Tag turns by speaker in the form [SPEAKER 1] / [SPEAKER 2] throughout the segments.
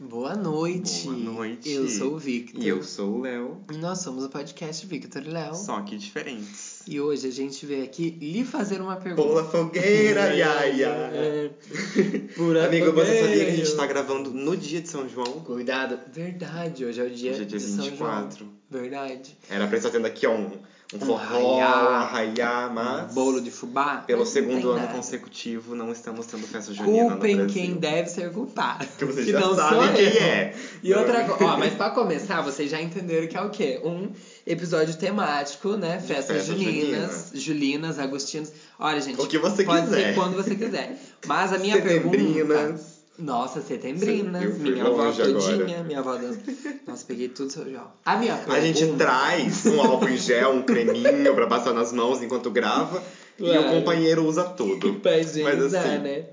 [SPEAKER 1] Boa noite.
[SPEAKER 2] Boa noite.
[SPEAKER 1] Eu sou o Victor.
[SPEAKER 2] E eu sou o Léo,
[SPEAKER 1] E nós somos o podcast Victor e Léo.
[SPEAKER 2] só que diferentes.
[SPEAKER 1] E hoje a gente veio aqui lhe fazer uma pergunta.
[SPEAKER 2] Pula fogueira, iaia!
[SPEAKER 1] É, Por
[SPEAKER 2] Amigo, você sabia que a gente
[SPEAKER 1] apoio.
[SPEAKER 2] tá gravando no dia de São João?
[SPEAKER 1] Cuidado. Verdade, hoje é o dia,
[SPEAKER 2] Hoje é dia
[SPEAKER 1] de São
[SPEAKER 2] 24.
[SPEAKER 1] João. Verdade.
[SPEAKER 2] Era pra estar tendo aqui, ó, um, um forró,
[SPEAKER 1] arraiá.
[SPEAKER 2] arraiá, mas...
[SPEAKER 1] Um Bolo de fubá.
[SPEAKER 2] Pelo
[SPEAKER 1] mas não tem
[SPEAKER 2] segundo ano
[SPEAKER 1] nada.
[SPEAKER 2] consecutivo, não estamos tendo festa junina no
[SPEAKER 1] Culpem
[SPEAKER 2] Brasil.
[SPEAKER 1] quem deve ser culpado.
[SPEAKER 2] Que vocês
[SPEAKER 1] que
[SPEAKER 2] já
[SPEAKER 1] não
[SPEAKER 2] sabem
[SPEAKER 1] sou
[SPEAKER 2] quem
[SPEAKER 1] eu.
[SPEAKER 2] é.
[SPEAKER 1] E outra coisa, ó, mas pra começar, vocês já entenderam que é o quê? Um episódio temático, né? Festas
[SPEAKER 2] festa
[SPEAKER 1] julinas, julinas, agostinas. Olha, gente,
[SPEAKER 2] O que você
[SPEAKER 1] pode ser
[SPEAKER 2] quiser.
[SPEAKER 1] quando você quiser. Mas a minha pergunta.
[SPEAKER 2] Setembrinas.
[SPEAKER 1] Nossa, setembrinas,
[SPEAKER 2] Eu fui
[SPEAKER 1] minha avó
[SPEAKER 2] longe
[SPEAKER 1] todinha,
[SPEAKER 2] agora.
[SPEAKER 1] minha avó dança. Nossa, peguei tudo seu já. A minha pergunta.
[SPEAKER 2] A gente traz um álcool em gel, um creminho pra passar nas mãos enquanto grava. E
[SPEAKER 1] Claro.
[SPEAKER 2] o companheiro usa tudo.
[SPEAKER 1] pra higienizar,
[SPEAKER 2] tá- assim,
[SPEAKER 1] né?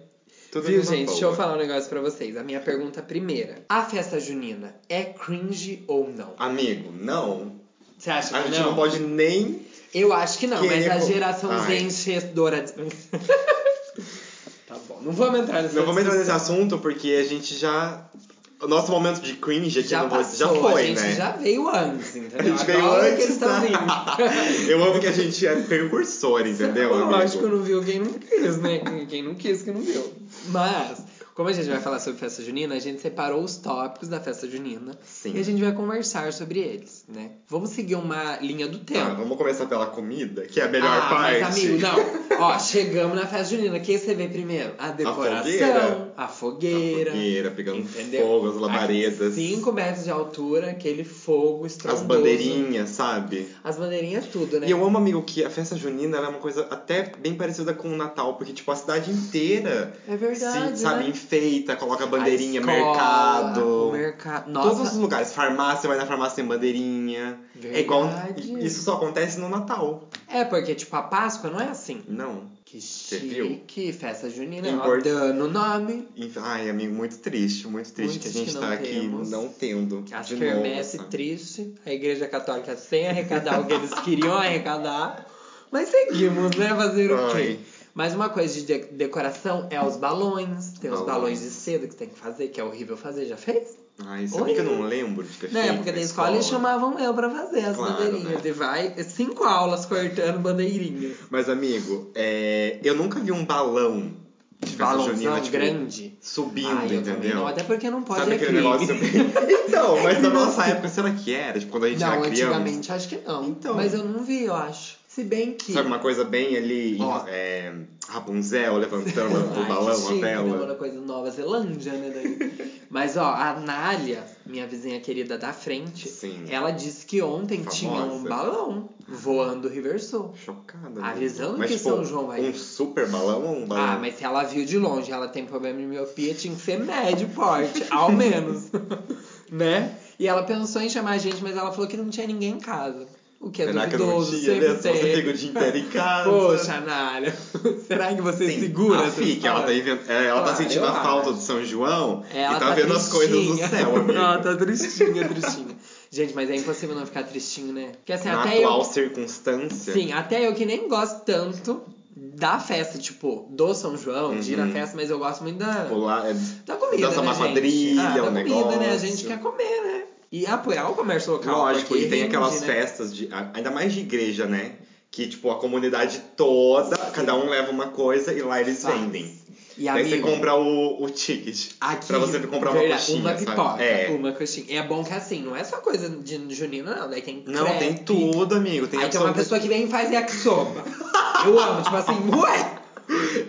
[SPEAKER 2] Tudo
[SPEAKER 1] Viu,
[SPEAKER 2] numa
[SPEAKER 1] gente?
[SPEAKER 2] boa.
[SPEAKER 1] Deixa eu falar um negócio pra vocês. A minha pergunta primeira. A festa junina é cringe ou não?
[SPEAKER 2] Amigo, não.
[SPEAKER 1] Você acha
[SPEAKER 2] A
[SPEAKER 1] que
[SPEAKER 2] gente não,
[SPEAKER 1] não
[SPEAKER 2] pode nem.
[SPEAKER 1] Eu acho que não,
[SPEAKER 2] Que
[SPEAKER 1] mas a
[SPEAKER 2] erro.
[SPEAKER 1] geraçãozinha
[SPEAKER 2] Ai.
[SPEAKER 1] enchedora. de- tá bom, não vamos entrar nessa
[SPEAKER 2] Não vamos entrar nesse assunto porque a gente já. O nosso momento de cringe aqui
[SPEAKER 1] Já
[SPEAKER 2] no
[SPEAKER 1] passou,
[SPEAKER 2] Voice já foi,
[SPEAKER 1] a gente
[SPEAKER 2] né?
[SPEAKER 1] já veio antes, entendeu?
[SPEAKER 2] A gente veio
[SPEAKER 1] Agora que
[SPEAKER 2] antes,
[SPEAKER 1] eles tão
[SPEAKER 2] tá?
[SPEAKER 1] vindo.
[SPEAKER 2] Eu amo que a gente é precursor, entendeu?
[SPEAKER 1] Eu acho que eu
[SPEAKER 2] amigo?
[SPEAKER 1] não viu quem não quis, né? Quem não quis, que não viu. Mas, como a gente vai falar sobre festa junina, a gente separou os tópicos da festa junina
[SPEAKER 2] Sim.
[SPEAKER 1] e a gente vai conversar sobre eles, né? Vamos seguir uma linha do tempo.
[SPEAKER 2] Tá, vamos começar pela comida, que é a melhor
[SPEAKER 1] ah,
[SPEAKER 2] parte.
[SPEAKER 1] Mas, amigo, não. Ó, chegamos na festa junina. O que você vê primeiro? A decoração, a fogueira.
[SPEAKER 2] fogueira. A Tá, fogueira, pegando
[SPEAKER 1] Entendeu?
[SPEAKER 2] fogo, as labaredas.
[SPEAKER 1] 5 metros de altura, aquele fogo
[SPEAKER 2] As
[SPEAKER 1] estrondoso.
[SPEAKER 2] bandeirinhas, sabe?
[SPEAKER 1] As bandeirinhas, tudo, né?
[SPEAKER 2] E eu amo, amigo, que a festa junina ela é uma coisa até bem parecida com o Natal, porque, tipo, a cidade inteira
[SPEAKER 1] É verdade,
[SPEAKER 2] se, sabe,
[SPEAKER 1] né?
[SPEAKER 2] enfeita, coloca bandeirinha,
[SPEAKER 1] A escola,
[SPEAKER 2] mercado.
[SPEAKER 1] o mercado.
[SPEAKER 2] Todos os
[SPEAKER 1] Nossa,
[SPEAKER 2] lugares, farmácia, vai na farmácia tem bandeirinha. É igual.
[SPEAKER 1] Verdade.
[SPEAKER 2] Isso só acontece no Natal.
[SPEAKER 1] é porque, tipo, a Páscoa não é assim.
[SPEAKER 2] Não.
[SPEAKER 1] Que
[SPEAKER 2] viu? É
[SPEAKER 1] chique, festa junina, ó,
[SPEAKER 2] Import-
[SPEAKER 1] dando nome.
[SPEAKER 2] E- Ai, amigo, muito triste, muito triste
[SPEAKER 1] Muito
[SPEAKER 2] que a gente
[SPEAKER 1] que não
[SPEAKER 2] tá aqui
[SPEAKER 1] temos.
[SPEAKER 2] não tendo.
[SPEAKER 1] As
[SPEAKER 2] de
[SPEAKER 1] quermesse
[SPEAKER 2] novo, né? sabe?
[SPEAKER 1] é triste, a igreja católica sem arrecadar o que eles queriam arrecadar. Mas seguimos, né? Fazer o quê?
[SPEAKER 2] Ai.
[SPEAKER 1] Mas uma coisa de de- decoração é os balões. Tem os
[SPEAKER 2] Balões.
[SPEAKER 1] balões de seda que tem que fazer, que é horrível fazer. Já fez?
[SPEAKER 2] Ai, sabia
[SPEAKER 1] Oi. é
[SPEAKER 2] que eu não lembro de ter
[SPEAKER 1] Na
[SPEAKER 2] feito
[SPEAKER 1] época
[SPEAKER 2] na
[SPEAKER 1] da escola, eles chamavam eu pra fazer as
[SPEAKER 2] Claro,
[SPEAKER 1] bandeirinhas.
[SPEAKER 2] né?
[SPEAKER 1] E vai cinco aulas cortando bandeirinhas.
[SPEAKER 2] Mas, amigo, é, eu nunca vi um balão de festa
[SPEAKER 1] Balãozão
[SPEAKER 2] junina, tipo,
[SPEAKER 1] grande.
[SPEAKER 2] subindo,
[SPEAKER 1] Ai, eu também
[SPEAKER 2] entendeu?
[SPEAKER 1] não, até porque não pode
[SPEAKER 2] Sabe
[SPEAKER 1] é
[SPEAKER 2] aquele
[SPEAKER 1] crime.
[SPEAKER 2] negócio? então, mas na nossa época, será que era? Tipo, quando a gente
[SPEAKER 1] Não,
[SPEAKER 2] era criança.
[SPEAKER 1] antigamente acho que não.
[SPEAKER 2] Então.
[SPEAKER 1] Mas eu não vi, eu acho. Se bem que...
[SPEAKER 2] Sabe uma coisa bem ali,
[SPEAKER 1] Ó.
[SPEAKER 2] é, Rapunzel levantando o
[SPEAKER 1] Ai, que
[SPEAKER 2] balão, a
[SPEAKER 1] chique, né?
[SPEAKER 2] vela?
[SPEAKER 1] Uma coisa Nova Zelândia, né? Daí. Mas, ó, a Nália, minha vizinha querida da frente,
[SPEAKER 2] Sim.
[SPEAKER 1] ela disse que ontem
[SPEAKER 2] Famosa.
[SPEAKER 1] tinha um balão voando o Riversul.
[SPEAKER 2] Chocada.
[SPEAKER 1] Avisando
[SPEAKER 2] né? Mas,
[SPEAKER 1] que
[SPEAKER 2] tipo,
[SPEAKER 1] São João vai
[SPEAKER 2] Um
[SPEAKER 1] vir.
[SPEAKER 2] super balão ou um balão?
[SPEAKER 1] Ah, mas se ela viu de longe, ela tem problema de miopia, tinha que ser médio porte, ao menos. né? E ela pensou em chamar a gente, mas ela falou que não tinha ninguém em casa. O que é
[SPEAKER 2] Será que eu não
[SPEAKER 1] duvidoso,
[SPEAKER 2] tinha
[SPEAKER 1] sempre
[SPEAKER 2] mesmo? Você
[SPEAKER 1] tem.
[SPEAKER 2] fica o dia inteiro em casa.
[SPEAKER 1] Poxa, Nália, será que você
[SPEAKER 2] Sim,
[SPEAKER 1] segura?
[SPEAKER 2] a
[SPEAKER 1] essas
[SPEAKER 2] Fique, ela tá,
[SPEAKER 1] palavras?
[SPEAKER 2] invent... é, ela tá
[SPEAKER 1] Claro,
[SPEAKER 2] sentindo
[SPEAKER 1] eu
[SPEAKER 2] a falta
[SPEAKER 1] acho.
[SPEAKER 2] do São João
[SPEAKER 1] Ela
[SPEAKER 2] e tá,
[SPEAKER 1] tá
[SPEAKER 2] vendo as coisas no
[SPEAKER 1] tristinha.
[SPEAKER 2] céu, amigo.
[SPEAKER 1] Ela tá tristinha, tristinha. Gente, mas é impossível não ficar tristinho, né? Porque assim,
[SPEAKER 2] Na
[SPEAKER 1] até
[SPEAKER 2] atual
[SPEAKER 1] eu.
[SPEAKER 2] circunstância.
[SPEAKER 1] Sim, até eu que nem gosto tanto da festa, tipo, do São João, de ir na festa, mas eu gosto muito da,
[SPEAKER 2] Pular, é,
[SPEAKER 1] da comida.
[SPEAKER 2] Uhum. dança
[SPEAKER 1] né,
[SPEAKER 2] uma
[SPEAKER 1] gente?
[SPEAKER 2] quadrilha,
[SPEAKER 1] ah, da
[SPEAKER 2] um
[SPEAKER 1] comida, né? A
[SPEAKER 2] negócio.
[SPEAKER 1] gente quer comer, né? E apoiar o comércio local.
[SPEAKER 2] Lógico,
[SPEAKER 1] porque
[SPEAKER 2] e tem
[SPEAKER 1] rende,
[SPEAKER 2] aquelas
[SPEAKER 1] né?
[SPEAKER 2] festas, de, a- ainda mais de igreja, né? Que, tipo, a comunidade toda, cada um leva uma coisa e lá eles
[SPEAKER 1] Faz.
[SPEAKER 2] vendem.
[SPEAKER 1] E
[SPEAKER 2] Daí
[SPEAKER 1] amigo,
[SPEAKER 2] você compra o, o ticket.
[SPEAKER 1] Aqui,
[SPEAKER 2] Pra você comprar uma
[SPEAKER 1] verdade,
[SPEAKER 2] coxinha,
[SPEAKER 1] Uma
[SPEAKER 2] sabe?
[SPEAKER 1] pipoca,
[SPEAKER 2] É.
[SPEAKER 1] uma coxinha. E é bom que assim, não é só coisa de junina, não. Daí tem
[SPEAKER 2] Não,
[SPEAKER 1] crepe,
[SPEAKER 2] tem tudo, amigo. Tem
[SPEAKER 1] Aí tem uma
[SPEAKER 2] absoluta-
[SPEAKER 1] pessoa que vem e faz yakisoba. Eu amo, tipo assim, ué!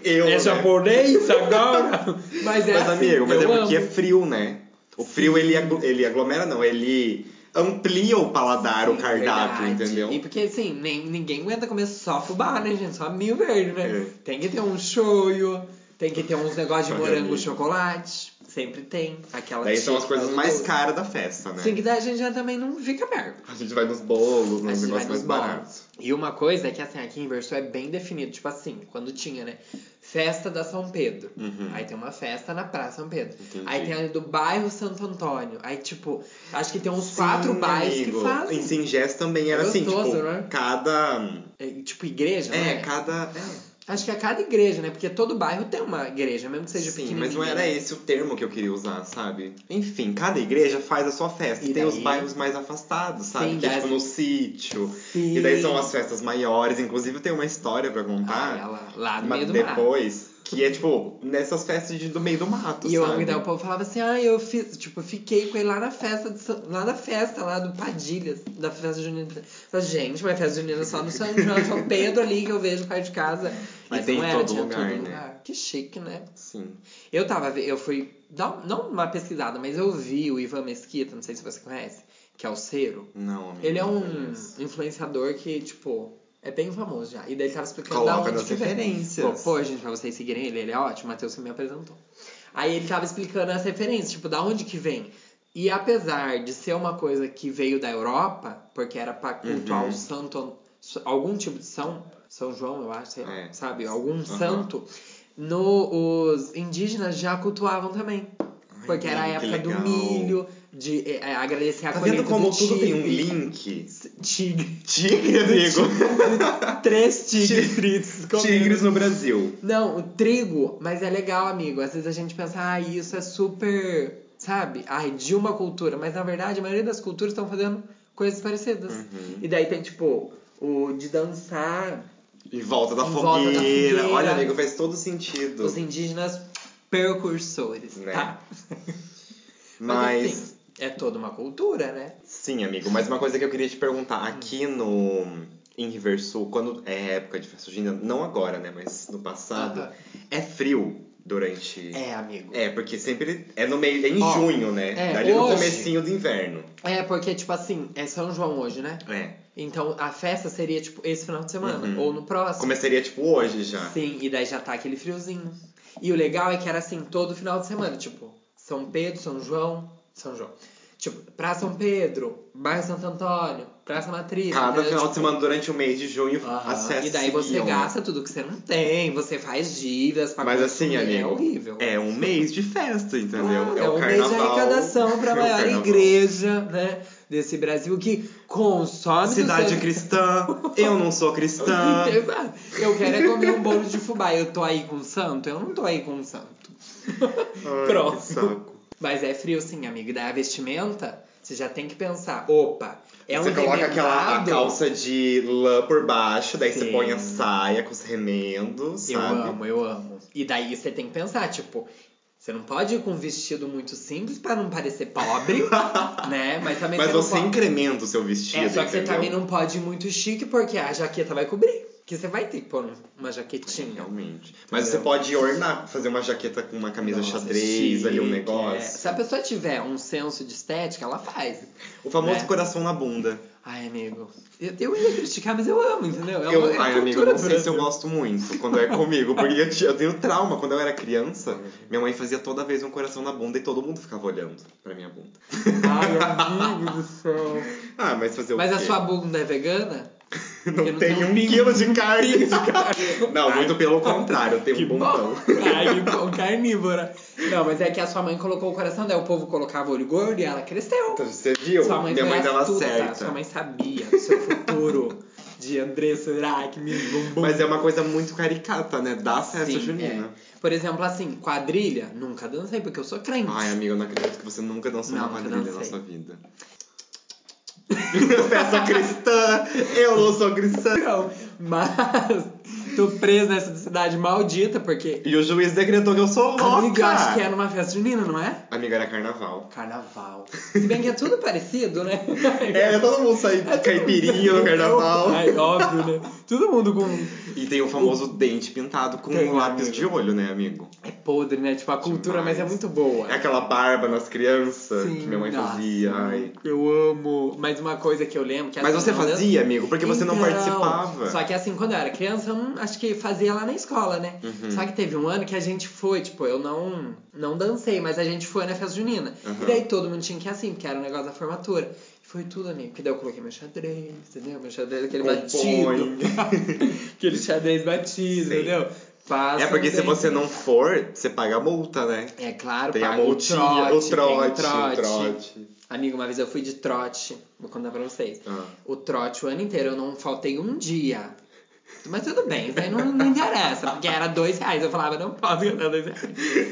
[SPEAKER 2] Eu,
[SPEAKER 1] É
[SPEAKER 2] né?
[SPEAKER 1] japonês agora? Mas é
[SPEAKER 2] Mas,
[SPEAKER 1] assim,
[SPEAKER 2] amigo, mas é
[SPEAKER 1] eu
[SPEAKER 2] porque é
[SPEAKER 1] amo.
[SPEAKER 2] frio, né? O frio, ele, aglo- ele aglomera, não. Ele amplia o paladar, o cardápio,
[SPEAKER 1] Verdade.
[SPEAKER 2] entendeu?
[SPEAKER 1] E porque assim, nem, ninguém aguenta comer só fubá, né, gente? Só mil verde, né?
[SPEAKER 2] É.
[SPEAKER 1] Tem que ter um shoyu, tem que ter uns negócios de
[SPEAKER 2] Olha,
[SPEAKER 1] morango
[SPEAKER 2] amigo.
[SPEAKER 1] chocolate. Sempre tem. Aquela
[SPEAKER 2] Daí são as
[SPEAKER 1] chique,
[SPEAKER 2] coisas
[SPEAKER 1] tá
[SPEAKER 2] mais
[SPEAKER 1] doce.
[SPEAKER 2] caras da festa, né?
[SPEAKER 1] Sim, que daí a gente já também não fica merda.
[SPEAKER 2] A gente vai nos
[SPEAKER 1] A
[SPEAKER 2] bolos, nos
[SPEAKER 1] gente vai
[SPEAKER 2] negócios
[SPEAKER 1] nos
[SPEAKER 2] mais
[SPEAKER 1] bolos.
[SPEAKER 2] baratos.
[SPEAKER 1] E uma coisa é que assim, aqui em Verso é bem definido, tipo assim, quando tinha, né? Festa da São Pedro.
[SPEAKER 2] Uhum.
[SPEAKER 1] Aí tem uma festa na Praça São Pedro.
[SPEAKER 2] Entendi.
[SPEAKER 1] Aí tem a do bairro Santo Antônio. Aí, tipo, acho que tem uns quatro bairros que fazem.
[SPEAKER 2] Em Singés
[SPEAKER 1] É
[SPEAKER 2] também era assim,
[SPEAKER 1] gostoso,
[SPEAKER 2] tipo,
[SPEAKER 1] né?
[SPEAKER 2] cada.
[SPEAKER 1] É, tipo, igreja,
[SPEAKER 2] É,
[SPEAKER 1] né?
[SPEAKER 2] cada. É.
[SPEAKER 1] Acho que a cada igreja, né? Porque todo bairro tem uma igreja, mesmo que seja
[SPEAKER 2] Sim,
[SPEAKER 1] pequenininha.
[SPEAKER 2] mas não era
[SPEAKER 1] né?
[SPEAKER 2] esse o termo que eu queria usar, sabe? Enfim, cada igreja faz a sua festa.
[SPEAKER 1] E
[SPEAKER 2] tem os
[SPEAKER 1] daí?
[SPEAKER 2] bairros mais afastados, sabe?
[SPEAKER 1] Sim,
[SPEAKER 2] que é
[SPEAKER 1] das-
[SPEAKER 2] tipo no sítio.
[SPEAKER 1] Sim.
[SPEAKER 2] E daí são as festas maiores. Inclusive, eu tenho uma história pra
[SPEAKER 1] Ah,
[SPEAKER 2] contar.
[SPEAKER 1] ela, lá no
[SPEAKER 2] mas
[SPEAKER 1] meio do mar.
[SPEAKER 2] depois, que é tipo, nessas festas de- do meio do mato,
[SPEAKER 1] E eu amo
[SPEAKER 2] sabe?
[SPEAKER 1] que daí o povo falava assim, ah, eu fiz, tipo, fiquei com ele lá na festa, de São- lá na festa, lá do Padilhas, da festa junina. Eu falei, gente, mas festa junina é só no São João, só o Pedro ali que eu vejo perto de casa. Mas
[SPEAKER 2] tem em
[SPEAKER 1] não era,
[SPEAKER 2] todo
[SPEAKER 1] tinha todo
[SPEAKER 2] lugar, né?
[SPEAKER 1] lugar. Que chique, né?
[SPEAKER 2] Sim.
[SPEAKER 1] Eu tava, ve- eu fui, não, não uma pesquisada, mas eu vi o Ivan Mesquita, não sei se você conhece, que é o Cero.
[SPEAKER 2] Não, amigo.
[SPEAKER 1] Ele é
[SPEAKER 2] não
[SPEAKER 1] um
[SPEAKER 2] conheço.
[SPEAKER 1] influenciador que, tipo, é bem famoso já. E daí ele tava explicando da
[SPEAKER 2] Coloca
[SPEAKER 1] onde
[SPEAKER 2] nas
[SPEAKER 1] que vem. Pô,
[SPEAKER 2] referências.
[SPEAKER 1] pô, gente, pra vocês seguirem ele, ele é ótimo, o Matheus que me apresentou. Aí ele tava explicando as referências, tipo, da onde que vem. E apesar de ser uma coisa que veio da Europa, porque era pra cultuar
[SPEAKER 2] Uhum.
[SPEAKER 1] o santo, An- algum tipo de São, São João, eu acho, sei lá,
[SPEAKER 2] É.
[SPEAKER 1] sabe? Algum
[SPEAKER 2] Aham.
[SPEAKER 1] santo, no, os indígenas já cultuavam também.
[SPEAKER 2] Ai,
[SPEAKER 1] Porque era a
[SPEAKER 2] amigo, que
[SPEAKER 1] época do
[SPEAKER 2] legal.
[SPEAKER 1] milho, de é, é, agradecer a
[SPEAKER 2] Tá
[SPEAKER 1] colheita
[SPEAKER 2] vendo como
[SPEAKER 1] do
[SPEAKER 2] tudo tem um
[SPEAKER 1] tigre.
[SPEAKER 2] link?
[SPEAKER 1] Tigre.
[SPEAKER 2] Tigre, amigo.
[SPEAKER 1] Três tigres
[SPEAKER 2] Tigre.
[SPEAKER 1] fritos. comendo.
[SPEAKER 2] Tigres no Brasil.
[SPEAKER 1] Não, o trigo, mas é legal, amigo. Às vezes a gente pensa, ah, isso é super, sabe? Ai, de uma cultura. Mas na verdade, a maioria das culturas estão fazendo coisas parecidas.
[SPEAKER 2] Uhum.
[SPEAKER 1] E daí tem, tipo, o de dançar.
[SPEAKER 2] Em volta da,
[SPEAKER 1] Em volta da
[SPEAKER 2] fogueira.
[SPEAKER 1] fogueira.
[SPEAKER 2] Olha, amigo, faz todo sentido.
[SPEAKER 1] Os indígenas percursores,
[SPEAKER 2] Né?
[SPEAKER 1] tá?
[SPEAKER 2] Mas,
[SPEAKER 1] enfim, é toda uma cultura, né?
[SPEAKER 2] sim, amigo, mas uma coisa que eu queria te perguntar. Aqui no... Em Riversul, quando é época de festa junina, não agora, né? Mas no passado,
[SPEAKER 1] Aham.
[SPEAKER 2] é frio durante...
[SPEAKER 1] É, amigo.
[SPEAKER 2] É, porque sempre é no meio, é em
[SPEAKER 1] Ó,
[SPEAKER 2] junho, né?
[SPEAKER 1] é,
[SPEAKER 2] Dali no
[SPEAKER 1] hoje-
[SPEAKER 2] comecinho do inverno.
[SPEAKER 1] É, porque, tipo assim, é São João hoje, né?
[SPEAKER 2] É.
[SPEAKER 1] Então a festa seria, tipo, esse final de semana,
[SPEAKER 2] Uhum.
[SPEAKER 1] ou no próximo.
[SPEAKER 2] Começaria tipo hoje já.
[SPEAKER 1] Sim, e daí já tá aquele friozinho. E o legal é que era assim, todo final de semana, tipo, São Pedro, São João, São João. Tipo, Praça São Pedro, bairro Santo Antônio, Praça Matriz.
[SPEAKER 2] Cada
[SPEAKER 1] entendeu?
[SPEAKER 2] final de
[SPEAKER 1] Tipo,
[SPEAKER 2] semana durante o mês de junho,
[SPEAKER 1] aham.
[SPEAKER 2] as festas
[SPEAKER 1] E daí você
[SPEAKER 2] seguiam, né?
[SPEAKER 1] gasta tudo que você não tem, você faz dívidas pra
[SPEAKER 2] Mas assim,
[SPEAKER 1] consumir,
[SPEAKER 2] amigo,
[SPEAKER 1] É horrível.
[SPEAKER 2] É um mês de festa, entendeu?
[SPEAKER 1] Claro,
[SPEAKER 2] é o
[SPEAKER 1] um mês de
[SPEAKER 2] carnaval.
[SPEAKER 1] arrecadação
[SPEAKER 2] É
[SPEAKER 1] pra
[SPEAKER 2] o
[SPEAKER 1] maior
[SPEAKER 2] carnaval.
[SPEAKER 1] igreja, né? Desse Brasil que consome. do
[SPEAKER 2] Cidade
[SPEAKER 1] seu-
[SPEAKER 2] cristã, eu não sou cristã.
[SPEAKER 1] Exato. Eu quero é comer um bolo de fubá. Eu tô aí com um santo? Eu não tô aí com um santo.
[SPEAKER 2] Ai,
[SPEAKER 1] Pronto.
[SPEAKER 2] que saco.
[SPEAKER 1] Mas é frio sim, amigo. E daí a vestimenta, você já tem que pensar. Opa, é
[SPEAKER 2] você
[SPEAKER 1] um
[SPEAKER 2] coloca aquela a
[SPEAKER 1] remendado?
[SPEAKER 2] calça de lã por baixo, daí você
[SPEAKER 1] Sim.
[SPEAKER 2] põe a saia com os remendos,
[SPEAKER 1] Eu
[SPEAKER 2] sabe?
[SPEAKER 1] amo, eu amo. E daí você tem que pensar, tipo... Você não pode ir com um vestido muito simples pra não parecer pobre, né? Mas também
[SPEAKER 2] Mas
[SPEAKER 1] você, não
[SPEAKER 2] você
[SPEAKER 1] pode...
[SPEAKER 2] incrementa o seu vestido,
[SPEAKER 1] É, só que você
[SPEAKER 2] entendeu?
[SPEAKER 1] também não pode ir muito chique, porque a jaqueta vai cobrir. Que você vai ter que pôr um, uma jaquetinha. um
[SPEAKER 2] Realmente. Mas
[SPEAKER 1] Entendeu?
[SPEAKER 2] você pode ornar, fazer uma jaqueta com uma camisa
[SPEAKER 1] Nossa,
[SPEAKER 2] xadrez, ali um
[SPEAKER 1] chique, é.
[SPEAKER 2] negócio.
[SPEAKER 1] Se a pessoa tiver um senso de estética, ela faz.
[SPEAKER 2] O famoso
[SPEAKER 1] Né?
[SPEAKER 2] coração na bunda.
[SPEAKER 1] Ai, amigo. Eu, eu ia criticar, mas eu amo, entendeu? É uma- é
[SPEAKER 2] Eu,
[SPEAKER 1] a
[SPEAKER 2] ai, amigo, eu
[SPEAKER 1] cultura
[SPEAKER 2] não sei se eu
[SPEAKER 1] brasileira.
[SPEAKER 2] gosto muito quando é comigo, porque eu, tinha- eu tenho trauma. Quando eu era criança, minha mãe fazia toda vez um coração na bunda e todo mundo ficava olhando pra minha bunda.
[SPEAKER 1] Ai, amigo do céu.
[SPEAKER 2] Ah, mas fazer
[SPEAKER 1] Mas
[SPEAKER 2] o
[SPEAKER 1] a
[SPEAKER 2] quê?
[SPEAKER 1] sua bunda é vegana? não
[SPEAKER 2] não tem
[SPEAKER 1] tem
[SPEAKER 2] um quilo de carne. Não,
[SPEAKER 1] Ai,
[SPEAKER 2] muito pelo contrário, tem um
[SPEAKER 1] bom.
[SPEAKER 2] bombão.
[SPEAKER 1] Ai, que bom, um carnívora. Não, mas é que a sua mãe colocou o coração dela. O povo colocava olho gordo e ela cresceu.
[SPEAKER 2] Então, Você viu?
[SPEAKER 1] Sua mãe
[SPEAKER 2] minha
[SPEAKER 1] foi
[SPEAKER 2] mãe tava
[SPEAKER 1] astuta,
[SPEAKER 2] certa.
[SPEAKER 1] Sua mãe sabia do seu futuro de Andressa ah, Iraque, Miss Bumbum.
[SPEAKER 2] Mas é uma coisa muito caricata, né? Da festa
[SPEAKER 1] Sim,
[SPEAKER 2] junina.
[SPEAKER 1] é. Por exemplo, assim, quadrilha, nunca dancei porque eu sou crente.
[SPEAKER 2] Ai, amigo, eu não acredito que você nunca dançou
[SPEAKER 1] Não,
[SPEAKER 2] uma
[SPEAKER 1] nunca
[SPEAKER 2] quadrilha na
[SPEAKER 1] dancei.
[SPEAKER 2] sua vida. Festa cristã, eu não sou cristã.
[SPEAKER 1] Não, mas tô preso nessa cidade maldita porque.
[SPEAKER 2] E o juiz decretou que eu sou louca.
[SPEAKER 1] Amiga, eu acho que é numa festa junina, não é?
[SPEAKER 2] Amiga, era carnaval.
[SPEAKER 1] Carnaval. Se bem que é tudo parecido, né?
[SPEAKER 2] É, todo mundo sai caipirinha no carnaval.
[SPEAKER 1] Ai, óbvio, né? Todo mundo com.
[SPEAKER 2] E tem o famoso dente pintado com
[SPEAKER 1] Tem,
[SPEAKER 2] um lápis
[SPEAKER 1] amigo.
[SPEAKER 2] de olho, né, amigo?
[SPEAKER 1] É podre, né? Tipo, a cultura,
[SPEAKER 2] Demais.
[SPEAKER 1] mas é muito boa.
[SPEAKER 2] É aquela barba nas crianças que minha mãe
[SPEAKER 1] nossa,
[SPEAKER 2] fazia. ai.
[SPEAKER 1] Eu amo. Mas uma coisa que eu lembro que
[SPEAKER 2] Mas
[SPEAKER 1] assim,
[SPEAKER 2] você
[SPEAKER 1] não dança-
[SPEAKER 2] fazia, amigo, porque você não
[SPEAKER 1] Então,
[SPEAKER 2] participava.
[SPEAKER 1] Só que assim, quando eu era criança, eu não- acho que fazia lá na escola, né?
[SPEAKER 2] Uhum.
[SPEAKER 1] Só que teve um ano que a gente foi, tipo, eu não, não dancei, mas a gente foi na festa junina.
[SPEAKER 2] Uhum.
[SPEAKER 1] E daí todo mundo tinha que ir assim, porque era um negócio da formatura. E foi tudo, amigo. Que daí eu coloquei meu xadrez, entendeu? Meu xadrez, aquele
[SPEAKER 2] Compõe.
[SPEAKER 1] batido. aquele xadrez batido,
[SPEAKER 2] Sei.
[SPEAKER 1] entendeu? Passa
[SPEAKER 2] É porque se
[SPEAKER 1] bem.
[SPEAKER 2] você não for, você paga a multa, né?
[SPEAKER 1] É claro,
[SPEAKER 2] Tem a
[SPEAKER 1] paga o
[SPEAKER 2] multinha,
[SPEAKER 1] trote,
[SPEAKER 2] o trote,
[SPEAKER 1] tem
[SPEAKER 2] o
[SPEAKER 1] o trote.
[SPEAKER 2] trote.
[SPEAKER 1] Amigo, uma vez eu fui de trote, vou contar pra vocês.
[SPEAKER 2] Ah.
[SPEAKER 1] O trote o ano inteiro, eu não faltei um dia. Mas tudo bem, isso aí não, não interessa, porque era dois reais. Eu falava, não posso ganhar dois reais.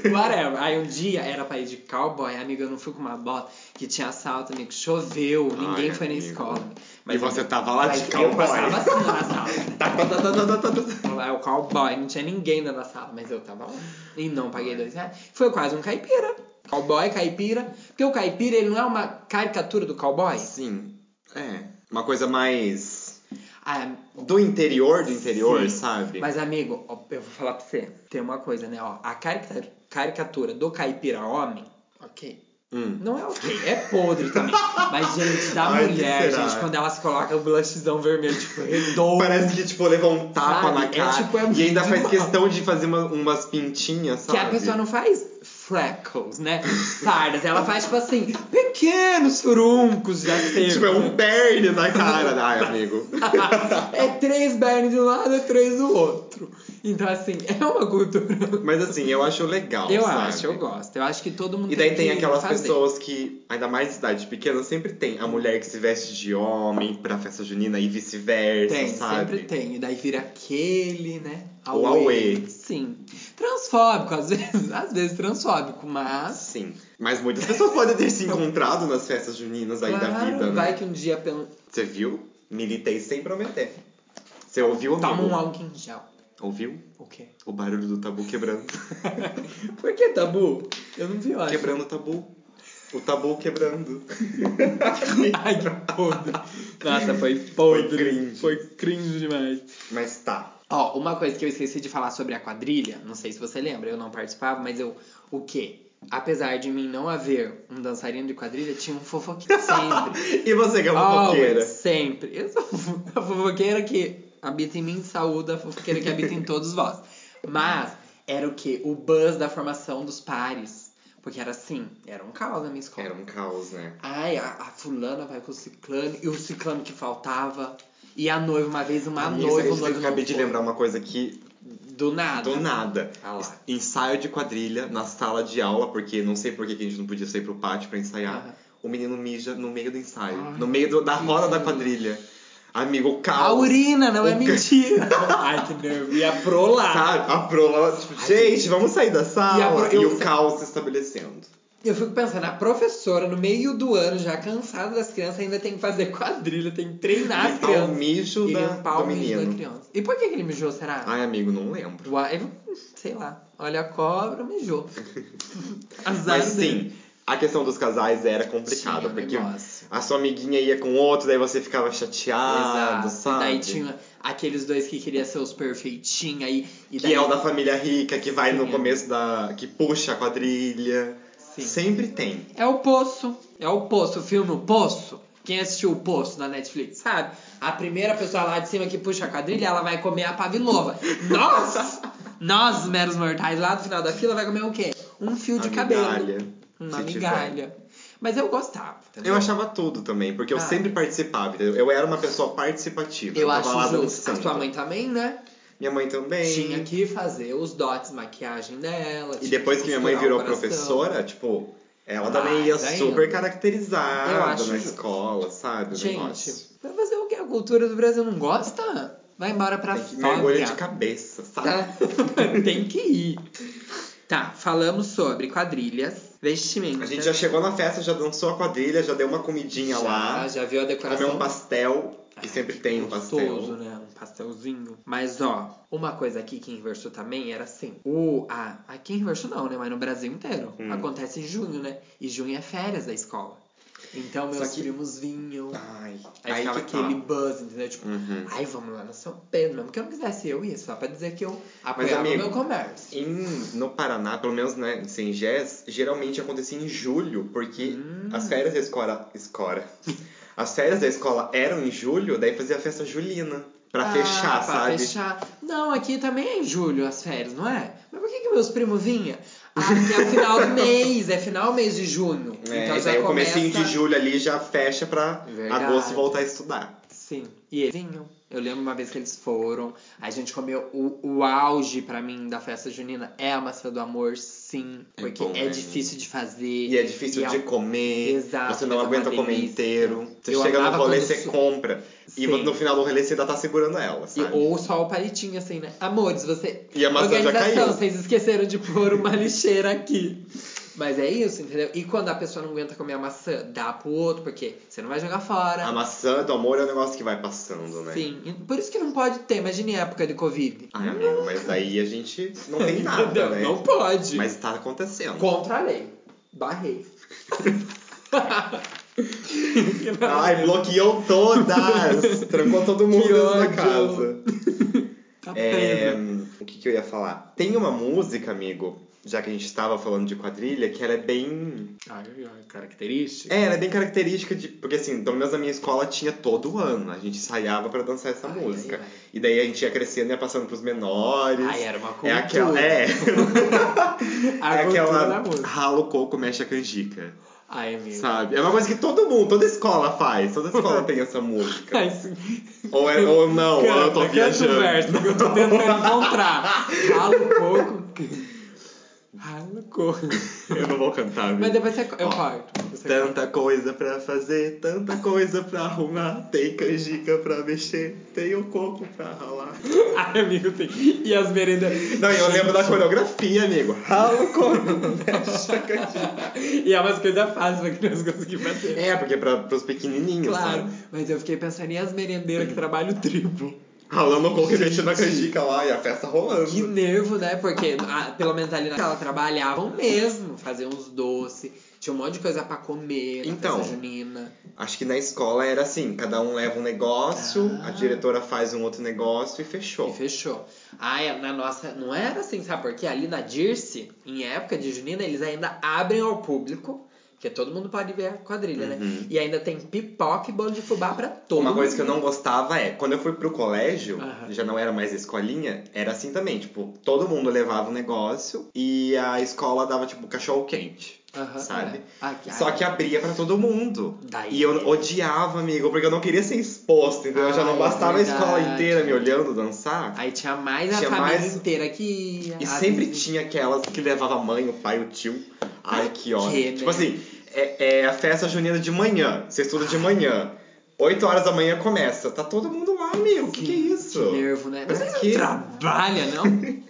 [SPEAKER 1] Whatever. Aí um dia era pra ir de cowboy, amiga, eu não fui com uma bota que tinha assalto, amigo. Choveu, ninguém
[SPEAKER 2] Ai,
[SPEAKER 1] foi na
[SPEAKER 2] amigo.
[SPEAKER 1] escola.
[SPEAKER 2] E você tava lá
[SPEAKER 1] Mas
[SPEAKER 2] de
[SPEAKER 1] Eu
[SPEAKER 2] cowboy.
[SPEAKER 1] passava assim lá na sala.
[SPEAKER 2] Tá, tá, tá, tá, tá, tá, tá.
[SPEAKER 1] É o cowboy, não tinha ninguém dentro da sala, mas eu tava lá. E não paguei dois reais. Foi quase um caipira. Cowboy, caipira. Porque o caipira, ele não é uma caricatura do cowboy?
[SPEAKER 2] Sim, é. Uma coisa mais
[SPEAKER 1] Ah,
[SPEAKER 2] do interior do interior,
[SPEAKER 1] Sim.
[SPEAKER 2] sabe?
[SPEAKER 1] mas amigo, ó, eu vou falar pra você. Tem uma coisa, né? Ó, a carica- caricatura do caipira homem, ok.
[SPEAKER 2] Hum.
[SPEAKER 1] Não é ok, é podre também. Mas, gente, da
[SPEAKER 2] Ai, que
[SPEAKER 1] mulher,
[SPEAKER 2] será?
[SPEAKER 1] gente, quando elas colocam o blushzão vermelho, tipo, redondo.
[SPEAKER 2] Parece que, tipo, levou um tapa
[SPEAKER 1] Sabe?
[SPEAKER 2] na
[SPEAKER 1] É,
[SPEAKER 2] cara
[SPEAKER 1] tipo, é
[SPEAKER 2] e ainda
[SPEAKER 1] muito
[SPEAKER 2] faz
[SPEAKER 1] mal.
[SPEAKER 2] questão de fazer uma- umas pintinhas,
[SPEAKER 1] Que
[SPEAKER 2] sabe?
[SPEAKER 1] a pessoa não faz freckles, né? Sardas, ela faz tipo assim, pequenos furuncos de acervo.
[SPEAKER 2] Tipo, é um perne na cara. Ai, amigo.
[SPEAKER 1] é três bernes de um lado, é três do outro. Então, assim, é uma cultura.
[SPEAKER 2] Mas assim, eu acho legal,
[SPEAKER 1] Eu
[SPEAKER 2] sabe?
[SPEAKER 1] acho, eu gosto. Eu acho que todo mundo
[SPEAKER 2] E daí tem
[SPEAKER 1] que
[SPEAKER 2] aquelas
[SPEAKER 1] fazer.
[SPEAKER 2] pessoas que, ainda mais em cidade pequena, sempre tem a mulher que se veste de homem pra festa junina e vice-versa,
[SPEAKER 1] Tem,
[SPEAKER 2] sabe?
[SPEAKER 1] sempre tem. E daí vira aquele, né?
[SPEAKER 2] O auê.
[SPEAKER 1] Sim. Transfóbico, às vezes, às vezes transfóbico, mas.
[SPEAKER 2] Sim. Mas muitas pessoas podem ter se encontrado nas festas juninas aí da
[SPEAKER 1] claro,
[SPEAKER 2] vida, né?
[SPEAKER 1] vai que um dia pen-
[SPEAKER 2] Você viu? Militei sem prometer. Você ouviu, amigo?
[SPEAKER 1] toma um álcool em gel.
[SPEAKER 2] Ouviu?
[SPEAKER 1] O quê?
[SPEAKER 2] O barulho do tabu quebrando.
[SPEAKER 1] Por que tabu? Eu não vi hora.
[SPEAKER 2] quebrando o tabu. O tabu quebrando.
[SPEAKER 1] Ai, que podre. Nossa, foi
[SPEAKER 2] Foi
[SPEAKER 1] podre.
[SPEAKER 2] cringe.
[SPEAKER 1] Foi cringe demais.
[SPEAKER 2] Mas tá.
[SPEAKER 1] Ó, uma coisa que eu esqueci de falar sobre a quadrilha, não sei se você lembra, eu não participava, mas eu. O quê? Apesar de mim não haver um dançarino de quadrilha, tinha um fofoqueiro sempre.
[SPEAKER 2] E você que é uma
[SPEAKER 1] Always,
[SPEAKER 2] fofoqueira?
[SPEAKER 1] Ah, sempre. Eu sou a fofoqueira que habita em mim, saúde a fofoqueira que habita em todos vós. Mas era o quê? O buzz da formação dos pares. Porque era assim, era um caos na minha escola.
[SPEAKER 2] Era um caos, né?
[SPEAKER 1] Ai, a, a fulana vai com o ciclano, e o ciclano que faltava. E a noiva, uma vez, uma
[SPEAKER 2] Amiga,
[SPEAKER 1] noiva,
[SPEAKER 2] você
[SPEAKER 1] o
[SPEAKER 2] acredita
[SPEAKER 1] noivo
[SPEAKER 2] que eu
[SPEAKER 1] não
[SPEAKER 2] acabei de
[SPEAKER 1] foi.
[SPEAKER 2] lembrar uma coisa que
[SPEAKER 1] Do nada.
[SPEAKER 2] do nada.
[SPEAKER 1] Ah lá.
[SPEAKER 2] Ensaio de quadrilha na sala de aula, porque não sei por que que a gente não podia sair pro pátio pra ensaiar.
[SPEAKER 1] Aham.
[SPEAKER 2] O menino mija no meio do ensaio,
[SPEAKER 1] Ai,
[SPEAKER 2] no meio do- da
[SPEAKER 1] que
[SPEAKER 2] roda da
[SPEAKER 1] isso.
[SPEAKER 2] quadrilha. Amigo,
[SPEAKER 1] A
[SPEAKER 2] caos.
[SPEAKER 1] urina, não é
[SPEAKER 2] O ca-
[SPEAKER 1] mentira. Ai, que nervo. E a pro lá.
[SPEAKER 2] Sabe? A prola, tipo,
[SPEAKER 1] Ai,
[SPEAKER 2] gente, vamos sair da
[SPEAKER 1] E a
[SPEAKER 2] sala.
[SPEAKER 1] pro-
[SPEAKER 2] E,
[SPEAKER 1] eu-
[SPEAKER 2] o caos se estabelecendo.
[SPEAKER 1] Eu fico pensando, a professora, no meio do ano, já cansada das crianças, ainda tem que fazer quadrilha, tem que treinar as
[SPEAKER 2] Limpar o
[SPEAKER 1] crianças. um
[SPEAKER 2] mijo
[SPEAKER 1] E
[SPEAKER 2] da,
[SPEAKER 1] limpar
[SPEAKER 2] do
[SPEAKER 1] o mijo da
[SPEAKER 2] menino.
[SPEAKER 1] criança. E por que que ele mijou, será?
[SPEAKER 2] Ai, amigo, não lembro.
[SPEAKER 1] Uai, sei lá. Olha a cobra, mijou. Azar
[SPEAKER 2] Mas
[SPEAKER 1] dele.
[SPEAKER 2] sim, a questão dos casais era complicada,
[SPEAKER 1] Tinha um
[SPEAKER 2] porque
[SPEAKER 1] negócio.
[SPEAKER 2] a sua amiguinha ia com outro, daí você ficava
[SPEAKER 1] Exato.
[SPEAKER 2] chateado, Ah, sabe?
[SPEAKER 1] Daí tinha um- aqueles dois que queriam ser os perfeitinhos aí. E daí...
[SPEAKER 2] Que é o da família rica, que vai no
[SPEAKER 1] Sim.
[SPEAKER 2] começo da. que puxa a quadrilha.
[SPEAKER 1] Sim.
[SPEAKER 2] Sempre tem.
[SPEAKER 1] É o Poço. É o Poço. O filme O Poço. Quem assistiu O Poço na Netflix, sabe? A primeira pessoa lá de cima que puxa a quadrilha, ela vai comer a pavilova. Nós! Nós, meros mortais, lá do final da fila, vai comer o quê? Um fio de
[SPEAKER 2] A
[SPEAKER 1] cabelo.
[SPEAKER 2] migalha,
[SPEAKER 1] Uma
[SPEAKER 2] se tiver.
[SPEAKER 1] migalha. Mas eu gostava, entendeu?
[SPEAKER 2] Eu achava tudo também, porque eu
[SPEAKER 1] Ah.
[SPEAKER 2] sempre participava, entendeu? Eu era uma pessoa participativa.
[SPEAKER 1] Eu
[SPEAKER 2] tava
[SPEAKER 1] acho
[SPEAKER 2] lá
[SPEAKER 1] justo. A
[SPEAKER 2] dançando.
[SPEAKER 1] sua mãe também, né?
[SPEAKER 2] Minha mãe também.
[SPEAKER 1] Tinha que fazer os dotes, maquiagem dela.
[SPEAKER 2] E
[SPEAKER 1] tinha
[SPEAKER 2] depois
[SPEAKER 1] que
[SPEAKER 2] que minha mãe
[SPEAKER 1] costurar o
[SPEAKER 2] virou
[SPEAKER 1] coração.
[SPEAKER 2] professora, tipo, ela
[SPEAKER 1] Ah,
[SPEAKER 2] também ia
[SPEAKER 1] daí
[SPEAKER 2] super
[SPEAKER 1] eu- eu
[SPEAKER 2] caracterizada
[SPEAKER 1] acho
[SPEAKER 2] na
[SPEAKER 1] justo.
[SPEAKER 2] escola, sabe? O negócio.
[SPEAKER 1] Gente, vai fazer o que? A cultura do Brasil não gosta? Vai embora pra
[SPEAKER 2] Tem que mergulha de
[SPEAKER 1] Sóbria.
[SPEAKER 2] cabeça, sabe?
[SPEAKER 1] Tá? Tem que ir. Tá, falamos sobre quadrilhas, vestimentas.
[SPEAKER 2] A gente já chegou na festa, já dançou a quadrilha, já deu uma comidinha
[SPEAKER 1] já,
[SPEAKER 2] lá,
[SPEAKER 1] já viu a
[SPEAKER 2] comeu
[SPEAKER 1] decoração.
[SPEAKER 2] um pastel,
[SPEAKER 1] Ai,
[SPEAKER 2] e sempre
[SPEAKER 1] que
[SPEAKER 2] tem um
[SPEAKER 1] gostoso,
[SPEAKER 2] pastel.
[SPEAKER 1] né? Um pastelzinho. Mas, ó, uma coisa aqui que inversou também era assim. O, a, aqui em inversou não, né? Mas no Brasil inteiro.
[SPEAKER 2] Hum.
[SPEAKER 1] Acontece em junho, né? E junho é férias da escola. Então,
[SPEAKER 2] Só
[SPEAKER 1] meus
[SPEAKER 2] que-
[SPEAKER 1] primos vinham.
[SPEAKER 2] Ai,
[SPEAKER 1] Aí,
[SPEAKER 2] aí
[SPEAKER 1] ficava
[SPEAKER 2] que tá.
[SPEAKER 1] aquele buzz, entendeu? Tipo,
[SPEAKER 2] Uhum.
[SPEAKER 1] ai, vamos lá no São Pedro. Mesmo que eu não quisesse, eu ia. Só pra dizer que eu apoiava o
[SPEAKER 2] amigo,
[SPEAKER 1] meu comércio.
[SPEAKER 2] Em- no Paraná, pelo menos né, em Sengés, geralmente acontecia em julho, porque
[SPEAKER 1] Hum.
[SPEAKER 2] as férias da escola, escola. As férias da escola eram em julho, daí fazia a festa julina. Pra
[SPEAKER 1] Ah,
[SPEAKER 2] fechar,
[SPEAKER 1] pra
[SPEAKER 2] sabe?
[SPEAKER 1] fechar. Não, aqui também é em julho as férias, não é? Mas por que, que meus primos vinham? Ah, porque é o final do mês, é final do mês de junho.
[SPEAKER 2] É,
[SPEAKER 1] então
[SPEAKER 2] e
[SPEAKER 1] já
[SPEAKER 2] daí o
[SPEAKER 1] começa...
[SPEAKER 2] comecinho de julho ali já fecha pra
[SPEAKER 1] Verdade.
[SPEAKER 2] agosto voltar a estudar.
[SPEAKER 1] Sim. E eles vinham. Eu lembro uma vez que eles foram. A gente comeu o, o auge pra mim da festa junina. É a maçã do amor, sim.
[SPEAKER 2] É
[SPEAKER 1] Porque
[SPEAKER 2] bom,
[SPEAKER 1] é
[SPEAKER 2] né?
[SPEAKER 1] difícil de fazer.
[SPEAKER 2] E é difícil de
[SPEAKER 1] um-
[SPEAKER 2] comer.
[SPEAKER 1] Exato,
[SPEAKER 2] você não
[SPEAKER 1] mas é uma
[SPEAKER 2] aguenta comer
[SPEAKER 1] delícia.
[SPEAKER 2] inteiro. Você
[SPEAKER 1] Eu
[SPEAKER 2] chega no
[SPEAKER 1] amava
[SPEAKER 2] rolê,
[SPEAKER 1] quando
[SPEAKER 2] você
[SPEAKER 1] su-
[SPEAKER 2] compra. E
[SPEAKER 1] Sim.
[SPEAKER 2] no final do rolê você ainda tá segurando ela,
[SPEAKER 1] E,
[SPEAKER 2] sabe?
[SPEAKER 1] ou só o palitinho, assim, né? Amores, você.
[SPEAKER 2] E a maçã já
[SPEAKER 1] Organização,
[SPEAKER 2] caiu.
[SPEAKER 1] vocês esqueceram de pôr uma lixeira aqui. Mas é isso, entendeu? E quando a pessoa não aguenta comer a maçã, dá pro outro, porque você não vai jogar fora.
[SPEAKER 2] A maçã do amor é um negócio que vai passando, né?
[SPEAKER 1] Sim. E Por isso que não pode ter, imagine época de Covid.
[SPEAKER 2] Ai, amigo, mas aí a gente não tem nada,
[SPEAKER 1] Entendeu?
[SPEAKER 2] né?
[SPEAKER 1] Não pode.
[SPEAKER 2] Mas tá acontecendo.
[SPEAKER 1] Contra a lei. Barrei.
[SPEAKER 2] Ai, bloqueou todas! Trancou todo mundo
[SPEAKER 1] Que
[SPEAKER 2] dentro da
[SPEAKER 1] ódio.
[SPEAKER 2] casa.
[SPEAKER 1] Tá
[SPEAKER 2] É,
[SPEAKER 1] preso.
[SPEAKER 2] o que, que eu ia falar? Tem uma música, amigo, já que a gente tava falando de quadrilha, que ela é bem.
[SPEAKER 1] Ai, ai, característica.
[SPEAKER 2] É, ela é bem característica de. Porque assim, pelo menos na minha escola tinha todo ano. A gente ensaiava pra dançar essa
[SPEAKER 1] Ai,
[SPEAKER 2] música.
[SPEAKER 1] ai, ai.
[SPEAKER 2] E daí a gente ia crescendo, ia passando pros menores.
[SPEAKER 1] Ai, era uma
[SPEAKER 2] é
[SPEAKER 1] cultura.
[SPEAKER 2] aquela. É,
[SPEAKER 1] A cultura da
[SPEAKER 2] é aquela.
[SPEAKER 1] música.
[SPEAKER 2] Rala o coco, mexe a canjica.
[SPEAKER 1] Ai, amigo.
[SPEAKER 2] Sabe? É uma coisa que todo mundo, toda escola faz. Toda escola tem essa música.
[SPEAKER 1] Ai, sim.
[SPEAKER 2] Ou, é- ou não, ou eu
[SPEAKER 1] Canta,
[SPEAKER 2] tô
[SPEAKER 1] canta o verso
[SPEAKER 2] viajando.
[SPEAKER 1] que é eu tô tentando encontrar. Rala o coco. Rala um o coco.
[SPEAKER 2] Eu não vou cantar, viu?
[SPEAKER 1] Mas depois você, eu
[SPEAKER 2] Ó, tá.
[SPEAKER 1] corto. Você corta.
[SPEAKER 2] Tanta coisa pra fazer, tanta coisa pra arrumar. Tem canjica pra mexer, tem o coco pra ralar.
[SPEAKER 1] Ai, amigo, tem. E as merendeiras.
[SPEAKER 2] Não, eu lembro da coreografia, amigo. Rala o coco, mexe a canjica.
[SPEAKER 1] E é umas coisas fáceis pra criança conseguir fazer.
[SPEAKER 2] É, porque é pra, pros pequenininhos, né?
[SPEAKER 1] Claro,
[SPEAKER 2] sabe?
[SPEAKER 1] mas eu fiquei pensando em as merendeiras que trabalham o triplo.
[SPEAKER 2] Ralando o coco e
[SPEAKER 1] Gente.
[SPEAKER 2] mexendo a canjica lá, e a festa rolando.
[SPEAKER 1] Que nervo, né? Porque ah, pelo menos ali naquela trabalhavam mesmo, faziam uns doces, tinha um monte de coisa pra comer, na
[SPEAKER 2] Então.
[SPEAKER 1] festa junina.
[SPEAKER 2] Acho que na escola era assim, cada um leva um negócio,
[SPEAKER 1] Ah.
[SPEAKER 2] a diretora faz um outro negócio e
[SPEAKER 1] E
[SPEAKER 2] fechou.
[SPEAKER 1] fechou. Ah, é, na nossa. Não era assim, sabe? Porque ali na Dirce, em época de junina, eles ainda abrem ao público. Porque todo mundo pode ver a quadrilha, né? E ainda tem pipoca e bolo de fubá pra todo
[SPEAKER 2] Uhum. Uma coisa que eu
[SPEAKER 1] mundo.
[SPEAKER 2] não gostava é, quando eu fui pro colégio,
[SPEAKER 1] Aham.
[SPEAKER 2] já não era mais escolinha, era assim também, tipo, todo mundo levava um negócio e a escola dava, tipo, cachorro quente.
[SPEAKER 1] Aham,
[SPEAKER 2] sabe?
[SPEAKER 1] é. Ah, que-
[SPEAKER 2] Só
[SPEAKER 1] ah,
[SPEAKER 2] que abria pra todo mundo.
[SPEAKER 1] Daí-
[SPEAKER 2] E eu odiava, amigo, porque eu não queria ser exposto, entendeu? já
[SPEAKER 1] Ah,
[SPEAKER 2] não
[SPEAKER 1] é
[SPEAKER 2] bastava a escola
[SPEAKER 1] verdade.
[SPEAKER 2] inteira me olhando dançar.
[SPEAKER 1] Aí tinha mais a
[SPEAKER 2] Tinha
[SPEAKER 1] família
[SPEAKER 2] mais-
[SPEAKER 1] inteira que ia.
[SPEAKER 2] E
[SPEAKER 1] Às
[SPEAKER 2] sempre
[SPEAKER 1] vezes-
[SPEAKER 2] tinha aquelas que levava a mãe, o pai, o tio. Ai,
[SPEAKER 1] Ai,
[SPEAKER 2] que ódio.
[SPEAKER 1] que, né?
[SPEAKER 2] Tipo assim, é, é a festa junina de manhã. Você estuda de manhã. 8 horas da manhã começa. Tá todo mundo lá, amigo. Que, que é isso? é
[SPEAKER 1] Que nervo, né?
[SPEAKER 2] Pra
[SPEAKER 1] Mas
[SPEAKER 2] quê?
[SPEAKER 1] que trabalha, não?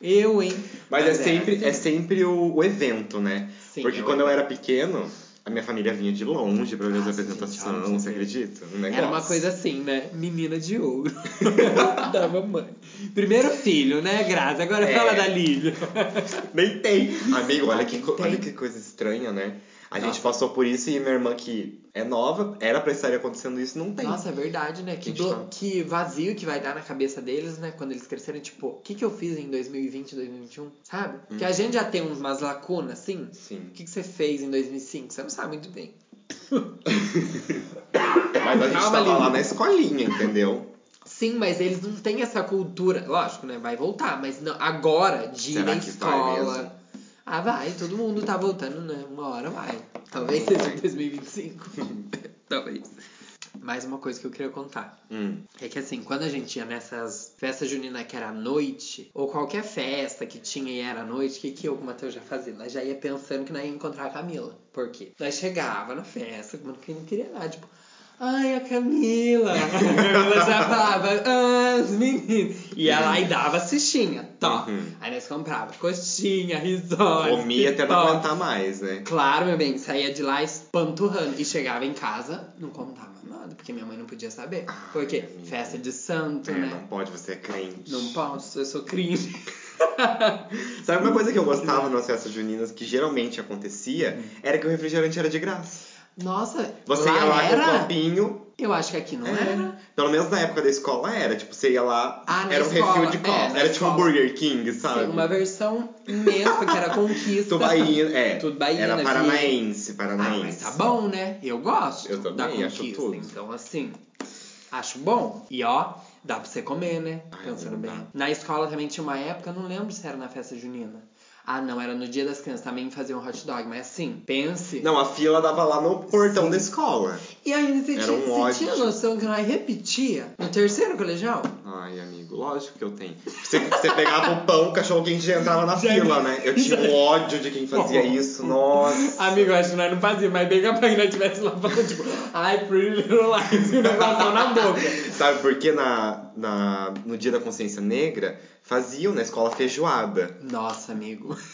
[SPEAKER 1] Eu, hein?
[SPEAKER 2] Mas é
[SPEAKER 1] era
[SPEAKER 2] sempre,
[SPEAKER 1] assim.
[SPEAKER 2] é sempre o, o evento, né?
[SPEAKER 1] Sim,
[SPEAKER 2] Porque
[SPEAKER 1] é o
[SPEAKER 2] quando eu
[SPEAKER 1] evento. Ah,
[SPEAKER 2] era pequeno, a minha família vinha de longe pra ver as
[SPEAKER 1] Nossa, gente,
[SPEAKER 2] apresentações,
[SPEAKER 1] olha,
[SPEAKER 2] você
[SPEAKER 1] você vê.
[SPEAKER 2] acredita? Um negócio.
[SPEAKER 1] Era uma coisa assim, né? Menina de ouro. da mamãe. Primeiro filho, né, Graça? Agora
[SPEAKER 2] É.
[SPEAKER 1] fala da Lívia.
[SPEAKER 2] Nem tem. Amigo, olha
[SPEAKER 1] Ai,
[SPEAKER 2] que,
[SPEAKER 1] Ah, nem
[SPEAKER 2] co-
[SPEAKER 1] tem.
[SPEAKER 2] olha que coisa estranha, né? A gente
[SPEAKER 1] Nossa.
[SPEAKER 2] passou por isso e minha irmã, que é nova, era pra estar acontecendo isso, não tem.
[SPEAKER 1] Nossa, é verdade, né? Que,
[SPEAKER 2] Gente,
[SPEAKER 1] blo-
[SPEAKER 2] fala.
[SPEAKER 1] que vazio que vai dar na cabeça deles, né? Quando eles crescerem, tipo, o que, que eu fiz em 2020, 2021? Sabe? Que
[SPEAKER 2] Uhum.
[SPEAKER 1] a gente já tem umas lacunas, assim.
[SPEAKER 2] Sim.
[SPEAKER 1] O que, que você fez em 2005? Você não sabe muito bem.
[SPEAKER 2] Mas a gente
[SPEAKER 1] Calma,
[SPEAKER 2] tava lá
[SPEAKER 1] Lívia.
[SPEAKER 2] na escolinha, entendeu?
[SPEAKER 1] Sim, mas eles não têm essa cultura. Lógico, né? Vai voltar, mas não, agora, de ir
[SPEAKER 2] Será
[SPEAKER 1] à
[SPEAKER 2] que vai
[SPEAKER 1] escola.
[SPEAKER 2] mesmo?
[SPEAKER 1] Ah, vai, todo mundo tá voltando, né? Uma hora vai. Talvez seja em 2025. Talvez. Mais uma coisa que eu queria contar.
[SPEAKER 2] Hum.
[SPEAKER 1] É que assim, quando a gente ia nessas festas juninas que era à noite, ou qualquer festa que tinha e era à noite, o que, que eu com o Matheus já fazia? Nós já ia pensando que nós ia encontrar a Camila. Por quê? Nós chegava na festa, mano, que não queria nada, tipo, ai, a Camila! A Camila já falava, ah, os meninos. Ia lá e dava cestinha, top.
[SPEAKER 2] Uhum.
[SPEAKER 1] Aí nós comprava coxinha, risório.
[SPEAKER 2] Comia até não
[SPEAKER 1] pipoca.
[SPEAKER 2] aguentar mais, né?
[SPEAKER 1] Claro, meu bem, saía de lá espanturrando. E chegava em casa, não contava nada, porque minha mãe não podia saber.
[SPEAKER 2] Ai,
[SPEAKER 1] porque
[SPEAKER 2] Ah, amiga.
[SPEAKER 1] festa de santo,
[SPEAKER 2] É,
[SPEAKER 1] né?
[SPEAKER 2] não pode, você é crente.
[SPEAKER 1] Não posso, eu sou cringe.
[SPEAKER 2] Sabe uma coisa que eu gostava nas festas juninas, que geralmente acontecia, era que o refrigerante era de graça.
[SPEAKER 1] Nossa,
[SPEAKER 2] Você
[SPEAKER 1] Hum. lá
[SPEAKER 2] ia lá
[SPEAKER 1] era?
[SPEAKER 2] com o copinho. é.
[SPEAKER 1] Eu acho que aqui não era.
[SPEAKER 2] Pelo menos na época da escola era. Tipo, você ia lá,
[SPEAKER 1] Ah, na
[SPEAKER 2] era um
[SPEAKER 1] escola,
[SPEAKER 2] refil de
[SPEAKER 1] é,
[SPEAKER 2] copo.
[SPEAKER 1] na
[SPEAKER 2] era tipo um
[SPEAKER 1] escola.
[SPEAKER 2] Burger King, sabe?
[SPEAKER 1] Sim, uma versão imensa que era conquista.
[SPEAKER 2] Tubaína, é.
[SPEAKER 1] Tubaína,
[SPEAKER 2] era
[SPEAKER 1] vi.
[SPEAKER 2] paranaense,
[SPEAKER 1] né, Ah,
[SPEAKER 2] paranaense.
[SPEAKER 1] mas tá bom, né? Eu gosto
[SPEAKER 2] Eu também,
[SPEAKER 1] da
[SPEAKER 2] acho
[SPEAKER 1] conquista.
[SPEAKER 2] tudo.
[SPEAKER 1] Então, assim, acho bom. E ó, dá pra você comer, né?
[SPEAKER 2] Ai,
[SPEAKER 1] Pensando
[SPEAKER 2] Ah, não
[SPEAKER 1] bem.
[SPEAKER 2] dá.
[SPEAKER 1] Na escola também tinha uma época, eu não lembro se era na festa junina. Ah, não, era no dia das crianças, também fazia um hot dog, mas assim, pense.
[SPEAKER 2] Não, a fila dava lá no portão
[SPEAKER 1] Sim.
[SPEAKER 2] da escola.
[SPEAKER 1] E ainda você
[SPEAKER 2] Era
[SPEAKER 1] tinha,
[SPEAKER 2] um
[SPEAKER 1] você
[SPEAKER 2] ódio.
[SPEAKER 1] tinha noção que nós repetia no terceiro colegial?
[SPEAKER 2] Ai, amigo, lógico que eu tenho. Você, você pegava o pão, o cachorro quente entrava na fila, né? Eu tinha um ódio de quem fazia isso, nossa.
[SPEAKER 1] Amigo, eu acho que nós não fazíamos, mas bem capaz que nós tivesse lá falando, tipo, ai, Pretty Little Lies, com o negócio na boca.
[SPEAKER 2] Sabe por que na, na, no dia da consciência negra faziam na escola feijoada?
[SPEAKER 1] Nossa, amigo.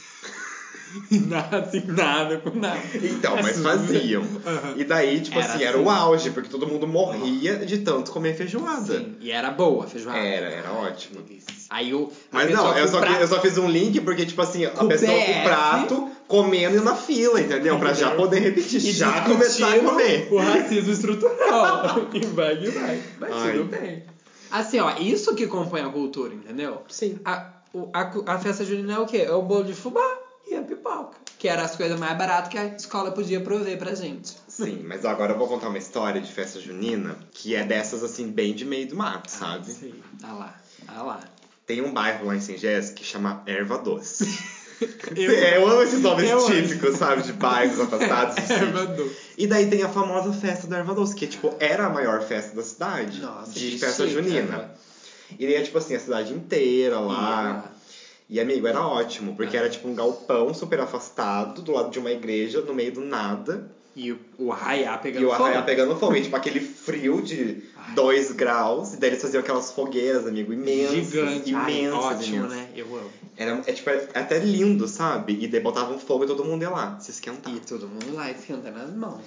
[SPEAKER 1] nada, assim, nada com nada.
[SPEAKER 2] Então, mas
[SPEAKER 1] Assim,
[SPEAKER 2] faziam.
[SPEAKER 1] Aham.
[SPEAKER 2] E daí, tipo
[SPEAKER 1] Era
[SPEAKER 2] assim, era
[SPEAKER 1] assim.
[SPEAKER 2] o auge, porque todo mundo morria de tanto comer feijoada.
[SPEAKER 1] Sim, e era boa a feijoada.
[SPEAKER 2] Era, era ótimo.
[SPEAKER 1] Delícia. Aí o. a
[SPEAKER 2] É. Mas
[SPEAKER 1] pessoa
[SPEAKER 2] não, eu
[SPEAKER 1] com
[SPEAKER 2] só, que-
[SPEAKER 1] prato-
[SPEAKER 2] eu só fiz um link porque, tipo assim, a
[SPEAKER 1] Com
[SPEAKER 2] pessoa com
[SPEAKER 1] PF.
[SPEAKER 2] o prato comendo na fila, entendeu? Pra já poder repetir,
[SPEAKER 1] e
[SPEAKER 2] já
[SPEAKER 1] discutindo
[SPEAKER 2] começar a comer.
[SPEAKER 1] O racismo estrutural. e vai que vai. Mas
[SPEAKER 2] Ai.
[SPEAKER 1] tudo bem. Assim, ó, isso que compõe a cultura, entendeu?
[SPEAKER 2] Sim.
[SPEAKER 1] A, o- a, cu- a festa junina é o quê? É o bolo de fubá e a pipoca. Que eram as coisas mais baratas que a escola podia prover pra gente.
[SPEAKER 2] Sim, mas agora eu vou contar uma história de festa junina que é dessas, assim, bem de meio do mato, sabe?
[SPEAKER 1] Sim. Ah lá, ah lá.
[SPEAKER 2] Tem um bairro lá em São Gés que chama Erva Doce.
[SPEAKER 1] Eu-
[SPEAKER 2] É, eu amo esses nomes
[SPEAKER 1] Eu amo.
[SPEAKER 2] típicos, sabe? De bairros afastados. do sítio.
[SPEAKER 1] Erva doce.
[SPEAKER 2] E daí tem a famosa festa da Erva Doce, que tipo, era a maior festa da cidade.
[SPEAKER 1] Nossa, que
[SPEAKER 2] de festa
[SPEAKER 1] chique, né? aham.
[SPEAKER 2] junina. E daí é tipo assim, a cidade inteira lá.
[SPEAKER 1] E,
[SPEAKER 2] E amigo, era ótimo,
[SPEAKER 1] Ah.
[SPEAKER 2] porque era tipo um galpão super afastado, do lado de uma igreja, no meio do nada.
[SPEAKER 1] e o, o arraiá pegando
[SPEAKER 2] e o arraia
[SPEAKER 1] fogo.
[SPEAKER 2] pegando fogo. E tipo aquele frio de
[SPEAKER 1] Ai.
[SPEAKER 2] 2 graus. E daí eles faziam aquelas fogueiras, amigo, imensas.
[SPEAKER 1] Gigante. Ai,
[SPEAKER 2] Imensas,
[SPEAKER 1] ótimo,
[SPEAKER 2] imensas.
[SPEAKER 1] né? Eu amo.
[SPEAKER 2] Era, é, tipo, é até lindo, sabe? E daí botavam fogo e todo mundo ia lá, se esquentar.
[SPEAKER 1] E todo mundo lá esquentando as mãos, né?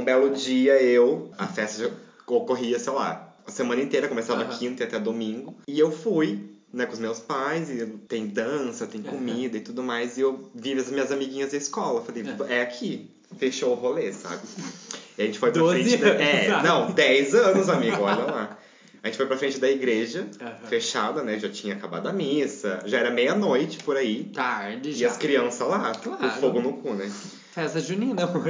[SPEAKER 2] Um belo dia eu, a festa já ocorria, sei lá, a semana inteira, começava
[SPEAKER 1] Aham.
[SPEAKER 2] quinta e até domingo. E eu fui, né, com os meus pais, e tem dança, tem
[SPEAKER 1] Aham.
[SPEAKER 2] comida e tudo mais. E eu vi as minhas amiguinhas da escola. Falei,
[SPEAKER 1] Aham.
[SPEAKER 2] é aqui. Fechou o rolê, sabe? E a gente foi pra
[SPEAKER 1] 12
[SPEAKER 2] frente. da-
[SPEAKER 1] anos,
[SPEAKER 2] é,
[SPEAKER 1] sabe?
[SPEAKER 2] não, 10 anos, amigo, olha lá. A gente foi pra frente da igreja,
[SPEAKER 1] Aham.
[SPEAKER 2] fechada, né? Já tinha acabado a missa, já era meia-noite por aí.
[SPEAKER 1] Tarde
[SPEAKER 2] E
[SPEAKER 1] Tá, já.
[SPEAKER 2] as crianças lá, com
[SPEAKER 1] Claro.
[SPEAKER 2] fogo no cu, né?
[SPEAKER 1] Festa junina, amor.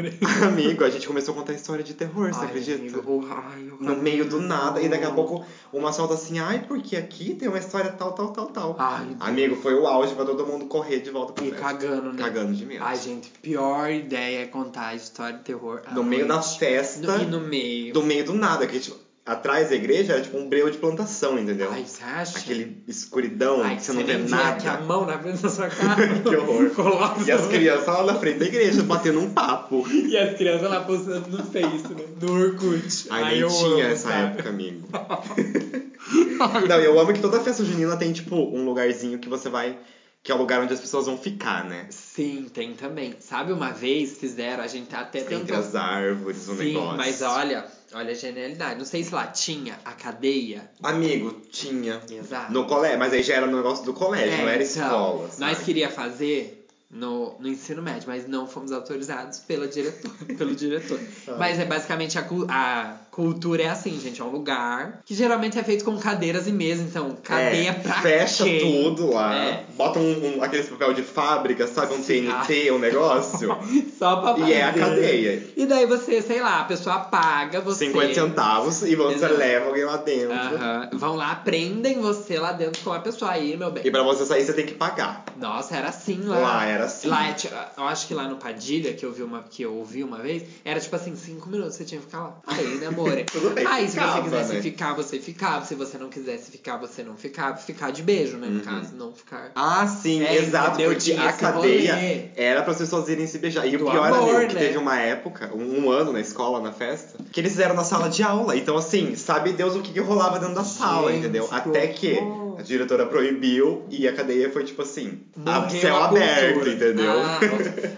[SPEAKER 2] Amigo, a gente começou a contar história de terror, você
[SPEAKER 1] Ai,
[SPEAKER 2] acredita?
[SPEAKER 1] amigo, o raio.
[SPEAKER 2] No meio do nada, e daqui
[SPEAKER 1] Hum.
[SPEAKER 2] a pouco uma solta assim, ai, porque aqui tem uma história tal, tal, tal, tal.
[SPEAKER 1] Ai,
[SPEAKER 2] Amigo, foi o auge pra todo mundo correr de volta pro
[SPEAKER 1] E
[SPEAKER 2] festa.
[SPEAKER 1] cagando, né?
[SPEAKER 2] Cagando de medo.
[SPEAKER 1] Ai, gente, pior ideia é contar a história de terror. à
[SPEAKER 2] no meio da
[SPEAKER 1] noite.
[SPEAKER 2] festa,
[SPEAKER 1] No- E no meio.
[SPEAKER 2] do meio do nada, que tipo, atrás da igreja era tipo um breu de plantação, entendeu?
[SPEAKER 1] Ai, você acha?
[SPEAKER 2] Aquele escuridão
[SPEAKER 1] Ai,
[SPEAKER 2] que você não vê
[SPEAKER 1] nem
[SPEAKER 2] nada.
[SPEAKER 1] Que a mão na frente da sua cara.
[SPEAKER 2] Que horror.
[SPEAKER 1] Coloca
[SPEAKER 2] E as crianças lá na frente da igreja batendo um papo.
[SPEAKER 1] E as crianças lá postando no Face, né? No Orkut.
[SPEAKER 2] Ai,
[SPEAKER 1] Ai,
[SPEAKER 2] nem
[SPEAKER 1] eu
[SPEAKER 2] tinha
[SPEAKER 1] amo,
[SPEAKER 2] essa
[SPEAKER 1] sabe?
[SPEAKER 2] época, amigo. Não, eu amo que toda festa junina tem, tipo, um lugarzinho que você vai. Que é o lugar onde as pessoas vão ficar, né?
[SPEAKER 1] Sim, tem também. Sabe, uma vez fizeram, a gente até
[SPEAKER 2] Entre
[SPEAKER 1] tentou
[SPEAKER 2] as árvores, o
[SPEAKER 1] Sim,
[SPEAKER 2] um negócio.
[SPEAKER 1] mas olha, olha a genialidade. Não sei se lá tinha a cadeia.
[SPEAKER 2] Amigo, tinha.
[SPEAKER 1] Exato. É,
[SPEAKER 2] No colégio, mas aí já era um negócio do colégio, não era escola. sabe?
[SPEAKER 1] Então, Nós queria fazer no, no ensino médio, mas não fomos autorizados pela diretor, pelo diretor.
[SPEAKER 2] Ah.
[SPEAKER 1] Mas é basicamente a, cu- a cultura é assim, gente. É um lugar que geralmente é feito com cadeiras e mesas. Então, cadeia
[SPEAKER 2] É,
[SPEAKER 1] pra
[SPEAKER 2] Fecha
[SPEAKER 1] quê?
[SPEAKER 2] tudo lá.
[SPEAKER 1] É.
[SPEAKER 2] Bota um, um- aqueles papel de fábrica, sabe? Um
[SPEAKER 1] Sim, ah.
[SPEAKER 2] TNT, um negócio.
[SPEAKER 1] Só pra
[SPEAKER 2] e é a
[SPEAKER 1] fazer.
[SPEAKER 2] cadeia.
[SPEAKER 1] E daí você, sei lá, a pessoa paga, você...
[SPEAKER 2] 50 centavos e um você
[SPEAKER 1] Exato.
[SPEAKER 2] leva alguém lá dentro.
[SPEAKER 1] Aham. Vão lá, prendem você lá dentro com a pessoa aí, meu bem.
[SPEAKER 2] E pra você sair, você tem que pagar.
[SPEAKER 1] Nossa, era assim lá.
[SPEAKER 2] Lá era assim.
[SPEAKER 1] Lá, é ti- eu acho que lá no Padilha, que eu, vi uma, que eu ouvi uma vez, era tipo assim, cinco minutos, você tinha que ficar lá. Aí, né, amor?
[SPEAKER 2] Tudo bem,
[SPEAKER 1] Aí, se você
[SPEAKER 2] ficava,
[SPEAKER 1] quisesse
[SPEAKER 2] né?
[SPEAKER 1] ficar, você ficava. Se você não quisesse ficar, você não ficava. Ficar de beijo, né, no
[SPEAKER 2] Uhum.
[SPEAKER 1] caso, não ficar...
[SPEAKER 2] Ah, sim,
[SPEAKER 1] É,
[SPEAKER 2] exato,
[SPEAKER 1] entendeu?
[SPEAKER 2] porque
[SPEAKER 1] Tinha
[SPEAKER 2] a
[SPEAKER 1] esse
[SPEAKER 2] cadeia
[SPEAKER 1] rolê.
[SPEAKER 2] era para as pessoas irem se beijar. E
[SPEAKER 1] Do
[SPEAKER 2] o pior
[SPEAKER 1] amor,
[SPEAKER 2] amigo, que
[SPEAKER 1] né?
[SPEAKER 2] teve uma época, um, um ano na escola, na festa, que eles fizeram na sala de aula. Então, assim, sabe Deus o que, que rolava dentro da sala,
[SPEAKER 1] Gente,
[SPEAKER 2] entendeu?
[SPEAKER 1] que
[SPEAKER 2] Até que
[SPEAKER 1] horror.
[SPEAKER 2] a diretora proibiu e a cadeia foi tipo assim, a
[SPEAKER 1] Morreu
[SPEAKER 2] céu
[SPEAKER 1] a
[SPEAKER 2] aberto,
[SPEAKER 1] cultura.
[SPEAKER 2] entendeu?
[SPEAKER 1] Ah,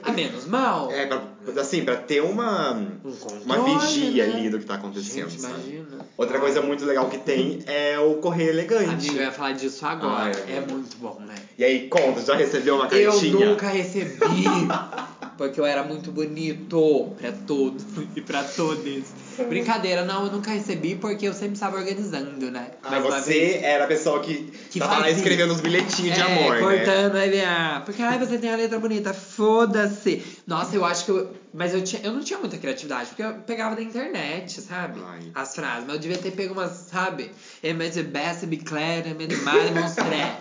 [SPEAKER 1] a menos mal.
[SPEAKER 2] É, pra, assim, pra ter uma,
[SPEAKER 1] Um controle,
[SPEAKER 2] uma vigia
[SPEAKER 1] né?
[SPEAKER 2] ali do que tá acontecendo,
[SPEAKER 1] Gente,
[SPEAKER 2] sabe?
[SPEAKER 1] imagina.
[SPEAKER 2] Outra coisa muito legal que tem é o correr elegante.
[SPEAKER 1] Amigo, eu ia falar disso agora.
[SPEAKER 2] Ai,
[SPEAKER 1] é
[SPEAKER 2] amiga.
[SPEAKER 1] muito bom, né?
[SPEAKER 2] E aí, conta, já recebeu uma
[SPEAKER 1] Eu
[SPEAKER 2] cartinha?
[SPEAKER 1] nunca recebi, porque eu era muito bonito pra todos e pra todas. Brincadeira, não, eu nunca recebi porque eu sempre estava organizando, né?
[SPEAKER 2] Ah,
[SPEAKER 1] Mais uma
[SPEAKER 2] você
[SPEAKER 1] vez.
[SPEAKER 2] era a pessoa que,
[SPEAKER 1] Que
[SPEAKER 2] tava lá
[SPEAKER 1] fazia.
[SPEAKER 2] escrevendo os bilhetinhos de
[SPEAKER 1] É,
[SPEAKER 2] amor, né?
[SPEAKER 1] cortando a LA. Porque, ai, você tem a letra bonita, foda-se. Nossa, eu acho que eu... Mas eu, tinha, eu não tinha muita criatividade, porque eu pegava da internet, sabe?
[SPEAKER 2] Ai.
[SPEAKER 1] As frases. Mas eu devia ter pego umas, sabe? Emma de Bess, Biclair, Emma de Mari, Monstré.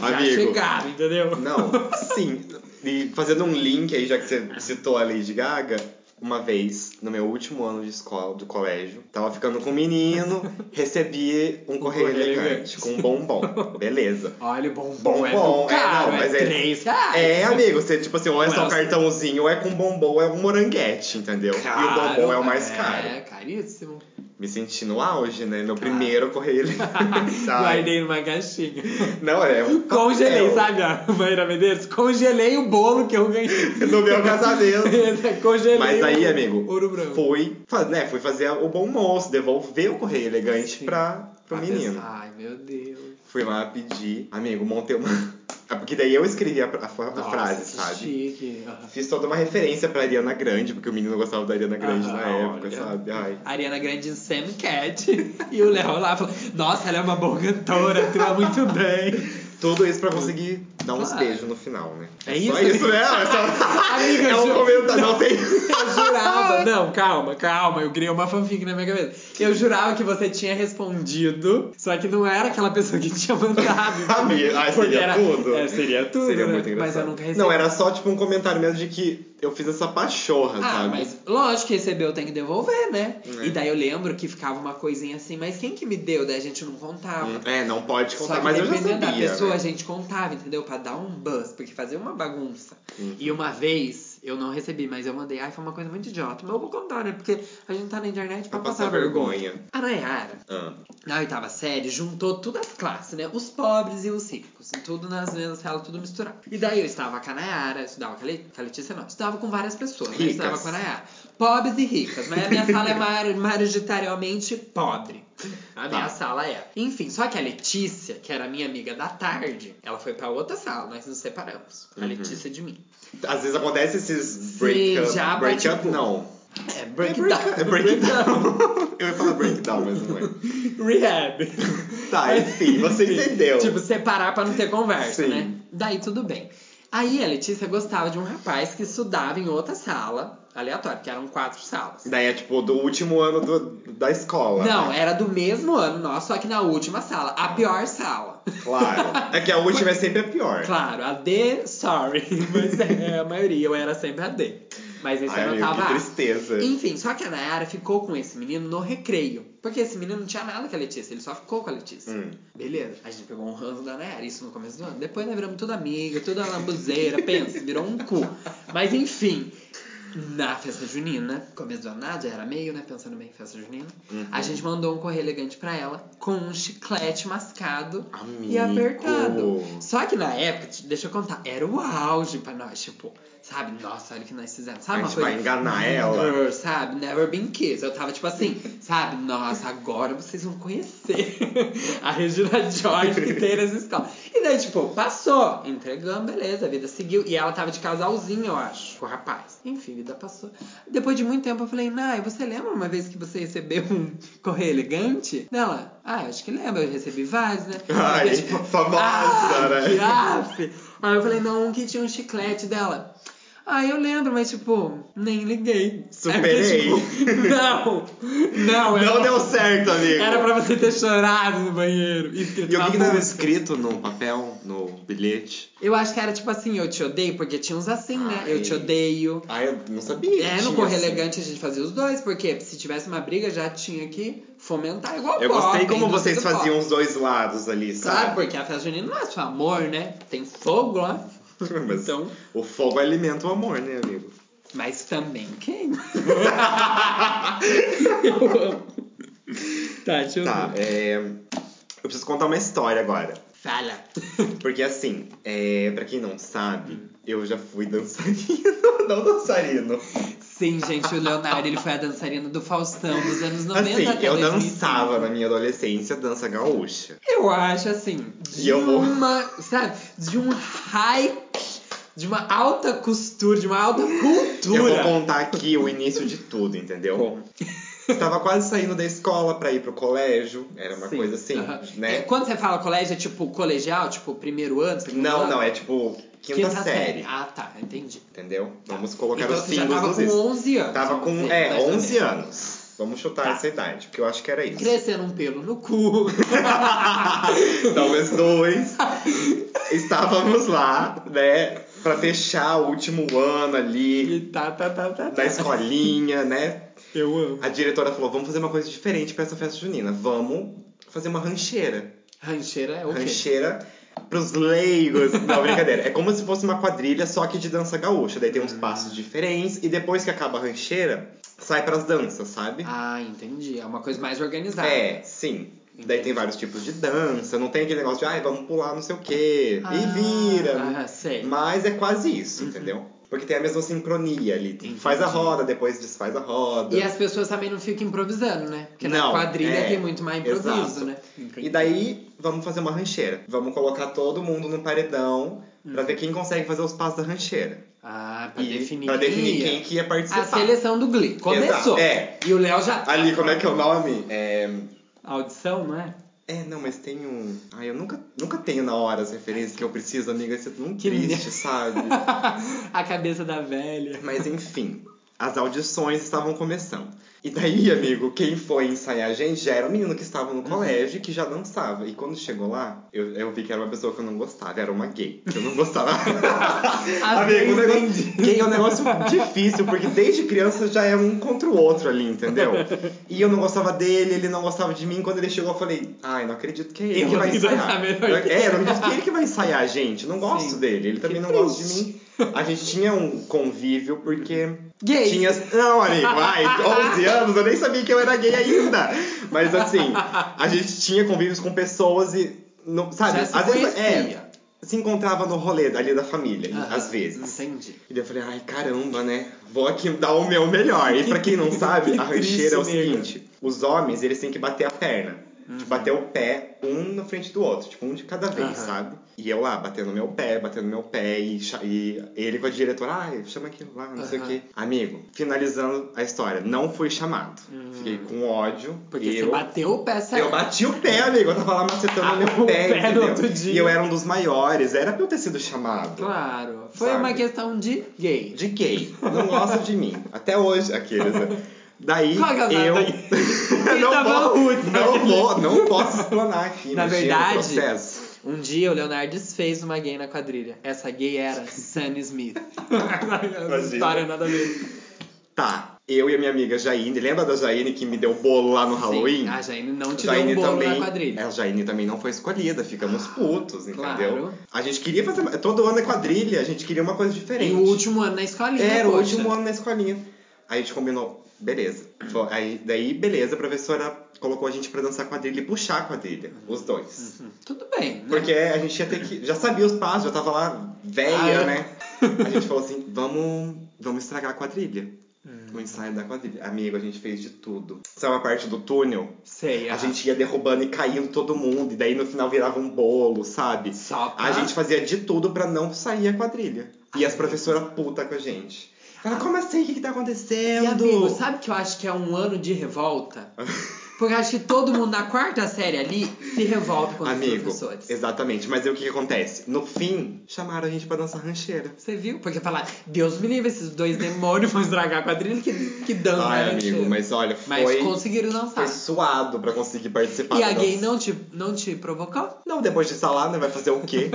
[SPEAKER 1] Já
[SPEAKER 2] Amigo.
[SPEAKER 1] chegava, entendeu?
[SPEAKER 2] Não, sim. E fazendo um link aí, já que você citou a Lady Gaga, uma vez, no meu último ano de escola, do colégio, tava ficando com um menino, recebi um, correio,
[SPEAKER 1] correio
[SPEAKER 2] elegante
[SPEAKER 1] elegante.
[SPEAKER 2] com um bombom. Beleza.
[SPEAKER 1] Olha, o bombom,
[SPEAKER 2] Bombom,
[SPEAKER 1] é do caro,
[SPEAKER 2] não,
[SPEAKER 1] é,
[SPEAKER 2] mas é.
[SPEAKER 1] três reais.
[SPEAKER 2] É, amigo, você, tipo assim, ou é
[SPEAKER 1] Ou é
[SPEAKER 2] só
[SPEAKER 1] os-
[SPEAKER 2] cartãozinho, ou é com bombom, ou é um moranguete, entendeu? e o bombom é o mais caro.
[SPEAKER 1] É, caríssimo.
[SPEAKER 2] Me senti no auge, né? Meu
[SPEAKER 1] Cara.
[SPEAKER 2] primeiro correio elegante, sabe?
[SPEAKER 1] Guardei numa caixinha.
[SPEAKER 2] Não, Tá. é. um
[SPEAKER 1] Congelei,
[SPEAKER 2] papel.
[SPEAKER 1] sabe a Maíra Medeiros? Congelei o bolo que eu ganhei.
[SPEAKER 2] No meu casamento.
[SPEAKER 1] Congelei.
[SPEAKER 2] Mas aí,
[SPEAKER 1] o
[SPEAKER 2] amigo,
[SPEAKER 1] Ouro branco.
[SPEAKER 2] Fui, fa- né, fui fazer o bom moço, devolver o correio elegante
[SPEAKER 1] Sim.
[SPEAKER 2] pra, pro
[SPEAKER 1] Ah,
[SPEAKER 2] um menino.
[SPEAKER 1] Ai, meu Deus.
[SPEAKER 2] Fui lá pedir, amigo, montei uma. Ah, Porque daí eu escrevi a, a- a
[SPEAKER 1] Nossa,
[SPEAKER 2] frase,
[SPEAKER 1] que
[SPEAKER 2] sabe?
[SPEAKER 1] Chique. Aham.
[SPEAKER 2] Fiz toda uma referência pra Ariana Grande, porque o menino gostava da Ariana Grande
[SPEAKER 1] Aham,
[SPEAKER 2] na época,
[SPEAKER 1] olha.
[SPEAKER 2] sabe? Ai.
[SPEAKER 1] Ariana Grande e Sam Cat. e o Léo lá falou: Nossa, ela é uma boa cantora, atua muito bem.
[SPEAKER 2] Tudo isso pra conseguir dar uns
[SPEAKER 1] Claro.
[SPEAKER 2] beijos no final, né?
[SPEAKER 1] É
[SPEAKER 2] Só
[SPEAKER 1] isso?
[SPEAKER 2] isso, né? É só...
[SPEAKER 1] Amiga,
[SPEAKER 2] é um
[SPEAKER 1] ju-
[SPEAKER 2] comentário, não tem.
[SPEAKER 1] Eu jurava. Não, calma, calma. Eu criei uma fanfic na minha cabeça. Eu jurava que você tinha respondido, só que não era aquela pessoa que tinha mandado.
[SPEAKER 2] Amiga, ai,
[SPEAKER 1] Porque
[SPEAKER 2] seria
[SPEAKER 1] era-
[SPEAKER 2] tudo.
[SPEAKER 1] é, seria tudo.
[SPEAKER 2] Seria
[SPEAKER 1] né?
[SPEAKER 2] muito engraçado.
[SPEAKER 1] Mas eu nunca recebi.
[SPEAKER 2] Não, era só tipo um comentário mesmo de que eu fiz essa pachorra,
[SPEAKER 1] Ah,
[SPEAKER 2] sabe?
[SPEAKER 1] mas lógico que recebeu, tem que devolver, né?
[SPEAKER 2] É.
[SPEAKER 1] E daí eu lembro que ficava uma coisinha assim, mas quem que me deu? Daí a gente não contava.
[SPEAKER 2] Hum, É, não pode
[SPEAKER 1] Só
[SPEAKER 2] contar,
[SPEAKER 1] que
[SPEAKER 2] mas eu já sabia.
[SPEAKER 1] dependendo da pessoa,
[SPEAKER 2] né?
[SPEAKER 1] a gente contava, entendeu? Pra dar um buzz, porque fazer uma bagunça.
[SPEAKER 2] Uhum.
[SPEAKER 1] E uma vez, eu não recebi, mas eu mandei. Ai, foi uma coisa muito idiota. Mas eu vou contar, né? Porque a gente tá na internet pra,
[SPEAKER 2] Pra
[SPEAKER 1] passar,
[SPEAKER 2] passar
[SPEAKER 1] vergonha. é
[SPEAKER 2] vergonha.
[SPEAKER 1] A Nayara,
[SPEAKER 2] Ah,
[SPEAKER 1] na oitava série, juntou todas as classes, né? Os pobres e os ricos. Tudo nas mesmas salas, tudo misturado. E daí eu estava com a Nayara, eu estudava com a, Le... com a Letícia, não. eu Estudava com várias pessoas, né? Eu estudava
[SPEAKER 2] Ricas.
[SPEAKER 1] com a Nayara. Pobres e ricas, mas a minha sala é maior- majoritariamente pobre. A minha
[SPEAKER 2] Tá.
[SPEAKER 1] sala é. Enfim, só que a Letícia, que era minha amiga da tarde, ela foi pra outra sala, nós nos separamos. A
[SPEAKER 2] Uhum.
[SPEAKER 1] Letícia de mim.
[SPEAKER 2] Às vezes acontece esses break up.
[SPEAKER 1] já
[SPEAKER 2] break
[SPEAKER 1] bate
[SPEAKER 2] up
[SPEAKER 1] tipo-
[SPEAKER 2] não.
[SPEAKER 1] É,
[SPEAKER 2] É breakdown. eu ia falar breakdown, mas não é.
[SPEAKER 1] Rehab.
[SPEAKER 2] Tá, enfim, você entendeu.
[SPEAKER 1] Tipo, separar pra não ter conversa,
[SPEAKER 2] Sim.
[SPEAKER 1] né? Daí tudo bem. Aí a Letícia gostava de um rapaz que estudava em outra sala, aleatória, que eram quatro salas.
[SPEAKER 2] Daí é tipo do último ano do- da escola.
[SPEAKER 1] Não,
[SPEAKER 2] né?
[SPEAKER 1] era do mesmo ano nosso, só que na última sala, a pior sala.
[SPEAKER 2] Claro. É que a última é sempre a pior.
[SPEAKER 1] Claro, a D, sorry, mas é a maioria, eu era sempre a D. Mas esse
[SPEAKER 2] Ai,
[SPEAKER 1] ano eu
[SPEAKER 2] amigo,
[SPEAKER 1] tava.
[SPEAKER 2] que
[SPEAKER 1] A.
[SPEAKER 2] tristeza.
[SPEAKER 1] Enfim, só que a Nayara ficou com esse menino no recreio. Porque esse menino não tinha nada com a Letícia, ele só ficou com a Letícia.
[SPEAKER 2] Hum.
[SPEAKER 1] Beleza, a gente pegou um ranço da Nayara, isso no começo do ano. Depois nós viramos tudo amiga, tudo lambuzeira, pensa, virou um cu. Mas enfim, na festa junina, começo do ano, nada, já era meio, né? Pensando bem em festa junina.
[SPEAKER 2] Uhum.
[SPEAKER 1] A gente mandou um correio elegante pra ela com um chiclete mascado
[SPEAKER 2] Amigo.
[SPEAKER 1] e apertado. Só que na época, t- deixa eu contar, era o auge pra nós, tipo, sabe? Nossa, olha o que nós fizemos. Sabe
[SPEAKER 2] A
[SPEAKER 1] uma
[SPEAKER 2] gente
[SPEAKER 1] coisa?
[SPEAKER 2] vai enganar ela.
[SPEAKER 1] Never, sabe? Never been kissed. Eu tava tipo assim, sabe? Nossa, agora vocês vão conhecer a Regina George que tem nessa escola. E daí, tipo, passou. Entregamos, beleza, a vida seguiu. E ela tava de casalzinho, eu acho, com o rapaz. Enfim, a vida passou. Depois de muito tempo, eu falei, Nai, você lembra uma vez que você recebeu um correio elegante? Dela, ah, eu acho que lembro, eu recebi vários, né?
[SPEAKER 2] Ai,
[SPEAKER 1] Porque, tipo,
[SPEAKER 2] famosa,
[SPEAKER 1] ah,
[SPEAKER 2] né?
[SPEAKER 1] que aff. Aí eu falei, não, um que tinha um chiclete dela. Ah, eu lembro, mas tipo, nem liguei.
[SPEAKER 2] Superei.
[SPEAKER 1] É porque, tipo, não, não, era,
[SPEAKER 2] Não
[SPEAKER 1] pra,
[SPEAKER 2] deu certo, amigo.
[SPEAKER 1] era pra você ter chorado no banheiro. Escrito
[SPEAKER 2] E o
[SPEAKER 1] na
[SPEAKER 2] que, que tava
[SPEAKER 1] bunda.
[SPEAKER 2] escrito no papel, no bilhete?
[SPEAKER 1] Eu acho que era tipo assim, eu te odeio, porque tinha uns assim, né? Eu te
[SPEAKER 2] Ai.
[SPEAKER 1] odeio.
[SPEAKER 2] Ah, eu não sabia.
[SPEAKER 1] É,
[SPEAKER 2] que
[SPEAKER 1] no
[SPEAKER 2] tinha,
[SPEAKER 1] Correio
[SPEAKER 2] assim.
[SPEAKER 1] Elegante a gente fazia os dois, porque se tivesse uma briga já tinha que fomentar igual
[SPEAKER 2] Eu
[SPEAKER 1] pop,
[SPEAKER 2] gostei
[SPEAKER 1] a
[SPEAKER 2] como
[SPEAKER 1] indústria
[SPEAKER 2] vocês
[SPEAKER 1] do pop.
[SPEAKER 2] faziam né? os dois lados ali,
[SPEAKER 1] Claro,
[SPEAKER 2] sabe?
[SPEAKER 1] porque a festa junina não é só amor, né? Tem fogo lá.
[SPEAKER 2] Mas
[SPEAKER 1] Então,
[SPEAKER 2] o fogo alimenta o amor, né, amigo?
[SPEAKER 1] mas também quem? eu amo. Tá, deixa eu
[SPEAKER 2] Tá,
[SPEAKER 1] ver.
[SPEAKER 2] é... Eu preciso contar uma história agora.
[SPEAKER 1] Fala.
[SPEAKER 2] Porque assim, é... pra quem não sabe, eu já fui dançarino. Não dançarino.
[SPEAKER 1] Sim, gente, o Leonardo ele foi a dançarina do Faustão dos anos 90
[SPEAKER 2] Assim,
[SPEAKER 1] até
[SPEAKER 2] eu
[SPEAKER 1] 2005.
[SPEAKER 2] dançava na minha adolescência dança gaúcha.
[SPEAKER 1] Eu acho assim, de
[SPEAKER 2] E eu vou-
[SPEAKER 1] uma, sabe, de um hype, de uma alta costura, de uma alta cultura.
[SPEAKER 2] Eu vou contar aqui o início de tudo, entendeu? Estava quase saindo da escola pra ir pro colégio. Era uma
[SPEAKER 1] Sim.
[SPEAKER 2] coisa assim,
[SPEAKER 1] Aham. É,
[SPEAKER 2] né?
[SPEAKER 1] Quando você fala colégio, é tipo colegial, tipo primeiro ano, segundo
[SPEAKER 2] Não,
[SPEAKER 1] ano?
[SPEAKER 2] não, é tipo quinta, série,
[SPEAKER 1] Ah, tá, entendi.
[SPEAKER 2] entendeu? Vamos colocar
[SPEAKER 1] então
[SPEAKER 2] os
[SPEAKER 1] você já
[SPEAKER 2] símbolos
[SPEAKER 1] tava
[SPEAKER 2] nos
[SPEAKER 1] com
[SPEAKER 2] is.
[SPEAKER 1] 11 anos.
[SPEAKER 2] Tava com,
[SPEAKER 1] vamos
[SPEAKER 2] é,
[SPEAKER 1] dizer, mais ou
[SPEAKER 2] 11
[SPEAKER 1] menos.
[SPEAKER 2] anos. Vamos chutar
[SPEAKER 1] Tá.
[SPEAKER 2] essa idade, porque eu acho que era isso.
[SPEAKER 1] Crescendo um pelo no cu.
[SPEAKER 2] Talvez dois. Estávamos lá, né? Pra fechar o último ano ali,
[SPEAKER 1] E tá, tá, tá, tá.
[SPEAKER 2] da
[SPEAKER 1] tá.
[SPEAKER 2] escolinha, né?
[SPEAKER 1] Eu amo.
[SPEAKER 2] A diretora falou, vamos fazer uma coisa diferente pra essa festa junina. Vamos fazer uma rancheira.
[SPEAKER 1] Rancheira é o quê?
[SPEAKER 2] Rancheira pros leigos. Não, brincadeira. É como se fosse uma quadrilha, só que de dança gaúcha. Daí tem
[SPEAKER 1] Ah.
[SPEAKER 2] uns passos diferentes. E depois que acaba a rancheira, sai pras danças, sabe?
[SPEAKER 1] Ah, entendi. É uma coisa mais organizada.
[SPEAKER 2] É, sim. Daí tem vários tipos de dança. Não tem aquele negócio de, ai, vamos pular não sei o quê.
[SPEAKER 1] Ah, Uhum.
[SPEAKER 2] e vira.
[SPEAKER 1] Ah, sei.
[SPEAKER 2] Mas é quase isso, entendeu? Porque tem a mesma sincronia ali. Faz a roda, depois desfaz a roda.
[SPEAKER 1] E é assim. as pessoas também não ficam improvisando, né? Porque
[SPEAKER 2] Não,
[SPEAKER 1] na quadrilha
[SPEAKER 2] é,
[SPEAKER 1] tem muito mais improviso,
[SPEAKER 2] exato.
[SPEAKER 1] né?
[SPEAKER 2] E daí, vamos fazer uma rancheira. Vamos colocar todo mundo no paredão pra
[SPEAKER 1] Uhum.
[SPEAKER 2] ver quem consegue fazer os passos da rancheira.
[SPEAKER 1] Ah, pra
[SPEAKER 2] E-
[SPEAKER 1] definir.
[SPEAKER 2] pra definir
[SPEAKER 1] ia.
[SPEAKER 2] quem que ia
[SPEAKER 1] A
[SPEAKER 2] participar.
[SPEAKER 1] seleção do Glee. Começou.
[SPEAKER 2] Exato, é.
[SPEAKER 1] E o Léo já.
[SPEAKER 2] Ali, como é que é o nome? É...
[SPEAKER 1] Audição, não é?
[SPEAKER 2] É, não, mas tem um. Ai, eu nunca, nunca tenho na hora as referências que eu preciso, amiga. Isso é tão
[SPEAKER 1] Que
[SPEAKER 2] triste, sabe?
[SPEAKER 1] a cabeça da velha.
[SPEAKER 2] Mas enfim, as audições estavam começando. E daí, amigo, quem foi ensaiar a gente já era o menino que estava
[SPEAKER 1] Uhum.
[SPEAKER 2] no colégio e que já dançava. E quando chegou lá, eu, eu vi que era uma pessoa que eu não gostava, era uma gay. Eu não gostava. Amigo, o negócio, gay é um negócio difícil, porque desde criança já é um contra o outro ali, entendeu? E eu não gostava dele, ele não gostava de mim. Quando ele chegou, eu falei, ai, não acredito que é ele
[SPEAKER 1] Eu
[SPEAKER 2] que vai
[SPEAKER 1] vou dançar
[SPEAKER 2] ensaiar.
[SPEAKER 1] melhor que
[SPEAKER 2] É, não acredito que é ele que vai ensaiar a gente. Não gosto
[SPEAKER 1] Sim.
[SPEAKER 2] dele, ele também não gosta de mim. A gente tinha um convívio porque
[SPEAKER 1] Gay.
[SPEAKER 2] tinha. Não, amigo, ai, 11 anos, eu nem sabia que eu era gay ainda. Mas assim, a gente tinha convívios com pessoas e. Não, sabe,
[SPEAKER 1] Já se
[SPEAKER 2] às vezes. É,
[SPEAKER 1] conhecia.
[SPEAKER 2] se encontrava no rolê ali da família,
[SPEAKER 1] Aham,
[SPEAKER 2] às vezes.
[SPEAKER 1] Entendi.
[SPEAKER 2] E daí eu falei, ai caramba, né? Vou aqui dar o meu melhor. E pra quem não sabe, a rancheira é o
[SPEAKER 1] triste, nego.
[SPEAKER 2] seguinte: os homens, eles têm que bater a perna.
[SPEAKER 1] Uhum.
[SPEAKER 2] Tipo, Bater o pé um na frente do outro, tipo, um de cada vez,
[SPEAKER 1] Aham.
[SPEAKER 2] sabe? E eu lá, batendo meu pé, batendo meu pé, e, cha- e ele com a diretora, ai, chama aquilo lá, não sei o
[SPEAKER 1] Aham.
[SPEAKER 2] quê. Amigo, finalizando a história, não fui chamado. Fiquei com ódio.
[SPEAKER 1] Hum. Porque
[SPEAKER 2] eu...
[SPEAKER 1] você bateu o pé certo.
[SPEAKER 2] Eu bati o pé, amigo. Eu tava lá macetando
[SPEAKER 1] Ah,
[SPEAKER 2] meu
[SPEAKER 1] o
[SPEAKER 2] pé,
[SPEAKER 1] pé no
[SPEAKER 2] entendeu?
[SPEAKER 1] outro dia.
[SPEAKER 2] E eu era um dos maiores. Era pra eu ter sido chamado.
[SPEAKER 1] Claro. Foi
[SPEAKER 2] Sabe?
[SPEAKER 1] uma questão de gay.
[SPEAKER 2] de gay. Não gosta de mim. Até hoje, aqueles. né? Daí
[SPEAKER 1] Qual que é o nome
[SPEAKER 2] eu.
[SPEAKER 1] daí?
[SPEAKER 2] não,
[SPEAKER 1] Rita Van
[SPEAKER 2] vou,
[SPEAKER 1] Houten,
[SPEAKER 2] não,
[SPEAKER 1] aquele.
[SPEAKER 2] vou, não posso explanar aqui.
[SPEAKER 1] Na
[SPEAKER 2] imagina o
[SPEAKER 1] verdade-
[SPEAKER 2] processo.
[SPEAKER 1] Um dia o Leonardo desfez uma gay na quadrilha. Essa gay era Sam Smith. Essa História nada a ver.
[SPEAKER 2] Tá, eu e a minha amiga Jaine. Lembra da Jaine que me deu bolo lá no Halloween?
[SPEAKER 1] Sim, a Jaine não te
[SPEAKER 2] Jaine
[SPEAKER 1] deu um bolo
[SPEAKER 2] também, É,
[SPEAKER 1] na quadrilha. Ah,
[SPEAKER 2] A Jaine também não foi escolhida, ficamos putos, entendeu?
[SPEAKER 1] claro.
[SPEAKER 2] A gente queria fazer. Todo ano é quadrilha, a gente queria uma coisa É diferente.
[SPEAKER 1] E o último ano na escolinha.
[SPEAKER 2] Era o
[SPEAKER 1] poxa.
[SPEAKER 2] último ano na escolinha. Aí a gente combinou, beleza. Foi- Aí, daí, beleza, a professora colocou a gente pra dançar quadrilha e puxar a quadrilha, os dois.
[SPEAKER 1] Hum, Tudo bem, né?
[SPEAKER 2] Porque a gente ia ter que. Já sabia os passos, já tava lá
[SPEAKER 1] Ah,
[SPEAKER 2] velha,
[SPEAKER 1] é?
[SPEAKER 2] né? A gente falou assim: vamos, vamos estragar a quadrilha.
[SPEAKER 1] Hum.
[SPEAKER 2] O ensaio da quadrilha. Amigo, a gente fez de tudo. Sabe a parte do túnel?
[SPEAKER 1] Sei,
[SPEAKER 2] A
[SPEAKER 1] ah,
[SPEAKER 2] gente ia derrubando e caindo todo mundo, e daí no final virava um bolo, sabe?
[SPEAKER 1] Só pra...
[SPEAKER 2] A gente fazia de tudo pra não sair a quadrilha. E as professoras puta com a gente. Fala, como assim? O que, que tá
[SPEAKER 1] Ah. E, amigo,
[SPEAKER 2] acontecendo?
[SPEAKER 1] sabe que eu acho que é um ano de revolta? Porque eu acho que todo mundo na quarta série ali se revolta contra os
[SPEAKER 2] Amigo,
[SPEAKER 1] professores.
[SPEAKER 2] exatamente. Mas aí o que, que acontece? No fim, chamaram a gente pra dançar rancheira.
[SPEAKER 1] Você viu? Porque falar, Deus me livre, esses dois demônios vão estragar a quadrilha que, que dança.
[SPEAKER 2] Ai,
[SPEAKER 1] né,
[SPEAKER 2] amigo,
[SPEAKER 1] tio?
[SPEAKER 2] mas olha,
[SPEAKER 1] Mas
[SPEAKER 2] foi,
[SPEAKER 1] conseguiram
[SPEAKER 2] foi
[SPEAKER 1] dançar.
[SPEAKER 2] suado pra conseguir participar.
[SPEAKER 1] E
[SPEAKER 2] da
[SPEAKER 1] a gay
[SPEAKER 2] dança.
[SPEAKER 1] não te, não te provocou?
[SPEAKER 2] Não, depois de salar, né? Vai fazer o quê?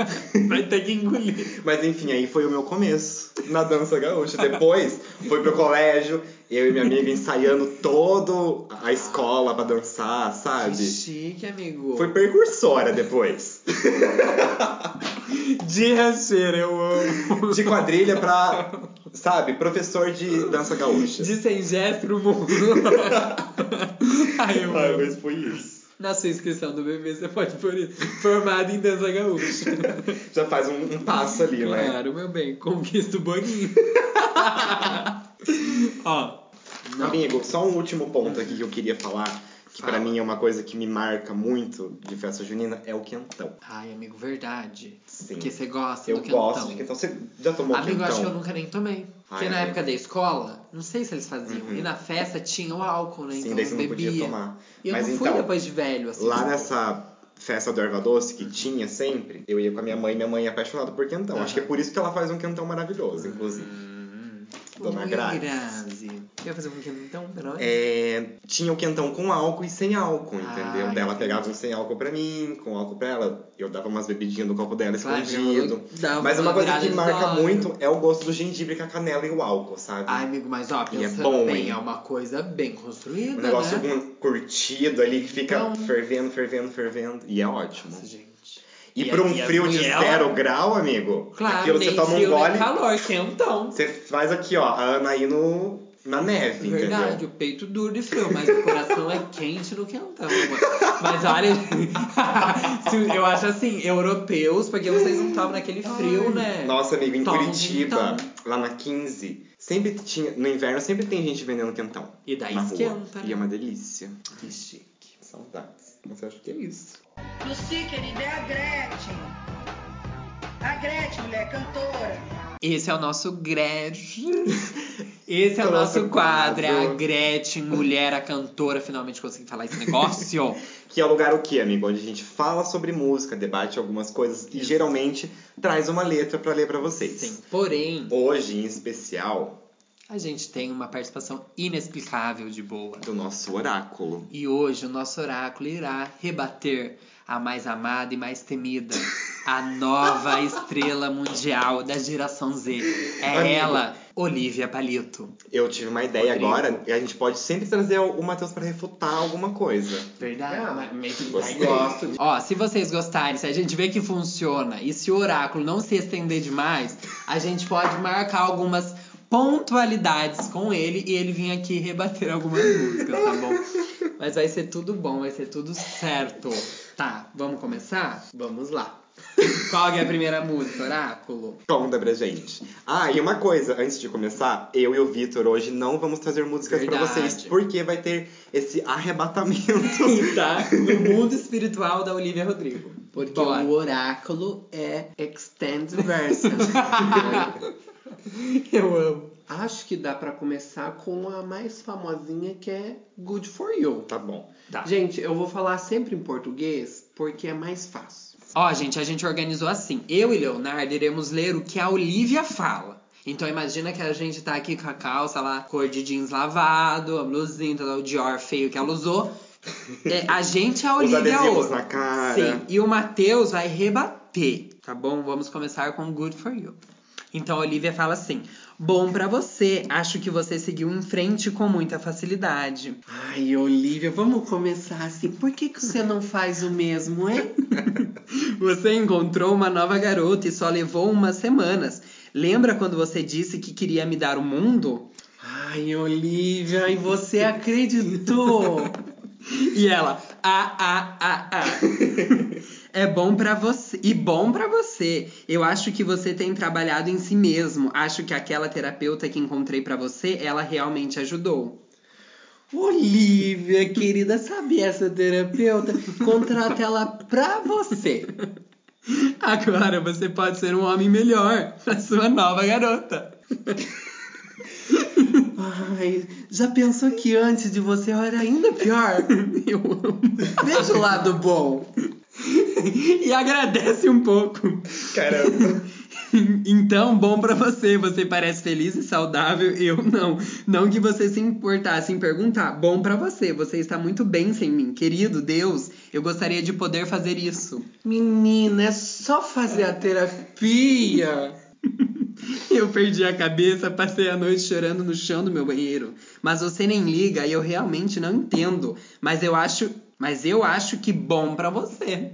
[SPEAKER 1] Vai ter que engolir.
[SPEAKER 2] Mas enfim, aí foi o meu começo na dança gaúcha. Depois fui pro colégio, eu e minha amiga ensaiando toda a escola pra dançar,
[SPEAKER 1] Que
[SPEAKER 2] sabe?
[SPEAKER 1] chique, amigo.
[SPEAKER 2] Foi percursora depois.
[SPEAKER 1] de rancheira, eu amo.
[SPEAKER 2] De quadrilha pra, sabe, professor de dança gaúcha.
[SPEAKER 1] De sem gesto pro mundo. Ai, eu
[SPEAKER 2] Ah,
[SPEAKER 1] amo.
[SPEAKER 2] mas foi isso.
[SPEAKER 1] Na sua inscrição do bebê, você pode pôr isso. Formado em dança gaúcha.
[SPEAKER 2] né? Já faz um, um passo ali, né?
[SPEAKER 1] Claro, meu bem. Conquista o boninho. Ó. Não.
[SPEAKER 2] Amigo, só um último ponto aqui que eu queria falar, que pra
[SPEAKER 1] Fala.
[SPEAKER 2] mim é uma coisa que me marca muito de festa junina, é o quentão.
[SPEAKER 1] Ai, amigo, verdade.
[SPEAKER 2] Sim.
[SPEAKER 1] Porque você gosta
[SPEAKER 2] Eu
[SPEAKER 1] do quentão.
[SPEAKER 2] gosto de quentão. Você já tomou
[SPEAKER 1] Amigo,
[SPEAKER 2] quentão?
[SPEAKER 1] acho que eu nunca nem tomei. Porque
[SPEAKER 2] Ai,
[SPEAKER 1] na
[SPEAKER 2] amigo.
[SPEAKER 1] época da escola, não sei se eles faziam.
[SPEAKER 2] Uhum.
[SPEAKER 1] E na festa tinha o álcool, né?
[SPEAKER 2] Sim,
[SPEAKER 1] então
[SPEAKER 2] daí
[SPEAKER 1] eu
[SPEAKER 2] você
[SPEAKER 1] não
[SPEAKER 2] não
[SPEAKER 1] bebia.
[SPEAKER 2] podia tomar.
[SPEAKER 1] E eu
[SPEAKER 2] Mas
[SPEAKER 1] não fui
[SPEAKER 2] então,
[SPEAKER 1] depois de velho, assim.
[SPEAKER 2] Lá
[SPEAKER 1] tipo,
[SPEAKER 2] nessa festa do erva doce que tinha sempre, eu ia com a minha mãe, minha mãe é apaixonada por quentão. Acho que é por isso que ela faz um quentão maravilhoso, inclusive. Dona
[SPEAKER 1] "Oi,
[SPEAKER 2] Grazi.
[SPEAKER 1] Uhum. Grazi. Eu fazia um quentão tão grande.
[SPEAKER 2] É, tinha o quentão com álcool e sem álcool, entendeu?
[SPEAKER 1] Ah,
[SPEAKER 2] Daí ela
[SPEAKER 1] entendi.
[SPEAKER 2] pegava um sem álcool pra mim, com álcool pra ela. Eu dava umas bebidinhas do copo dela
[SPEAKER 1] Claro, é
[SPEAKER 2] escondido.
[SPEAKER 1] eu dava
[SPEAKER 2] Mas uma coisa que
[SPEAKER 1] ladrada
[SPEAKER 2] marca
[SPEAKER 1] enorme.
[SPEAKER 2] muito é o gosto do gengibre com a canela e o álcool, sabe?
[SPEAKER 1] Ai, amigo, mas ó,
[SPEAKER 2] E é
[SPEAKER 1] pensando
[SPEAKER 2] bom,
[SPEAKER 1] bem,
[SPEAKER 2] hein?
[SPEAKER 1] é uma coisa bem construída,
[SPEAKER 2] um negócio
[SPEAKER 1] né?
[SPEAKER 2] com- curtido ali que fica
[SPEAKER 1] Então-
[SPEAKER 2] fervendo, fervendo, fervendo. E é ótimo.
[SPEAKER 1] Nossa, gente.
[SPEAKER 2] e
[SPEAKER 1] e
[SPEAKER 2] pra
[SPEAKER 1] a-
[SPEAKER 2] um
[SPEAKER 1] e a
[SPEAKER 2] frio de
[SPEAKER 1] mulher,
[SPEAKER 2] zero
[SPEAKER 1] ó.
[SPEAKER 2] grau, amigo,
[SPEAKER 1] Claro,
[SPEAKER 2] aquilo
[SPEAKER 1] nem
[SPEAKER 2] você toma um
[SPEAKER 1] frio, né? nem
[SPEAKER 2] gole,
[SPEAKER 1] calor, quentão.
[SPEAKER 2] você faz aqui, ó, a Ana aí no, na neve,
[SPEAKER 1] Verdade,
[SPEAKER 2] entendeu?
[SPEAKER 1] o peito duro e frio, mas o coração é quente no quentão. amor. Mas olha, se- eu acho assim, europeus, porque vocês não estavam naquele frio, né?
[SPEAKER 2] Nossa, amigo, em
[SPEAKER 1] Toma um
[SPEAKER 2] Curitiba,
[SPEAKER 1] quentão.
[SPEAKER 2] lá na 15, sempre tinha. No inverno sempre tem gente vendendo quentão.
[SPEAKER 1] E daí
[SPEAKER 2] na rua.
[SPEAKER 1] esquenta,
[SPEAKER 2] E é
[SPEAKER 1] né?
[SPEAKER 2] uma delícia.
[SPEAKER 1] Que chique.
[SPEAKER 2] Saudades. Mas eu acho que é isso.
[SPEAKER 3] Lucy, querida, é a Gretchen. A Gretchen, mulher, cantora.
[SPEAKER 1] Esse é o nosso Gretchen. Esse é o
[SPEAKER 2] Nosso
[SPEAKER 1] nosso quadro, é a
[SPEAKER 2] quadro.
[SPEAKER 1] Gretchen, mulher, a cantora, finalmente consegui falar esse negócio.
[SPEAKER 2] Que é o lugar o quê, amigo? Onde a gente fala sobre música, debate algumas coisas e
[SPEAKER 1] Isso.
[SPEAKER 2] geralmente traz uma letra pra ler pra vocês.
[SPEAKER 1] Sim, porém,
[SPEAKER 2] Hoje, em especial,
[SPEAKER 1] a gente tem uma participação inexplicável de boa.
[SPEAKER 2] do nosso oráculo.
[SPEAKER 1] E hoje o nosso oráculo irá rebater a mais amada e mais temida, a nova estrela mundial da geração Z. É
[SPEAKER 2] Amigo.
[SPEAKER 1] ela, Olivia Palito.
[SPEAKER 2] Eu tive uma ideia
[SPEAKER 1] Rodrigo.
[SPEAKER 2] agora e a gente pode sempre trazer o Matheus pra refutar alguma coisa.
[SPEAKER 1] Verdade? mas-
[SPEAKER 2] Você gosta de...
[SPEAKER 1] Ó, se vocês gostarem, se a gente vê que funciona e se o oráculo não se estender demais, a gente pode marcar algumas pontualidades com ele e ele vir aqui rebater algumas músicas, tá bom? Mas vai ser tudo bom, vai ser tudo certo. Tá, vamos começar? Vamos lá. Qual que é a primeira música, oráculo?
[SPEAKER 2] Conta pra gente. Ah, e uma coisa, antes de começar, eu e o Vitor hoje não vamos trazer músicas pra
[SPEAKER 1] Verdade.
[SPEAKER 2] vocês, porque vai ter esse arrebatamento.
[SPEAKER 1] tá? No mundo espiritual da Olivia Rodrigo. Porque
[SPEAKER 4] Bora.
[SPEAKER 1] o oráculo é extended version. Eu amo.
[SPEAKER 4] Acho que dá pra começar com a mais famosinha que é Good for You.
[SPEAKER 2] tá bom.
[SPEAKER 1] Tá.
[SPEAKER 4] Gente, eu vou falar sempre em português porque é mais fácil.
[SPEAKER 1] Ó, gente, a gente organizou assim. Eu e Leonardo iremos ler o que a Olivia fala. Então imagina que a gente tá aqui com a calça lá, cor de jeans lavado, a blusinha toda o Dior feio que ela usou. É, a gente é a
[SPEAKER 2] Os
[SPEAKER 1] Olivia
[SPEAKER 2] adesivos né?
[SPEAKER 1] Ouro.
[SPEAKER 2] na cara.
[SPEAKER 1] Sim, e o Matheus vai rebater, tá bom? Vamos começar com Good For You. Então a Olivia fala assim: Bom pra você, acho que você seguiu em frente com muita facilidade.
[SPEAKER 4] Ai, Olivia, vamos começar assim. Por que, que você não faz o mesmo, hein?
[SPEAKER 1] Você encontrou uma nova garota e só levou umas semanas. Lembra quando você disse que queria me dar o mundo?
[SPEAKER 4] Ai, Olivia, e você acreditou?
[SPEAKER 1] E ela, ah, ah, ah, ah. É bom pra você. E bom pra você. Eu acho que você tem trabalhado em si mesmo. Acho que aquela terapeuta que encontrei pra você, ela realmente ajudou.
[SPEAKER 4] Olivia, querida, sabe essa terapeuta? Contrata ela pra você.
[SPEAKER 1] Agora você pode ser um homem melhor pra sua nova garota.
[SPEAKER 4] Ai, já pensou que antes de você eu era ainda pior?
[SPEAKER 1] Eu amo.
[SPEAKER 4] Veja o lado bom.
[SPEAKER 1] E agradece um pouco.
[SPEAKER 2] Caramba.
[SPEAKER 1] Então, bom pra você. Você parece feliz e saudável, eu não. Não que você se importasse em perguntar. Bom pra você. Você está muito bem sem mim. Querido Deus, eu gostaria de poder fazer isso.
[SPEAKER 4] Menina, é só fazer a terapia.
[SPEAKER 1] Eu perdi a cabeça, passei a noite chorando no chão do meu banheiro. Mas você nem liga e eu realmente não entendo. Mas eu acho, mas eu acho que bom pra você.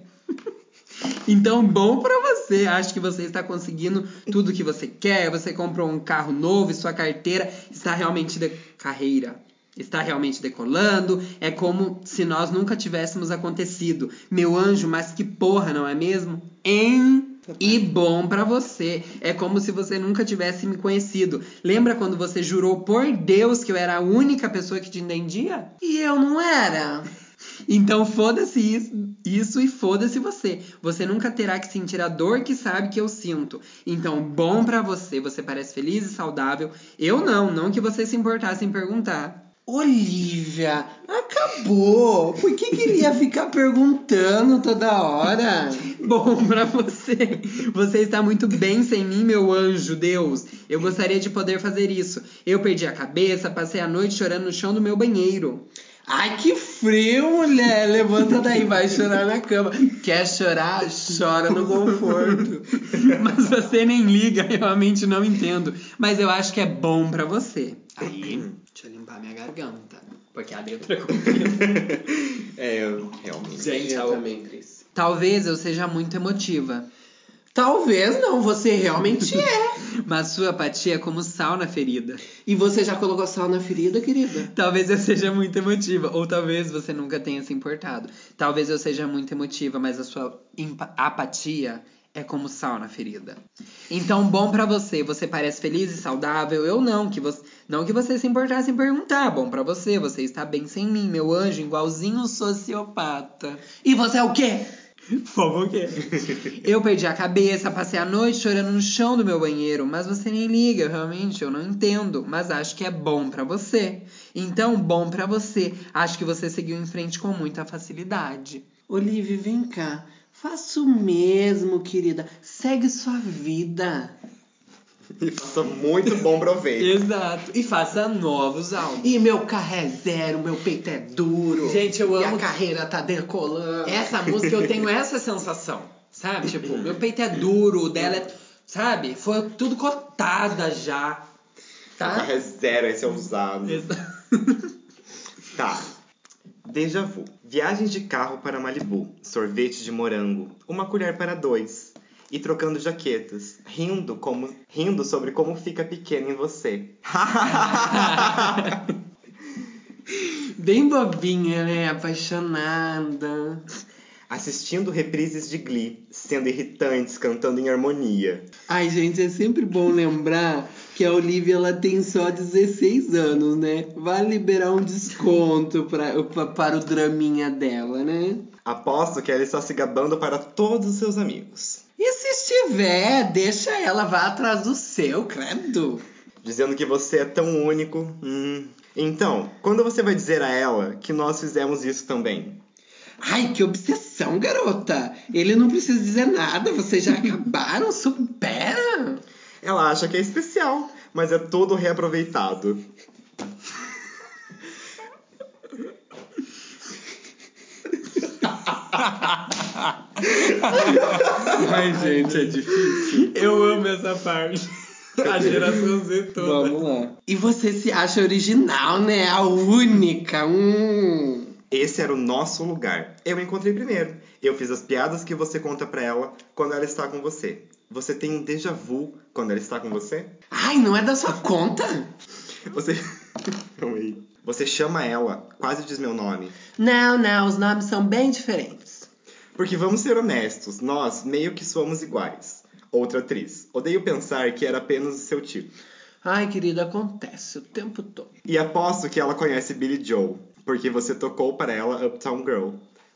[SPEAKER 1] Então, bom pra você. Acho que você está conseguindo tudo que você quer. Você comprou um carro novo e sua carteira está realmente de carreira. Está realmente decolando. É como se nós nunca tivéssemos acontecido. Meu anjo, mas que porra, não é mesmo? Hein? E bom pra você. É como se você nunca tivesse me conhecido. Lembra quando você jurou por Deus que eu era a única pessoa que te entendia?
[SPEAKER 4] E eu não era.
[SPEAKER 1] Então foda-se isso, isso e foda-se você. Você nunca terá que sentir a dor que sabe que eu sinto. Então, bom pra você, você parece feliz e saudável. Eu não, não que você se importasse em perguntar.
[SPEAKER 4] Olivia, acabou! Por que queria ficar perguntando toda hora?
[SPEAKER 1] Bom pra você. Você está muito bem sem mim, meu anjo, Deus. Eu gostaria de poder fazer isso. Eu perdi a cabeça, passei a noite chorando no chão do meu banheiro.
[SPEAKER 4] Ai, que frio, mulher! Levanta daí, vai chorar na cama. Quer chorar? Chora no conforto.
[SPEAKER 1] Mas você nem liga, eu realmente não entendo. Mas eu acho que é bom pra você. Aí, deixa eu limpar minha garganta. Porque a letra complica.
[SPEAKER 2] É, eu- realmente.
[SPEAKER 1] Gente,
[SPEAKER 4] Eu
[SPEAKER 1] eu-
[SPEAKER 4] também, Cris.
[SPEAKER 1] Talvez eu seja muito emotiva.
[SPEAKER 4] Talvez não, você realmente é.
[SPEAKER 1] Mas sua apatia é como sal na ferida.
[SPEAKER 4] E você já colocou sal na ferida, querida?
[SPEAKER 1] Talvez eu seja muito emotiva, ou talvez você nunca tenha se importado. Talvez eu seja muito emotiva, mas a sua impa- apatia é como sal na ferida. Então, bom pra você, você parece feliz e saudável. Eu não, que você não que você se importasse em perguntar. Bom pra você, você está bem sem mim, meu anjo, igualzinho um sociopata.
[SPEAKER 4] E você é o quê?
[SPEAKER 1] Fofoqueiro. Eu perdi a cabeça, passei a noite chorando no chão do meu banheiro, mas você nem liga, realmente, eu não entendo, mas acho que é bom pra você. Então, bom pra você. Acho que você seguiu em frente com muita facilidade.
[SPEAKER 4] Olive, vem cá. Faça um- o mesmo, querida. Segue sua vida.
[SPEAKER 2] E faça muito bom proveito.
[SPEAKER 1] Exato. E faça novos álbuns.
[SPEAKER 4] E meu carro é zero, meu peito é duro.
[SPEAKER 1] Gente, eu
[SPEAKER 4] e
[SPEAKER 1] amo-
[SPEAKER 4] a carreira tá decolando.
[SPEAKER 1] Essa música eu tenho essa sensação, sabe? Tipo, meu peito é duro, o dela é, sabe? Foi tudo cotada já. Tá?
[SPEAKER 2] Carro é zero, esse é usado. Tá. Deja vu. Viagens de carro para Malibu. Sorvete de morango. Uma colher para dois. E trocando jaquetas. Rindo como rindo sobre como fica pequeno em você.
[SPEAKER 4] Bem bobinha, né? Apaixonada.
[SPEAKER 2] Assistindo reprises de Glee, sendo irritantes, cantando em harmonia.
[SPEAKER 4] Ai, gente, é sempre bom lembrar que a Olivia ela tem só 16 anos, né? Vai liberar um desconto pra, pra- para o draminha dela, né?
[SPEAKER 2] Aposto que ela está se gabando para todos os seus amigos,
[SPEAKER 4] E se estiver, deixa ela vá atrás do seu, credo.
[SPEAKER 2] dizendo que você é tão único. Hum. Então, quando você vai dizer a ela que nós fizemos isso também?
[SPEAKER 4] Ai, que obsessão, garota! Ele não precisa dizer nada, vocês já acabaram, supera!
[SPEAKER 2] Ela acha que é especial, mas é todo reaproveitado.
[SPEAKER 1] Ai, gente, é difícil. Eu amo essa parte. A geração Z toda.
[SPEAKER 4] Vamos lá. E você se acha original, né? A única, hum.
[SPEAKER 2] Esse era o nosso lugar. Eu encontrei primeiro. Eu fiz as piadas que você conta pra ela quando ela está com você. Você tem um déjà vu quando ela está com você?
[SPEAKER 4] Ai, não é da sua conta?
[SPEAKER 2] Você. Amei. Você chama ela, quase diz meu nome.
[SPEAKER 4] Não, não, os nomes são bem diferentes.
[SPEAKER 2] Porque vamos ser honestos, nós meio que somos iguais. Outra atriz. Odeio pensar que era apenas o seu tipo.
[SPEAKER 4] Ai, querida, acontece o tempo todo.
[SPEAKER 2] E aposto que ela conhece Billy Joe, porque você tocou para ela Uptown Girl.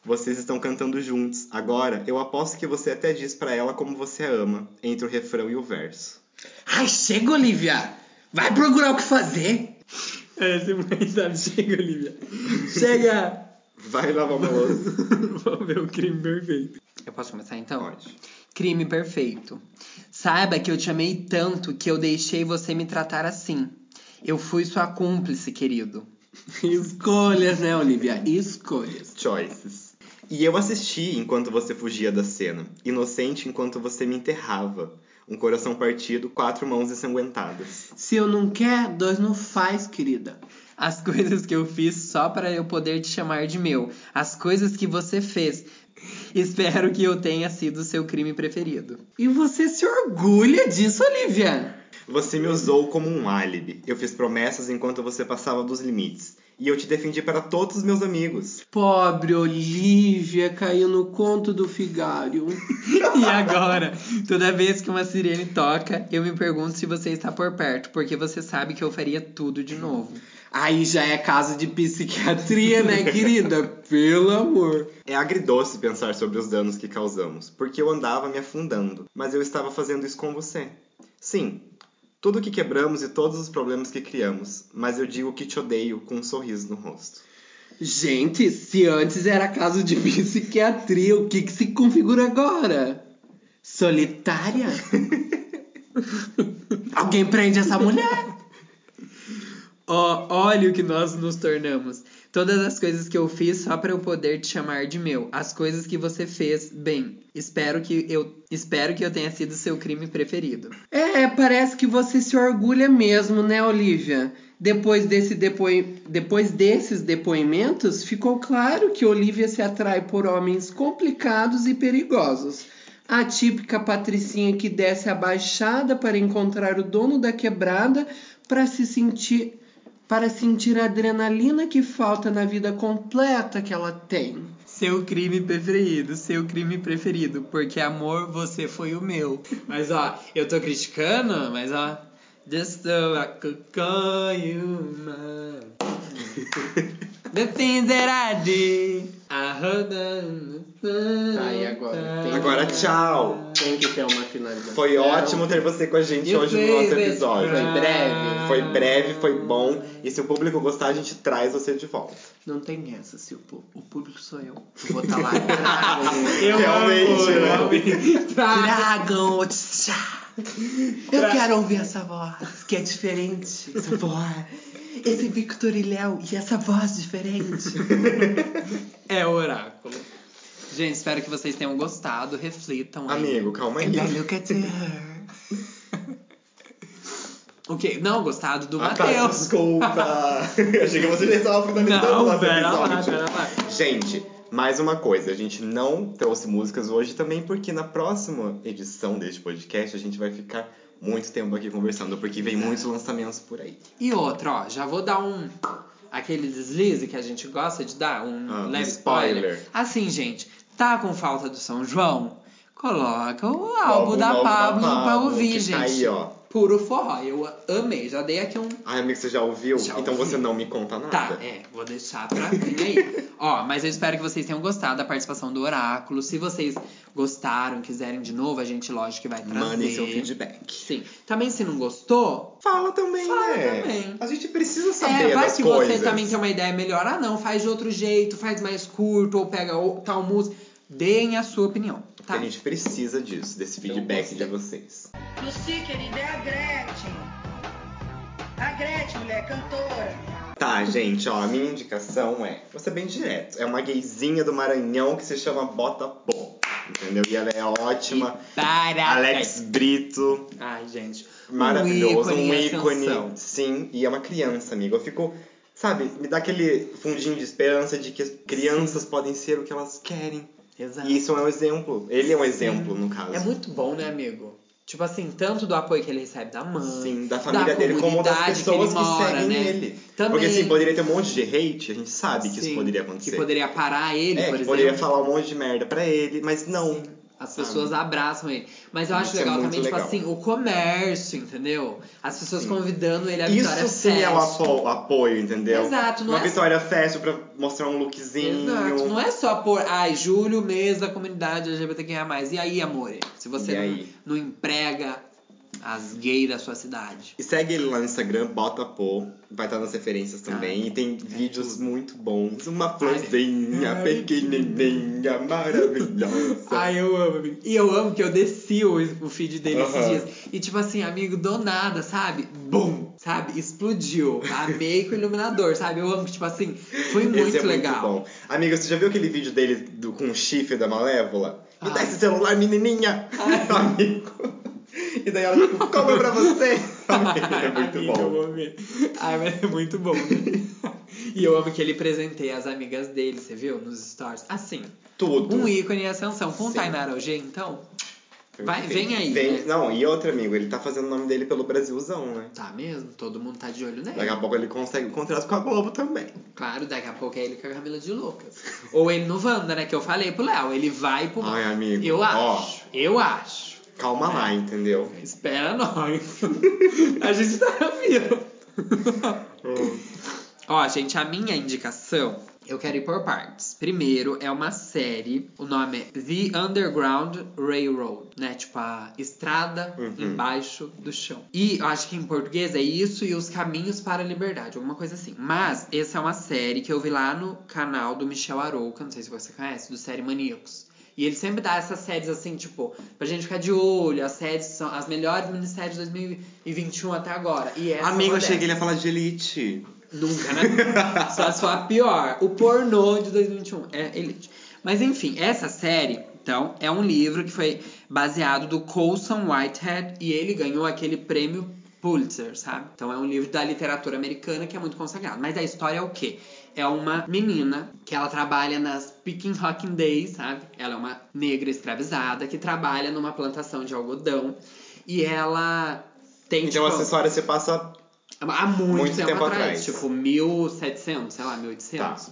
[SPEAKER 2] Vocês estão cantando juntos. Agora, eu aposto que você até diz pra ela como você a ama, entre o refrão e o verso.
[SPEAKER 4] Ai, chega, Olivia! Vai procurar o que fazer!
[SPEAKER 1] É, esse moleque sabe. Chega, Olivia. Chega!
[SPEAKER 2] Vai lavar uma louça.
[SPEAKER 1] Vamos ver o crime perfeito. Eu posso começar então?
[SPEAKER 2] Pode.
[SPEAKER 1] Crime perfeito. Saiba que eu te amei tanto que eu deixei você me tratar assim. Eu fui sua cúmplice, querido.
[SPEAKER 4] Escolhas, né, Olivia? Escolhas.
[SPEAKER 2] Choices. E eu assisti enquanto você fugia da cena, inocente enquanto você me enterrava. Um coração partido, quatro mãos ensanguentadas.
[SPEAKER 4] Se eu não quer, dois não faz, querida.
[SPEAKER 1] As coisas que eu fiz só para eu poder te chamar de meu. As coisas que você fez. Espero que eu tenha sido seu crime preferido.
[SPEAKER 4] E você se orgulha disso, Olivia?
[SPEAKER 2] Você me usou como um álibi. Eu fiz promessas enquanto você passava dos limites. E eu te defendi para todos os meus amigos.
[SPEAKER 4] Pobre Olivia caiu no conto do figário.
[SPEAKER 1] E agora, toda vez que uma sirene toca, eu me pergunto se você está por perto, porque você sabe que eu faria tudo de novo.
[SPEAKER 4] Aí já é caso de psiquiatria, né, querida? Pelo amor.
[SPEAKER 2] É agridoce pensar sobre os danos que causamos, porque eu andava me afundando, mas eu estava fazendo isso com você. Sim, Tudo que quebramos e todos os problemas que criamos, mas eu digo que te odeio com um sorriso no rosto.
[SPEAKER 4] Gente, se antes era caso de psiquiatria, o que, que se configura agora? Solitária? Alguém prende essa mulher?
[SPEAKER 1] Ó, olha o que nós nos tornamos. Todas as coisas que eu fiz só para eu poder te chamar de meu. As coisas que você fez, bem. Espero que eu espero que eu tenha sido seu crime preferido.
[SPEAKER 4] É, parece que você se orgulha mesmo, né, Olivia? Depois, desse depoi... Depois desses depoimentos, ficou claro que Olivia se atrai por homens complicados e perigosos. A típica patricinha que desce a baixada para encontrar o dono da quebrada para se sentir para sentir a adrenalina que falta na vida completa que ela tem.
[SPEAKER 1] Seu crime preferido, seu crime preferido, porque amor, você foi o meu. Mas ó, eu tô criticando, mas ó. Just so I could call you mine. The things that I did. I heard them.
[SPEAKER 4] Tá, e agora? Tem-
[SPEAKER 2] Agora tchau!
[SPEAKER 4] Tem que ter uma finalização.
[SPEAKER 2] Foi ótimo ter você com a gente
[SPEAKER 1] You
[SPEAKER 2] hoje no nosso
[SPEAKER 1] played it
[SPEAKER 2] episódio.
[SPEAKER 1] right.
[SPEAKER 4] Foi
[SPEAKER 1] Ah.
[SPEAKER 4] breve.
[SPEAKER 2] Foi breve, foi bom. E se o público gostar, a gente traz você de volta.
[SPEAKER 4] Não tem essa, se o, pu- o público sou eu. Eu
[SPEAKER 1] tá
[SPEAKER 4] vou estar Tá lá. Tragam,
[SPEAKER 1] Eu
[SPEAKER 2] Realmente,
[SPEAKER 1] amo,
[SPEAKER 2] né?
[SPEAKER 1] realmente. Tá.
[SPEAKER 4] Tragam o tchá. Eu quero ouvir essa voz, que é diferente. Essa voz. Esse Victor e Léo e essa voz diferente.
[SPEAKER 1] É o oráculo. Gente, espero que vocês tenham gostado. Reflitam aí.
[SPEAKER 2] Amigo, calma aí.
[SPEAKER 1] É
[SPEAKER 4] And I look at her.
[SPEAKER 1] O quê? Não, gostado do
[SPEAKER 2] Ah, tá,
[SPEAKER 1] Matheus.
[SPEAKER 2] desculpa! Achei que você já estava finalizando o
[SPEAKER 1] Não,
[SPEAKER 2] nosso
[SPEAKER 1] pera lá,
[SPEAKER 2] episódio.
[SPEAKER 1] pera lá.
[SPEAKER 2] Gente, mais uma coisa, a gente não trouxe músicas hoje também, porque na próxima edição deste podcast a gente vai ficar muito tempo aqui conversando, porque vem muitos lançamentos por aí.
[SPEAKER 1] E outra, ó, já vou dar um. Aquele deslize que a gente gosta de dar, um
[SPEAKER 2] Ah, um
[SPEAKER 1] leve spoiler.
[SPEAKER 2] spoiler.
[SPEAKER 1] Assim, gente, tá com falta do São João? Coloca Ah, o álbum
[SPEAKER 2] Logo,
[SPEAKER 1] da
[SPEAKER 2] logo,
[SPEAKER 1] Pablo
[SPEAKER 2] Pablo,
[SPEAKER 1] pra ouvir,
[SPEAKER 2] que
[SPEAKER 1] gente.
[SPEAKER 2] tá aí, ó.
[SPEAKER 1] Puro forró, eu amei, já dei aqui um.
[SPEAKER 2] Ai, amigo, você já ouviu?
[SPEAKER 1] Já
[SPEAKER 2] então
[SPEAKER 1] ouvi.
[SPEAKER 2] você não me conta nada.
[SPEAKER 1] Tá, é, vou deixar pra mim aí. Ó, mas eu espero que vocês tenham gostado da participação do Oráculo. Se vocês gostaram, quiserem de novo, a gente, lógico, que vai trazer.
[SPEAKER 2] Mandem seu feedback.
[SPEAKER 1] Sim. Também se não gostou,
[SPEAKER 2] Fala também,
[SPEAKER 1] Fala
[SPEAKER 2] né?
[SPEAKER 1] também.
[SPEAKER 2] A gente precisa saber
[SPEAKER 1] é, vai
[SPEAKER 2] das
[SPEAKER 1] que
[SPEAKER 2] coisas.
[SPEAKER 1] você também tem uma ideia melhor. Ah, não, faz de outro jeito, faz mais curto, ou pega o- tal música. Deem a sua opinião, tá? um
[SPEAKER 2] A gente precisa disso, desse feedback de
[SPEAKER 1] gostei.
[SPEAKER 2] vocês.
[SPEAKER 3] Lucy, querida, é a Gretchen. A Gretchen, mulher cantora.
[SPEAKER 2] Tá, gente, ó, a minha indicação é, vou ser bem direto, é uma gayzinha do Maranhão que se chama Botapó, entendeu? E ela é ótima,
[SPEAKER 1] Para!
[SPEAKER 2] Alex
[SPEAKER 1] tá.
[SPEAKER 2] Brito,
[SPEAKER 1] Ai, gente.
[SPEAKER 2] maravilhoso,
[SPEAKER 1] em
[SPEAKER 2] um ícone,
[SPEAKER 1] ascensão.
[SPEAKER 2] sim, e é uma criança, amigo, eu fico, sabe, me dá aquele fundinho de esperança de que as crianças podem ser o que elas querem,
[SPEAKER 1] Exato.
[SPEAKER 2] e isso é um exemplo, ele é um exemplo, no caso.
[SPEAKER 1] Tá. É muito bom, né, amigo? Tipo assim, tanto do apoio que ele recebe da mãe,
[SPEAKER 2] Sim, da família dele, como das
[SPEAKER 1] comunidade
[SPEAKER 2] pessoas que,
[SPEAKER 1] ele mora,
[SPEAKER 2] seguem
[SPEAKER 1] né?
[SPEAKER 2] ele.
[SPEAKER 1] Também.
[SPEAKER 2] Porque assim, poderia ter um monte de hate, a gente sabe que isso
[SPEAKER 1] Sim,
[SPEAKER 2] poderia acontecer.
[SPEAKER 1] Que poderia parar ele,
[SPEAKER 2] é,
[SPEAKER 1] por
[SPEAKER 2] que
[SPEAKER 1] exemplo.
[SPEAKER 2] poderia falar um monte de merda pra ele, mas não.
[SPEAKER 1] As
[SPEAKER 2] sabe?
[SPEAKER 1] pessoas abraçam ele. Mas eu acho
[SPEAKER 2] né? Isso é
[SPEAKER 1] legal
[SPEAKER 2] muito
[SPEAKER 1] também, tipo
[SPEAKER 2] legal.
[SPEAKER 1] assim, o comércio, entendeu? As pessoas convidando ele a Vitória
[SPEAKER 2] Isso sim é o
[SPEAKER 1] Fest.
[SPEAKER 2] apo- apoio, entendeu?
[SPEAKER 1] Exato, não
[SPEAKER 2] Uma
[SPEAKER 1] é-
[SPEAKER 2] vitória festa pra mostrar um lookzinho.
[SPEAKER 1] Exato. Não é só por, ai, julho, mês da comunidade LGBTQIA+. E aí, amore? Se
[SPEAKER 2] E
[SPEAKER 1] você não,
[SPEAKER 2] aí?
[SPEAKER 1] não emprega as gays da sua cidade.
[SPEAKER 2] E segue ele lá no Instagram, bota pô. Vai estar nas referências
[SPEAKER 1] Tá.
[SPEAKER 2] também. e tem vídeos muito bons. Uma florzinha pequenininha, maravilhosa.
[SPEAKER 1] Ai, eu amo, amigo. E eu amo que eu desci o, o feed dele esses
[SPEAKER 2] Aham.
[SPEAKER 1] dias. E tipo assim, amigo, do nada, sabe? Bum! Sabe? Explodiu. Amei com o iluminador, sabe? Eu amo que, tipo assim, foi muito
[SPEAKER 2] Esse é
[SPEAKER 1] legal.
[SPEAKER 2] muito bom. Amiga, você já viu aquele vídeo dele do- com o chifre da Malévola? Me dá
[SPEAKER 1] Ai.
[SPEAKER 2] esse celular, menininha! Amigo. E daí ela, tipo, como é pra você? Amigo, é muito
[SPEAKER 1] Amiga, eu
[SPEAKER 2] bom.
[SPEAKER 1] amei. Ai, mas é muito bom. né? e eu amo que ele presenteia as amigas dele, você viu? Nos stories. Assim,
[SPEAKER 2] Tudo.
[SPEAKER 1] um ícone em ascensão. Com o
[SPEAKER 2] Sim.
[SPEAKER 1] Tainá Araújo, então, vai,
[SPEAKER 2] Perfeito.
[SPEAKER 1] vem aí, né?
[SPEAKER 2] Não, e outro amigo, ele tá fazendo o nome dele pelo Brasilzão, né?
[SPEAKER 1] tá mesmo? Todo mundo tá de olho nele.
[SPEAKER 2] Daqui a pouco ele consegue um contrato com a Globo também.
[SPEAKER 1] Claro, daqui a pouco é ele com a Camila de Lucas. Ou ele no Wanda, né? Que eu falei pro Léo. Ele vai pro.
[SPEAKER 2] Ai, amigo.
[SPEAKER 1] eu
[SPEAKER 2] ó,
[SPEAKER 1] acho. É. Eu acho.
[SPEAKER 2] calma lá, entendeu?
[SPEAKER 1] Espera nós. a gente tá vivo.
[SPEAKER 2] Hum.
[SPEAKER 1] Ó, Ó, gente, a minha indicação, eu quero ir por partes. Primeiro, é uma série, o nome é The Underground Railroad, né? Tipo, a estrada
[SPEAKER 2] Uhum.
[SPEAKER 1] embaixo do chão. E eu acho que em português é isso e os caminhos para a liberdade, alguma coisa assim. Mas, essa é uma série que eu vi lá no canal do Michel Arouca, não sei se você conhece, do Série Maníacos. E ele sempre dá essas séries assim, tipo, pra gente ficar de olho, as séries são as melhores minisséries de 2021 até agora. E essa é uma
[SPEAKER 2] Amigo,
[SPEAKER 1] dessas.
[SPEAKER 2] achei que ele ia falar de Elite.
[SPEAKER 1] Nunca, né? Só se for a pior. O pornô de 2021. É Elite. Mas enfim, essa série, então, é um livro que foi baseado do Colson Whitehead e ele ganhou aquele prêmio Pulitzer, sabe? Então é um livro da literatura americana que é muito consagrado. Mas a história é o quê? É uma menina que ela trabalha nas Picking Hocking Days, sabe? Ela é uma negra escravizada que trabalha numa plantação de algodão e ela tem
[SPEAKER 2] Então,
[SPEAKER 1] tipo, é
[SPEAKER 2] essa história se passa.
[SPEAKER 1] Há muito,
[SPEAKER 2] Muito
[SPEAKER 1] tempo,
[SPEAKER 2] tempo
[SPEAKER 1] atrás,
[SPEAKER 2] atrás.
[SPEAKER 1] Tipo, 1700, sei lá, 1800.
[SPEAKER 2] Tá.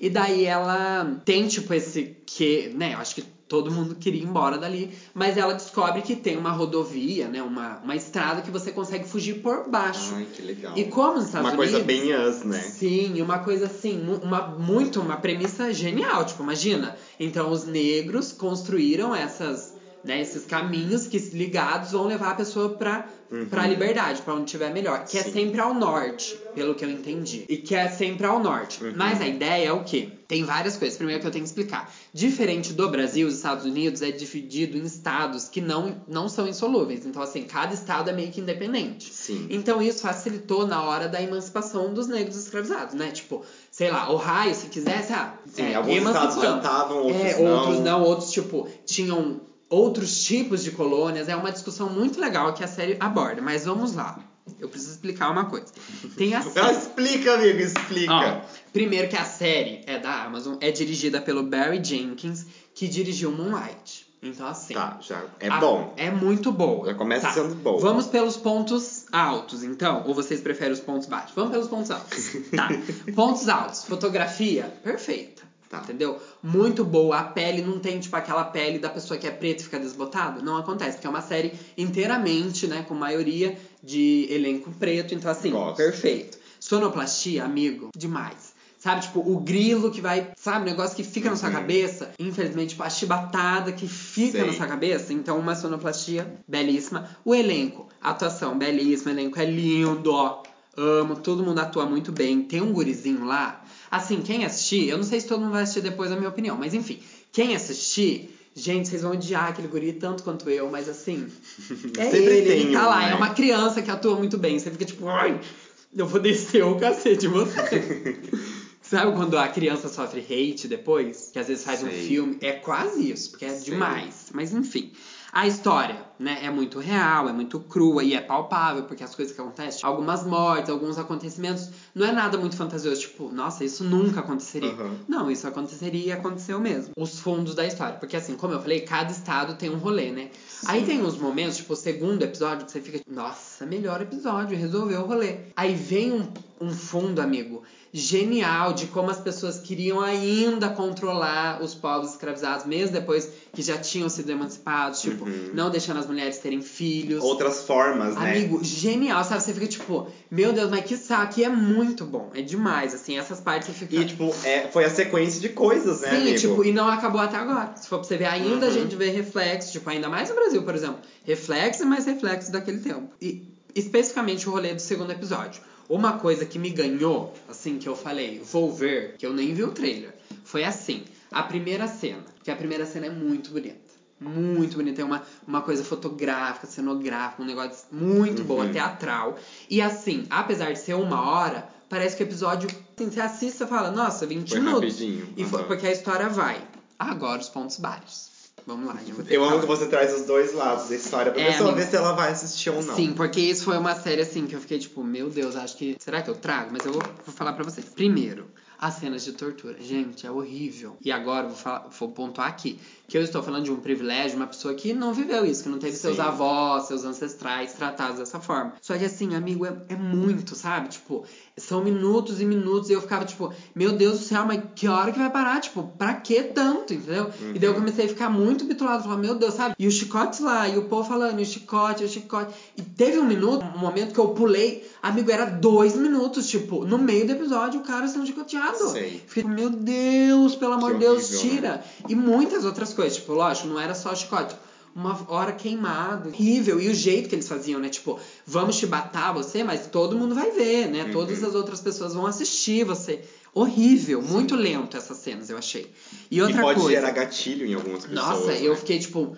[SPEAKER 1] E daí ela tem, tipo, esse que, né? Eu acho que todo mundo queria ir embora dali. Mas ela descobre que tem uma rodovia, né? Uma, uma estrada que você consegue fugir por baixo.
[SPEAKER 2] Ai, que legal.
[SPEAKER 1] E como nos Estados
[SPEAKER 2] Ah, Uma coisa
[SPEAKER 1] Unidos...
[SPEAKER 2] bem us, né?
[SPEAKER 1] Sim, uma coisa assim, mu- uma, muito, uma premissa genial, tipo, imagina. Então os negros construíram essas, né, esses caminhos que ligados vão levar a pessoa pra,
[SPEAKER 2] Uhum.
[SPEAKER 1] pra liberdade, pra onde tiver melhor. Que é
[SPEAKER 2] Sim.
[SPEAKER 1] sempre ao norte, pelo que eu entendi. E que é sempre ao norte.
[SPEAKER 2] Uhum.
[SPEAKER 1] Mas a ideia é o quê? Tem várias coisas. Primeiro que eu tenho que explicar. Diferente do Brasil, os Estados Unidos é dividido em estados que não, não são insolúveis. Então, assim, cada estado é meio que independente.
[SPEAKER 2] Sim.
[SPEAKER 1] Então isso facilitou na hora da emancipação dos negros escravizados, né? Tipo, sei lá, Ohio, se quisesse, ah,
[SPEAKER 2] Sim,
[SPEAKER 1] é,
[SPEAKER 2] alguns estados já
[SPEAKER 1] emancipando.
[SPEAKER 2] estavam, outros,
[SPEAKER 1] é, outros não, outros, tipo, tinham outros tipos de colônias. É uma discussão muito legal que a série aborda, mas vamos lá. Eu preciso explicar uma coisa. Tem a
[SPEAKER 2] Ah,
[SPEAKER 1] série.
[SPEAKER 2] explica, amigo, explica.
[SPEAKER 1] Ó, primeiro que a série é da Amazon, é dirigida pelo Barry Jenkins, que dirigiu Moonlight. Então, assim.
[SPEAKER 2] tá, já. É
[SPEAKER 1] Ah,
[SPEAKER 2] bom.
[SPEAKER 1] É muito boa.
[SPEAKER 2] Já começa
[SPEAKER 1] Tá.
[SPEAKER 2] sendo boa.
[SPEAKER 1] Vamos pelos pontos altos, então. Ou vocês preferem os pontos baixos? Vamos pelos pontos altos. tá. Pontos altos. Fotografia perfeita.
[SPEAKER 2] Tá.
[SPEAKER 1] Entendeu? Muito boa. A pele não tem, tipo, aquela pele da pessoa que é preta e fica desbotada. Não acontece, porque é uma série inteiramente, né, com maioria de elenco preto. Então, assim,
[SPEAKER 2] Gosto.
[SPEAKER 1] perfeito. Sonoplastia, amigo, demais. Sabe, tipo, o grilo que vai, sabe, o negócio que fica na sua
[SPEAKER 2] Uhum.
[SPEAKER 1] cabeça. Infelizmente, tipo, a chibatada que fica
[SPEAKER 2] Sei.
[SPEAKER 1] na sua cabeça. Então, uma sonoplastia belíssima. O elenco, atuação belíssima, o elenco é lindo, ó. Amo, todo mundo atua muito bem. Tem um gurizinho lá. Assim, quem assistir, eu não sei se todo mundo vai assistir depois a minha opinião, mas enfim, quem assistir, gente, vocês vão odiar aquele guri tanto quanto eu, mas assim, é
[SPEAKER 2] Sempre
[SPEAKER 1] ele,
[SPEAKER 2] tem
[SPEAKER 1] ele tá
[SPEAKER 2] um,
[SPEAKER 1] lá,
[SPEAKER 2] né?
[SPEAKER 1] é uma criança que atua muito bem. Você fica tipo, ai, eu vou descer o cacete em você. Sabe quando a criança sofre hate depois? Que às vezes faz um
[SPEAKER 2] Sei.
[SPEAKER 1] filme. É quase isso, porque é
[SPEAKER 2] Sei.
[SPEAKER 1] demais. Mas enfim. A história, né, é muito real, é muito crua e é palpável, porque as coisas que acontecem, algumas mortes, alguns acontecimentos, não é nada muito fantasioso, tipo, nossa, isso nunca aconteceria.
[SPEAKER 2] Aham.
[SPEAKER 1] Não, isso aconteceria e aconteceu mesmo. Os fundos da história. Porque assim, como eu falei, cada estado tem um rolê, né? Aí tem uns momentos, tipo, o segundo episódio, que você fica, nossa, melhor episódio, resolveu o rolê. Aí vem um, um fundo, amigo, genial de como as pessoas queriam ainda controlar os povos escravizados, mesmo depois que já tinham sido emancipados, tipo,
[SPEAKER 2] Uhum.
[SPEAKER 1] não deixando as mulheres terem filhos.
[SPEAKER 2] Outras formas, né?
[SPEAKER 1] Amigo, genial, sabe? Você fica tipo, meu Deus, mas que saco, e é muito bom, é demais, assim, essas partes você fica.
[SPEAKER 2] E, tipo, é, foi a sequência de coisas, né,
[SPEAKER 1] Sim,
[SPEAKER 2] amigo?
[SPEAKER 1] tipo, e não acabou até agora. Se for pra você ver, ainda
[SPEAKER 2] Uhum.
[SPEAKER 1] a gente vê reflexo, tipo, ainda mais no Brasil, por exemplo. Reflexo e mais reflexo daquele tempo. E especificamente o rolê do segundo episódio. Uma coisa que me ganhou, assim, que eu falei, vou ver, que eu nem vi o trailer, foi assim, a primeira cena. Porque a primeira cena é muito bonita. Muito bonita, é uma, uma coisa fotográfica, cenográfica, um negócio muito
[SPEAKER 2] Uhum.
[SPEAKER 1] boa, teatral. E assim, apesar de ser uma hora, parece que o episódio, assim, você assiste e fala, nossa, 20
[SPEAKER 2] Foi
[SPEAKER 1] minutos.
[SPEAKER 2] rapidinho.
[SPEAKER 1] E foi
[SPEAKER 2] Aham.
[SPEAKER 1] porque a história vai. Agora os pontos baixos. Vamos lá, Tá. já vou ter
[SPEAKER 2] Eu
[SPEAKER 1] que
[SPEAKER 2] amo que
[SPEAKER 1] falar.
[SPEAKER 2] você traz os dois lados da história pra
[SPEAKER 1] É,
[SPEAKER 2] pessoa
[SPEAKER 1] amigo.
[SPEAKER 2] ver se ela vai assistir ou não.
[SPEAKER 1] Sim, porque isso foi uma série assim que eu fiquei tipo, meu Deus, acho que. Será que eu trago? Mas eu vou, vou falar pra vocês. Primeiro, as cenas de tortura. Gente, é horrível. E agora, vou, falar, vou pontuar aqui, que eu estou falando de um privilégio, uma pessoa que não viveu isso, que não teve seus
[SPEAKER 2] Sim.
[SPEAKER 1] avós, seus ancestrais tratados dessa forma. Só que assim, amigo, é, é muito, sabe? Tipo, são minutos e minutos e eu ficava tipo, meu Deus do céu, mas que hora que vai parar? Tipo, pra que tanto, entendeu? E
[SPEAKER 2] Uhum.
[SPEAKER 1] daí eu comecei a ficar muito bitolado, falar, meu Deus, sabe? E o chicote lá, e o povo falando, e o chicote, e o chicote. E teve um minuto, um momento que eu pulei, amigo, era dois minutos, tipo, no meio do episódio o cara sendo chicoteado.
[SPEAKER 2] Sei.
[SPEAKER 1] Fiquei, meu Deus, pelo amor de
[SPEAKER 2] Que
[SPEAKER 1] Deus,
[SPEAKER 2] horrível, né?
[SPEAKER 1] tira. E muitas outras coisas. Tipo, lógico, não era só chicote. Uma hora queimado, horrível. E o jeito que eles faziam, né? Tipo, vamos chibatar você, mas todo mundo vai ver,
[SPEAKER 2] Uhum. Hum.
[SPEAKER 1] né? Todas as outras pessoas vão assistir você. Horrível, muito lento essas cenas, eu achei. E outra
[SPEAKER 2] e pode
[SPEAKER 1] coisa.
[SPEAKER 2] gerar gatilho em algumas pessoas.
[SPEAKER 1] Nossa,
[SPEAKER 2] né?
[SPEAKER 1] eu fiquei tipo.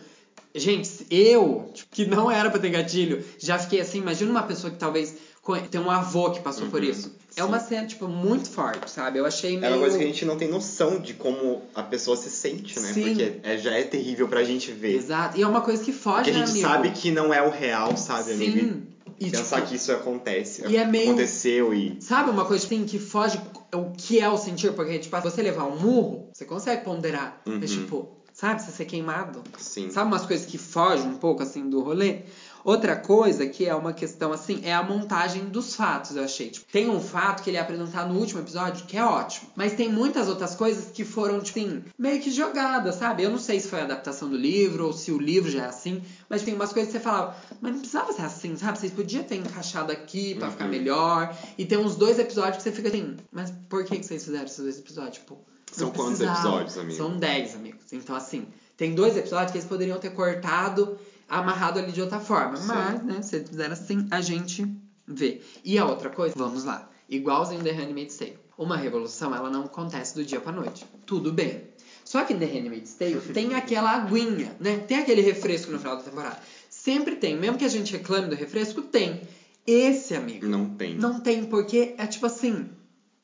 [SPEAKER 1] Gente, eu, tipo, que não era pra ter gatilho, já fiquei assim. Imagina uma pessoa que talvez co- tem um avô que passou por
[SPEAKER 2] Uhum,
[SPEAKER 1] isso. É uma cena, tipo, muito forte, sabe? Eu achei
[SPEAKER 2] É
[SPEAKER 1] meio.
[SPEAKER 2] uma coisa que a gente não tem noção de como a pessoa se sente, né?
[SPEAKER 1] Sim.
[SPEAKER 2] Porque é- já é terrível pra gente ver.
[SPEAKER 1] Exato. E é uma coisa que foge,
[SPEAKER 2] Porque a
[SPEAKER 1] né,
[SPEAKER 2] gente
[SPEAKER 1] amigo?
[SPEAKER 2] sabe que não é o real, sabe,
[SPEAKER 1] Sim.
[SPEAKER 2] amigo? E
[SPEAKER 1] E,
[SPEAKER 2] pensar
[SPEAKER 1] tipo,
[SPEAKER 2] que isso acontece.
[SPEAKER 1] e é meio-
[SPEAKER 2] Aconteceu e.
[SPEAKER 1] Sabe uma coisa assim que foge o que é o sentir? Porque, tipo, se você levar um murro, você consegue ponderar.
[SPEAKER 2] Uhum.
[SPEAKER 1] Mas, tipo, sabe, você ser queimado.
[SPEAKER 2] Sim.
[SPEAKER 1] Sabe umas coisas que fogem um pouco, assim, do rolê? Outra coisa que é uma questão, assim, é a montagem dos fatos, eu achei. Tipo, tem um fato que ele é apresentado no último episódio, que é ótimo. Mas tem muitas outras coisas que foram, tipo, assim, meio que jogadas, sabe? Eu não sei se foi a adaptação do livro ou se o livro já é assim. Mas tem umas coisas que você falava, mas não precisava ser assim, sabe? Vocês podiam ter encaixado aqui pra ficar melhor. E tem uns dois episódios que você fica assim, mas por que que vocês fizeram esses dois episódios? Tipo, não
[SPEAKER 2] São quantos
[SPEAKER 1] precisava.
[SPEAKER 2] episódios, amigo?
[SPEAKER 1] São 10, amigos. Então, assim, tem dois episódios que eles poderiam ter cortado, amarrado ali de outra forma.
[SPEAKER 2] Sim.
[SPEAKER 1] Mas, né, se eles fizeram assim, a gente vê. E a outra coisa, vamos lá. Igualzinho The Handmaid's Tale. Uma revolução, ela não acontece do dia pra noite. Tudo bem. Só que em The Handmaid's Tale tem aquela aguinha, né? Tem aquele refresco no final da temporada. Sempre tem. Mesmo que a gente reclame do refresco, tem. Esse, amigo,
[SPEAKER 2] Não tem.
[SPEAKER 1] não tem porque é tipo assim...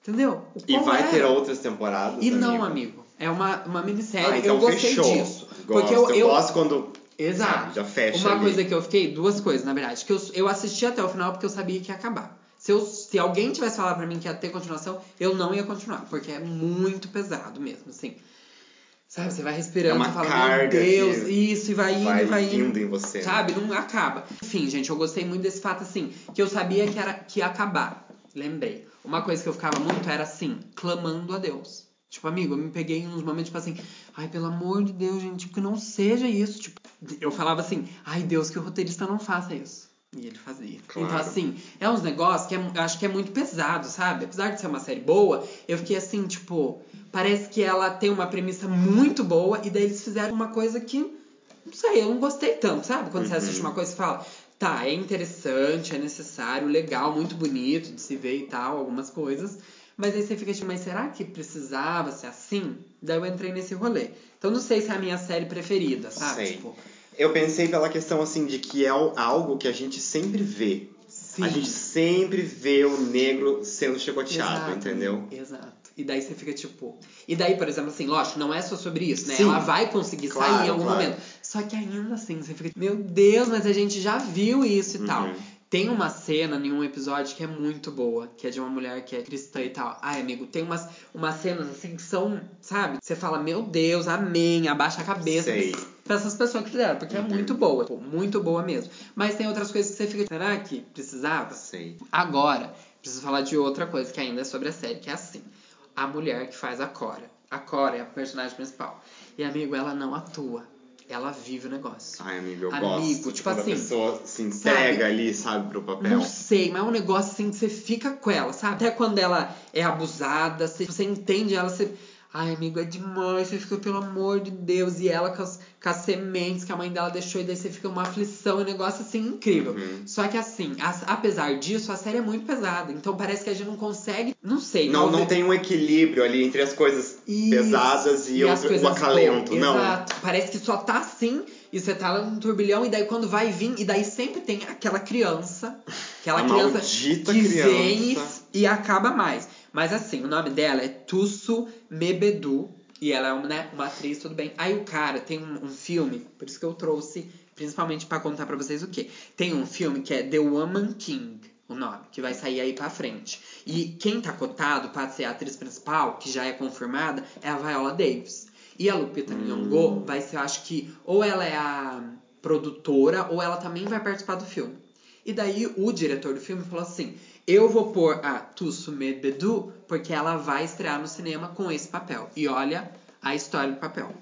[SPEAKER 1] Entendeu? O
[SPEAKER 2] E
[SPEAKER 1] qual
[SPEAKER 2] vai
[SPEAKER 1] é?
[SPEAKER 2] ter outras temporadas.
[SPEAKER 1] E não, amigo. É uma, uma minissérie.
[SPEAKER 2] Ah, então
[SPEAKER 1] eu gostei
[SPEAKER 2] fechou.
[SPEAKER 1] disso.
[SPEAKER 2] Gosto.
[SPEAKER 1] Porque eu,
[SPEAKER 2] eu,
[SPEAKER 1] eu-
[SPEAKER 2] gosto quando.
[SPEAKER 1] Exato.
[SPEAKER 2] sabe, já fecha.
[SPEAKER 1] Uma
[SPEAKER 2] ali.
[SPEAKER 1] coisa que eu fiquei, duas coisas, na verdade. Que eu, eu assisti até o final porque eu sabia que ia acabar. Se, eu, se alguém tivesse falado pra mim que ia ter continuação, eu não ia continuar. Porque é muito pesado mesmo, assim. Sabe, você vai respirando,
[SPEAKER 2] É uma
[SPEAKER 1] você fala,
[SPEAKER 2] carga
[SPEAKER 1] meu Deus,
[SPEAKER 2] que
[SPEAKER 1] isso, e vai indo,
[SPEAKER 2] vai
[SPEAKER 1] e vai indo.
[SPEAKER 2] indo em você, né?
[SPEAKER 1] Sabe, não acaba. Enfim, gente, eu gostei muito desse fato, assim, que eu sabia que, era, que ia acabar. Lembrei. Uma coisa que eu ficava muito era, assim, clamando a Deus. Tipo, amigo, eu me peguei em uns momentos, tipo assim, ai, pelo amor de Deus, gente, que não seja isso. Tipo, eu falava assim, ai, Deus, que o roteirista não faça isso. E ele fazia.
[SPEAKER 2] Claro.
[SPEAKER 1] Então, assim, é uns negócios que é- eu acho que é muito pesado, sabe? Apesar de ser uma série boa, eu fiquei assim, tipo, parece que ela tem uma premissa muito boa e daí eles fizeram uma coisa que não sei, eu não gostei tanto, sabe?
[SPEAKER 2] Uhum.
[SPEAKER 1] Quando você assiste uma coisa e fala, tá, é interessante, é necessário, legal, muito bonito de se ver e tal, algumas coisas. Mas aí você fica tipo, mas será que precisava ser assim? Daí eu entrei nesse rolê. Então não sei se é a minha série preferida, sabe?
[SPEAKER 2] Sei.
[SPEAKER 1] Tipo,
[SPEAKER 2] Eu pensei pela questão assim de que é o- algo que a gente sempre vê.
[SPEAKER 1] sim.
[SPEAKER 2] A gente sempre vê o negro sendo chicoteado,
[SPEAKER 1] Exato,
[SPEAKER 2] entendeu?
[SPEAKER 1] Exato. E daí você fica tipo. E daí, por exemplo, assim, lógico, não é só sobre isso, né?
[SPEAKER 2] Sim.
[SPEAKER 1] Ela vai conseguir sair
[SPEAKER 2] Claro,
[SPEAKER 1] em algum
[SPEAKER 2] claro.
[SPEAKER 1] momento. Só que ainda assim, você fica, meu Deus, mas a gente já viu isso e
[SPEAKER 2] Uhum.
[SPEAKER 1] tal. Tem uma cena em um episódio que é muito boa, que é de uma mulher que é cristã e tal. Ai, amigo, tem umas, umas cenas assim que são, sabe? Você fala, meu Deus, amém, abaixa a cabeça.
[SPEAKER 2] Sei. Uhum.
[SPEAKER 1] Pra essas pessoas que fizeram, porque é muito boa, tipo, muito boa mesmo. Mas tem outras coisas que você fica, será que precisava?
[SPEAKER 2] Sei.
[SPEAKER 1] Agora, preciso falar de outra coisa que ainda é sobre a série, que é assim. A mulher que faz a Cora. A Cora é a personagem principal. E, amigo, ela não atua. Ela vive o negócio.
[SPEAKER 2] Ai, amigo, eu
[SPEAKER 1] Amigo,
[SPEAKER 2] gosto.
[SPEAKER 1] tipo
[SPEAKER 2] quando
[SPEAKER 1] assim,
[SPEAKER 2] a pessoa se
[SPEAKER 1] sabe?
[SPEAKER 2] entrega ali, sabe, pro papel.
[SPEAKER 1] Não sei, mas é um negócio assim que você fica com ela, sabe? Até quando ela é abusada, você, você entende ela, você. Ai, amigo, é demais, você fica, pelo amor de Deus. E ela com as, com as sementes que a mãe dela deixou, e daí você fica uma aflição, um negócio assim incrível.
[SPEAKER 2] Uhum.
[SPEAKER 1] Só que assim, as- apesar disso, a série é muito pesada. Então parece que a gente não consegue. Não sei.
[SPEAKER 2] Não, não
[SPEAKER 1] talvez-
[SPEAKER 2] tem um equilíbrio ali entre as coisas
[SPEAKER 1] Isso.
[SPEAKER 2] pesadas e,
[SPEAKER 1] as
[SPEAKER 2] o,
[SPEAKER 1] coisas
[SPEAKER 2] o acalento.
[SPEAKER 1] boas.
[SPEAKER 2] Não.
[SPEAKER 1] Exato. Parece que só tá assim e você tá lá num turbilhão, e daí quando vai vir, e daí sempre tem aquela criança. Aquela
[SPEAKER 2] A
[SPEAKER 1] criança
[SPEAKER 2] maldita
[SPEAKER 1] que
[SPEAKER 2] criança.
[SPEAKER 1] vem e, e acaba mais. Mas assim, o nome dela é Tusso Mebedu. E ela é uma, né, uma atriz, tudo bem. Aí o cara tem um, um filme, por isso que eu trouxe, principalmente pra contar pra vocês o quê. Tem um filme que é The Woman King. o nome, que vai sair aí pra frente. E quem tá cotado pra ser a atriz principal, que já é confirmada, é a Viola Davis. E a Lupita
[SPEAKER 2] Hum.
[SPEAKER 1] Nyong'o vai ser, eu acho que, ou ela é a produtora, ou ela também vai participar do filme. E daí o diretor do filme falou assim, eu vou pôr a Tussume Bedu, porque ela vai estrear no cinema com esse papel. E olha a história do papel.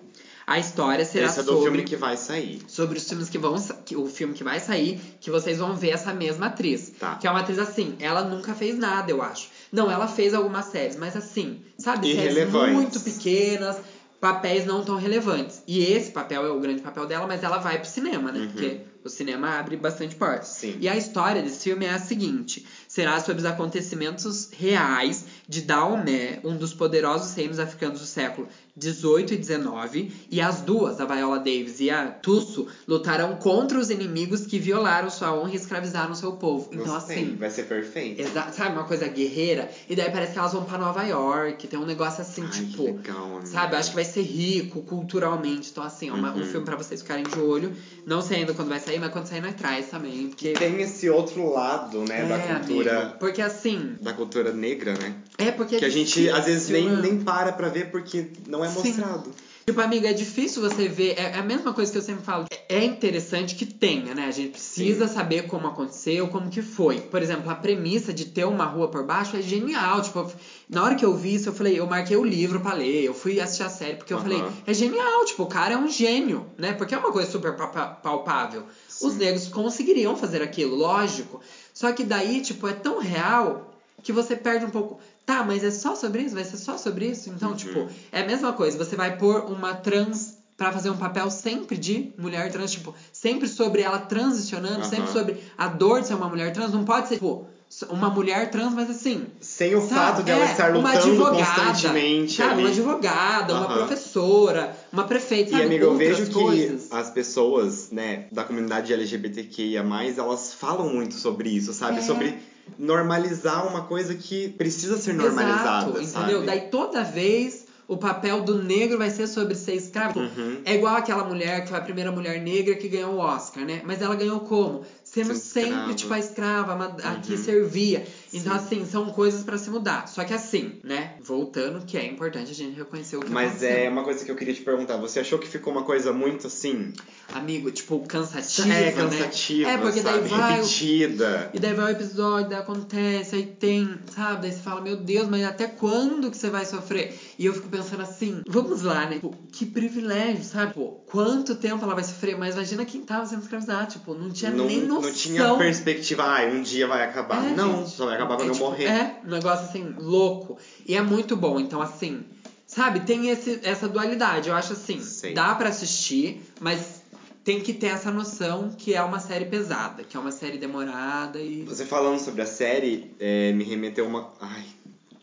[SPEAKER 1] A história será
[SPEAKER 2] Esse é do
[SPEAKER 1] sobre
[SPEAKER 2] filme que vai sair.
[SPEAKER 1] sobre os filmes que vão sa- que, o filme que vai sair, que vocês vão ver essa mesma atriz.
[SPEAKER 2] Tá.
[SPEAKER 1] Que é uma atriz assim, ela nunca fez nada, eu acho. Não, ela fez algumas séries, mas assim, sabe, séries
[SPEAKER 2] Irrelevantes.
[SPEAKER 1] muito pequenas, papéis não tão relevantes. E esse papel é o grande papel dela, mas ela vai pro cinema, né? Porque o cinema abre bastante portas.
[SPEAKER 2] Uhum. Sim.
[SPEAKER 1] E a história desse filme é a seguinte: será sobre os acontecimentos reais de Daomé, um dos poderosos reinos africanos do século 18 e 19, e as duas, a Viola Davis e a Tusso, lutarão contra os inimigos que violaram sua honra e escravizaram seu povo. Então,
[SPEAKER 2] Gostei,
[SPEAKER 1] assim.
[SPEAKER 2] vai ser perfeito.
[SPEAKER 1] exa- sabe, uma coisa guerreira? E daí parece que elas vão pra Nova York, tem um negócio assim,
[SPEAKER 2] Ai,
[SPEAKER 1] tipo.
[SPEAKER 2] que legal, amiga.
[SPEAKER 1] Sabe, eu acho que vai ser rico culturalmente. Então, assim, é uma- um
[SPEAKER 2] Uhum.
[SPEAKER 1] filme pra vocês ficarem de olho. Não sei ainda quando vai sair, mas quando sair, nós traz também. Porque
[SPEAKER 2] Tem esse outro lado, né, da cultura...
[SPEAKER 1] É, amigo, porque assim.
[SPEAKER 2] Da cultura negra, né?
[SPEAKER 1] É porque. é
[SPEAKER 2] Que a gente
[SPEAKER 1] difícil,
[SPEAKER 2] às vezes nem,
[SPEAKER 1] né?
[SPEAKER 2] nem para pra ver porque não é
[SPEAKER 1] Sim.
[SPEAKER 2] mostrado.
[SPEAKER 1] Tipo, amigo, é difícil você ver. É, é a mesma coisa que eu sempre falo. É- É interessante que tenha, né? A gente precisa saber como aconteceu, como que foi. Por exemplo, a premissa de ter uma rua por baixo é genial. Tipo, eu f- na hora que eu vi isso, eu falei, eu marquei o livro pra ler, eu fui assistir a série, porque eu
[SPEAKER 2] Aham.
[SPEAKER 1] falei, é genial, tipo, o cara é um gênio, né? Porque é uma coisa super palpa- palpável. Os negros conseguiriam fazer aquilo, lógico. Só que daí, tipo, é tão real que você perde um pouco. Tá, mas é só sobre isso? Vai ser só sobre isso?
[SPEAKER 2] Uhum.
[SPEAKER 1] Então, tipo, é a mesma coisa. Você vai pôr uma trans pra fazer um papel sempre de mulher trans, tipo, sempre sobre ela transicionando,
[SPEAKER 2] Aham.
[SPEAKER 1] sempre sobre a dor de ser uma mulher trans. Não pode ser, tipo, uma mulher trans, mas assim,
[SPEAKER 2] Sem o
[SPEAKER 1] Sabe?
[SPEAKER 2] fato dela
[SPEAKER 1] É,
[SPEAKER 2] estar
[SPEAKER 1] uma
[SPEAKER 2] lutando
[SPEAKER 1] advogada,
[SPEAKER 2] constantemente
[SPEAKER 1] sabe?
[SPEAKER 2] ali.
[SPEAKER 1] Uma advogada, uma
[SPEAKER 2] Aham.
[SPEAKER 1] professora, uma prefeita,
[SPEAKER 2] E,
[SPEAKER 1] sabe?
[SPEAKER 2] amiga, eu
[SPEAKER 1] Outras
[SPEAKER 2] vejo que
[SPEAKER 1] coisas.
[SPEAKER 2] as pessoas, né, da comunidade LGBTQIA+, elas falam muito sobre isso, sabe?
[SPEAKER 1] É.
[SPEAKER 2] Sobre normalizar uma coisa que precisa ser
[SPEAKER 1] Exato,
[SPEAKER 2] normalizada,
[SPEAKER 1] entendeu?
[SPEAKER 2] sabe?
[SPEAKER 1] Daí toda vez o papel do negro vai ser sobre ser escravo.
[SPEAKER 2] Uhum.
[SPEAKER 1] É igual aquela mulher que foi a primeira mulher negra que ganhou o Oscar, né? Mas ela ganhou como? Sendo
[SPEAKER 2] Sendo
[SPEAKER 1] sempre
[SPEAKER 2] escrava.
[SPEAKER 1] tipo a escrava, a ma- a que
[SPEAKER 2] Uhum.
[SPEAKER 1] servia. Então, assim, são coisas pra se mudar. Só que assim, né? Voltando, que é importante a gente reconhecer o que
[SPEAKER 2] Mas
[SPEAKER 1] aconteceu.
[SPEAKER 2] é uma coisa que eu queria te perguntar. Você achou que ficou uma coisa muito assim...
[SPEAKER 1] Amigo, tipo, cansativa,
[SPEAKER 2] é,
[SPEAKER 1] né?
[SPEAKER 2] cansativa,
[SPEAKER 1] É, porque daí
[SPEAKER 2] sabe?
[SPEAKER 1] vai o-
[SPEAKER 2] Repetida.
[SPEAKER 1] E daí vai o episódio, daí acontece, aí tem, sabe? Daí você fala, meu Deus, mas até quando que você vai sofrer? E eu fico pensando assim, vamos lá, né? Tipo, que privilégio, sabe? Pô, quanto tempo ela vai sofrer? Mas imagina quem tava sendo escravizada, tipo, não tinha
[SPEAKER 2] Não,
[SPEAKER 1] nem noção.
[SPEAKER 2] não tinha perspectiva, ah, um dia vai acabar.
[SPEAKER 1] É,
[SPEAKER 2] não,
[SPEAKER 1] gente.
[SPEAKER 2] só vai acabar quando
[SPEAKER 1] é,
[SPEAKER 2] eu
[SPEAKER 1] tipo,
[SPEAKER 2] morrer.
[SPEAKER 1] É, um negócio assim, louco. E é muito bom, então assim, sabe? Tem esse, essa dualidade, eu acho assim,
[SPEAKER 2] Sei.
[SPEAKER 1] dá pra assistir, mas... Tem que ter essa noção que é uma série pesada, que é uma série demorada e.
[SPEAKER 2] Você falando sobre a série, é, me remeteu uma. Ai.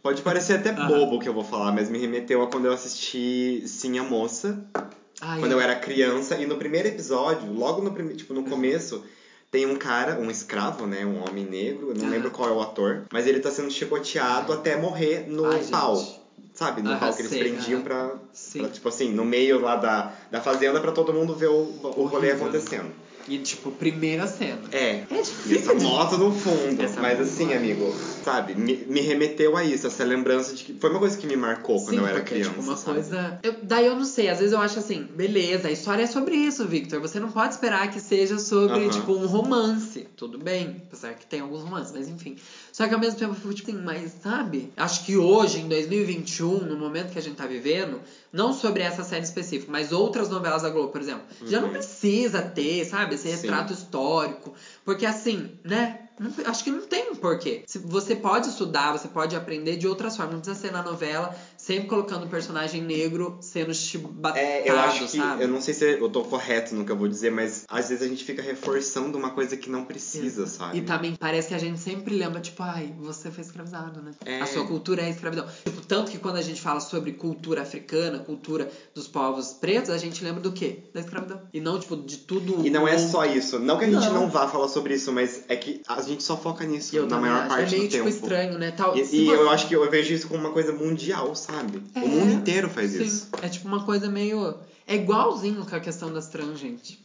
[SPEAKER 2] Pode parecer até
[SPEAKER 1] Aham.
[SPEAKER 2] bobo o que eu vou falar, mas me remeteu a quando eu assisti Sim a Moça,
[SPEAKER 1] Ai,
[SPEAKER 2] quando eu era criança. E no primeiro episódio, logo no primeiro, tipo, no
[SPEAKER 1] Uhum.
[SPEAKER 2] começo, tem um cara, um escravo, né? Um homem negro, eu não
[SPEAKER 1] Aham. Uhum.
[SPEAKER 2] lembro qual é o ator, mas ele tá sendo chicoteado até morrer no
[SPEAKER 1] Ai, gente.
[SPEAKER 2] pau. Sabe? No
[SPEAKER 1] Aham,
[SPEAKER 2] pau que eles
[SPEAKER 1] sei,
[SPEAKER 2] prendiam
[SPEAKER 1] aham.
[SPEAKER 2] pra,
[SPEAKER 1] Sim.
[SPEAKER 2] pra, tipo assim, no meio lá da, da fazenda pra todo mundo ver o, o rolê
[SPEAKER 1] Horrível.
[SPEAKER 2] acontecendo.
[SPEAKER 1] E, tipo, primeira cena.
[SPEAKER 2] É.
[SPEAKER 1] É
[SPEAKER 2] E essa
[SPEAKER 1] difícil.
[SPEAKER 2] moto no fundo.
[SPEAKER 1] Essa
[SPEAKER 2] Mas
[SPEAKER 1] moto.
[SPEAKER 2] assim, amigo, sabe, me, me remeteu a isso, essa lembrança de que. Foi uma coisa que me marcou quando
[SPEAKER 1] Sim,
[SPEAKER 2] eu era
[SPEAKER 1] porque,
[SPEAKER 2] criança.
[SPEAKER 1] tipo, uma
[SPEAKER 2] sabe?
[SPEAKER 1] coisa... Eu- daí eu não sei, às vezes eu acho assim, beleza, a história é sobre isso, Victor. Você não pode esperar que seja sobre,
[SPEAKER 2] Aham.
[SPEAKER 1] tipo, um romance. Tudo bem, apesar que tem alguns romances, mas enfim. Só que ao mesmo tempo eu fico, tipo, assim, mas sabe? Acho que hoje, em 2021, no momento que a gente tá vivendo, não sobre essa série específica, mas outras novelas da Globo, por exemplo, já não
[SPEAKER 2] Uhum.
[SPEAKER 1] precisa ter, sabe, esse
[SPEAKER 2] Sim.
[SPEAKER 1] retrato histórico. Porque assim, né? Não- acho que não tem um porquê. Se- Você pode estudar, você pode aprender de outras formas. Não precisa ser na novela, sempre colocando o personagem negro sendo chibatado,
[SPEAKER 2] É, eu acho que.
[SPEAKER 1] sabe?
[SPEAKER 2] Eu não sei se eu tô correto no que eu vou dizer, mas às vezes a gente fica reforçando uma coisa que não precisa, sabe?
[SPEAKER 1] E tá também parece que a gente sempre lembra, tipo, ai, você foi escravizado, né?
[SPEAKER 2] É.
[SPEAKER 1] A sua cultura é escravidão. Tipo, tanto que quando a gente fala sobre cultura africana, cultura dos povos pretos, a gente lembra do quê? Da escravidão. E não, tipo, de tudo.
[SPEAKER 2] E não é
[SPEAKER 1] outro.
[SPEAKER 2] só isso. Não que a gente não,
[SPEAKER 1] Não.
[SPEAKER 2] vá falar sobre isso, mas é que a gente só foca nisso
[SPEAKER 1] Eu
[SPEAKER 2] na
[SPEAKER 1] também
[SPEAKER 2] maior
[SPEAKER 1] acho.
[SPEAKER 2] parte
[SPEAKER 1] É meio,
[SPEAKER 2] do
[SPEAKER 1] tipo,
[SPEAKER 2] tempo.
[SPEAKER 1] estranho, né? Tal.
[SPEAKER 2] E,
[SPEAKER 1] Se
[SPEAKER 2] e eu
[SPEAKER 1] você-
[SPEAKER 2] acho que eu vejo isso como uma coisa mundial, sabe?
[SPEAKER 1] É.
[SPEAKER 2] O mundo inteiro faz
[SPEAKER 1] Sim,
[SPEAKER 2] isso.
[SPEAKER 1] é tipo uma coisa meio. É igualzinho com a questão das trans, gente.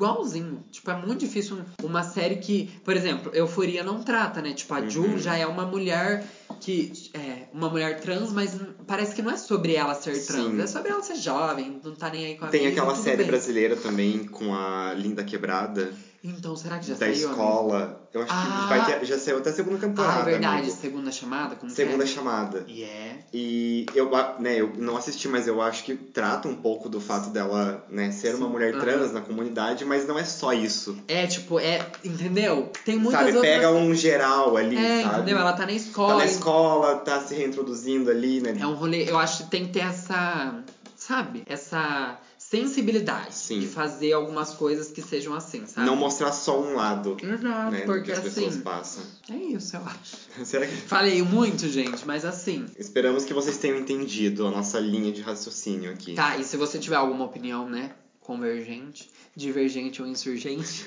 [SPEAKER 1] Igualzinho. Tipo, é muito difícil um- uma série que, por exemplo, Euforia não trata, né? Tipo, a
[SPEAKER 2] Uhum.
[SPEAKER 1] Ju já é uma mulher que. É, uma mulher trans, mas n- parece que não é sobre ela ser trans.
[SPEAKER 2] Sim.
[SPEAKER 1] É sobre ela ser jovem, não tá nem aí com a
[SPEAKER 2] Tem
[SPEAKER 1] vida,
[SPEAKER 2] aquela
[SPEAKER 1] tudo
[SPEAKER 2] série
[SPEAKER 1] bem.
[SPEAKER 2] brasileira também com a Linda Quebrada
[SPEAKER 1] Então, será que já
[SPEAKER 2] da
[SPEAKER 1] saiu? amigo?
[SPEAKER 2] escola. Eu acho
[SPEAKER 1] Ah!
[SPEAKER 2] que vai ter- já saiu até a segunda temporada.
[SPEAKER 1] Ah, é verdade.
[SPEAKER 2] amigo.
[SPEAKER 1] Segunda chamada? Como
[SPEAKER 2] Segunda
[SPEAKER 1] que
[SPEAKER 2] chamada.
[SPEAKER 1] é? E é.
[SPEAKER 2] E eu, a- né, eu não assisti, mas eu acho que trata um pouco do fato dela né, ser uma mulher
[SPEAKER 1] aham.
[SPEAKER 2] trans na comunidade, mas não é só isso.
[SPEAKER 1] É, tipo, é. Entendeu? Tem muitas
[SPEAKER 2] sabe?
[SPEAKER 1] outras.
[SPEAKER 2] Pega um geral ali,
[SPEAKER 1] É,
[SPEAKER 2] sabe?
[SPEAKER 1] entendeu? Ela tá na
[SPEAKER 2] Tá
[SPEAKER 1] escola.
[SPEAKER 2] na escola, tá se reintroduzindo ali, né?
[SPEAKER 1] É um rolê. Eu acho que tem que ter essa. Sabe? Essa sensibilidade
[SPEAKER 2] Sim.
[SPEAKER 1] de fazer algumas coisas que sejam assim, sabe?
[SPEAKER 2] Não mostrar só um lado
[SPEAKER 1] Exato,
[SPEAKER 2] né, do que
[SPEAKER 1] porque
[SPEAKER 2] as pessoas
[SPEAKER 1] assim.
[SPEAKER 2] passam.
[SPEAKER 1] É isso, eu acho.
[SPEAKER 2] Será que...
[SPEAKER 1] Falei muito, gente, mas assim.
[SPEAKER 2] Esperamos que vocês tenham entendido a nossa linha de raciocínio aqui.
[SPEAKER 1] Tá, e se você tiver alguma opinião, né? Convergente, divergente ou insurgente,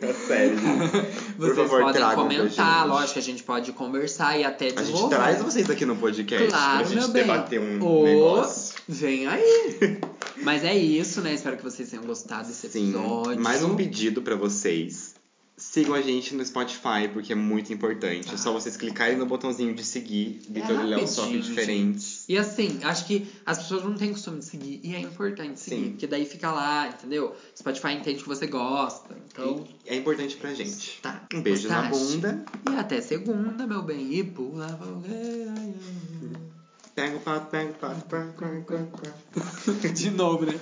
[SPEAKER 2] Tá Sério.
[SPEAKER 1] vocês
[SPEAKER 2] favor,
[SPEAKER 1] podem
[SPEAKER 2] tragam pra
[SPEAKER 1] comentar.
[SPEAKER 2] gente.
[SPEAKER 1] Lógico, a gente pode conversar e até
[SPEAKER 2] A gente
[SPEAKER 1] desenvolver.
[SPEAKER 2] traz vocês aqui no podcast
[SPEAKER 1] Claro,
[SPEAKER 2] pra gente
[SPEAKER 1] meu bem.
[SPEAKER 2] debater um
[SPEAKER 1] Ô,
[SPEAKER 2] negócio.
[SPEAKER 1] Vem aí! Mas é isso, né? Espero que vocês tenham gostado desse
[SPEAKER 2] Sim,
[SPEAKER 1] episódio.
[SPEAKER 2] mais um pedido pra vocês. Sigam a gente no Spotify, porque é muito importante. É só vocês clicarem no botãozinho de seguir Vitor e Léo
[SPEAKER 1] Ah. É rapidinho,
[SPEAKER 2] Sofre Diferentes.
[SPEAKER 1] E assim, acho que as pessoas não têm costume de seguir, e é importante seguir,
[SPEAKER 2] Sim.
[SPEAKER 1] porque daí fica lá, entendeu? Spotify entende que você gosta, então.
[SPEAKER 2] É importante pra gente.
[SPEAKER 1] Tá.
[SPEAKER 2] Um beijo na
[SPEAKER 1] Gostaste?
[SPEAKER 2] bunda.
[SPEAKER 1] E até segunda, meu bem, e pula um a fogueira.
[SPEAKER 2] Pega o pato, pega o pato. pá, pá, pá, pá.
[SPEAKER 1] De novo, né?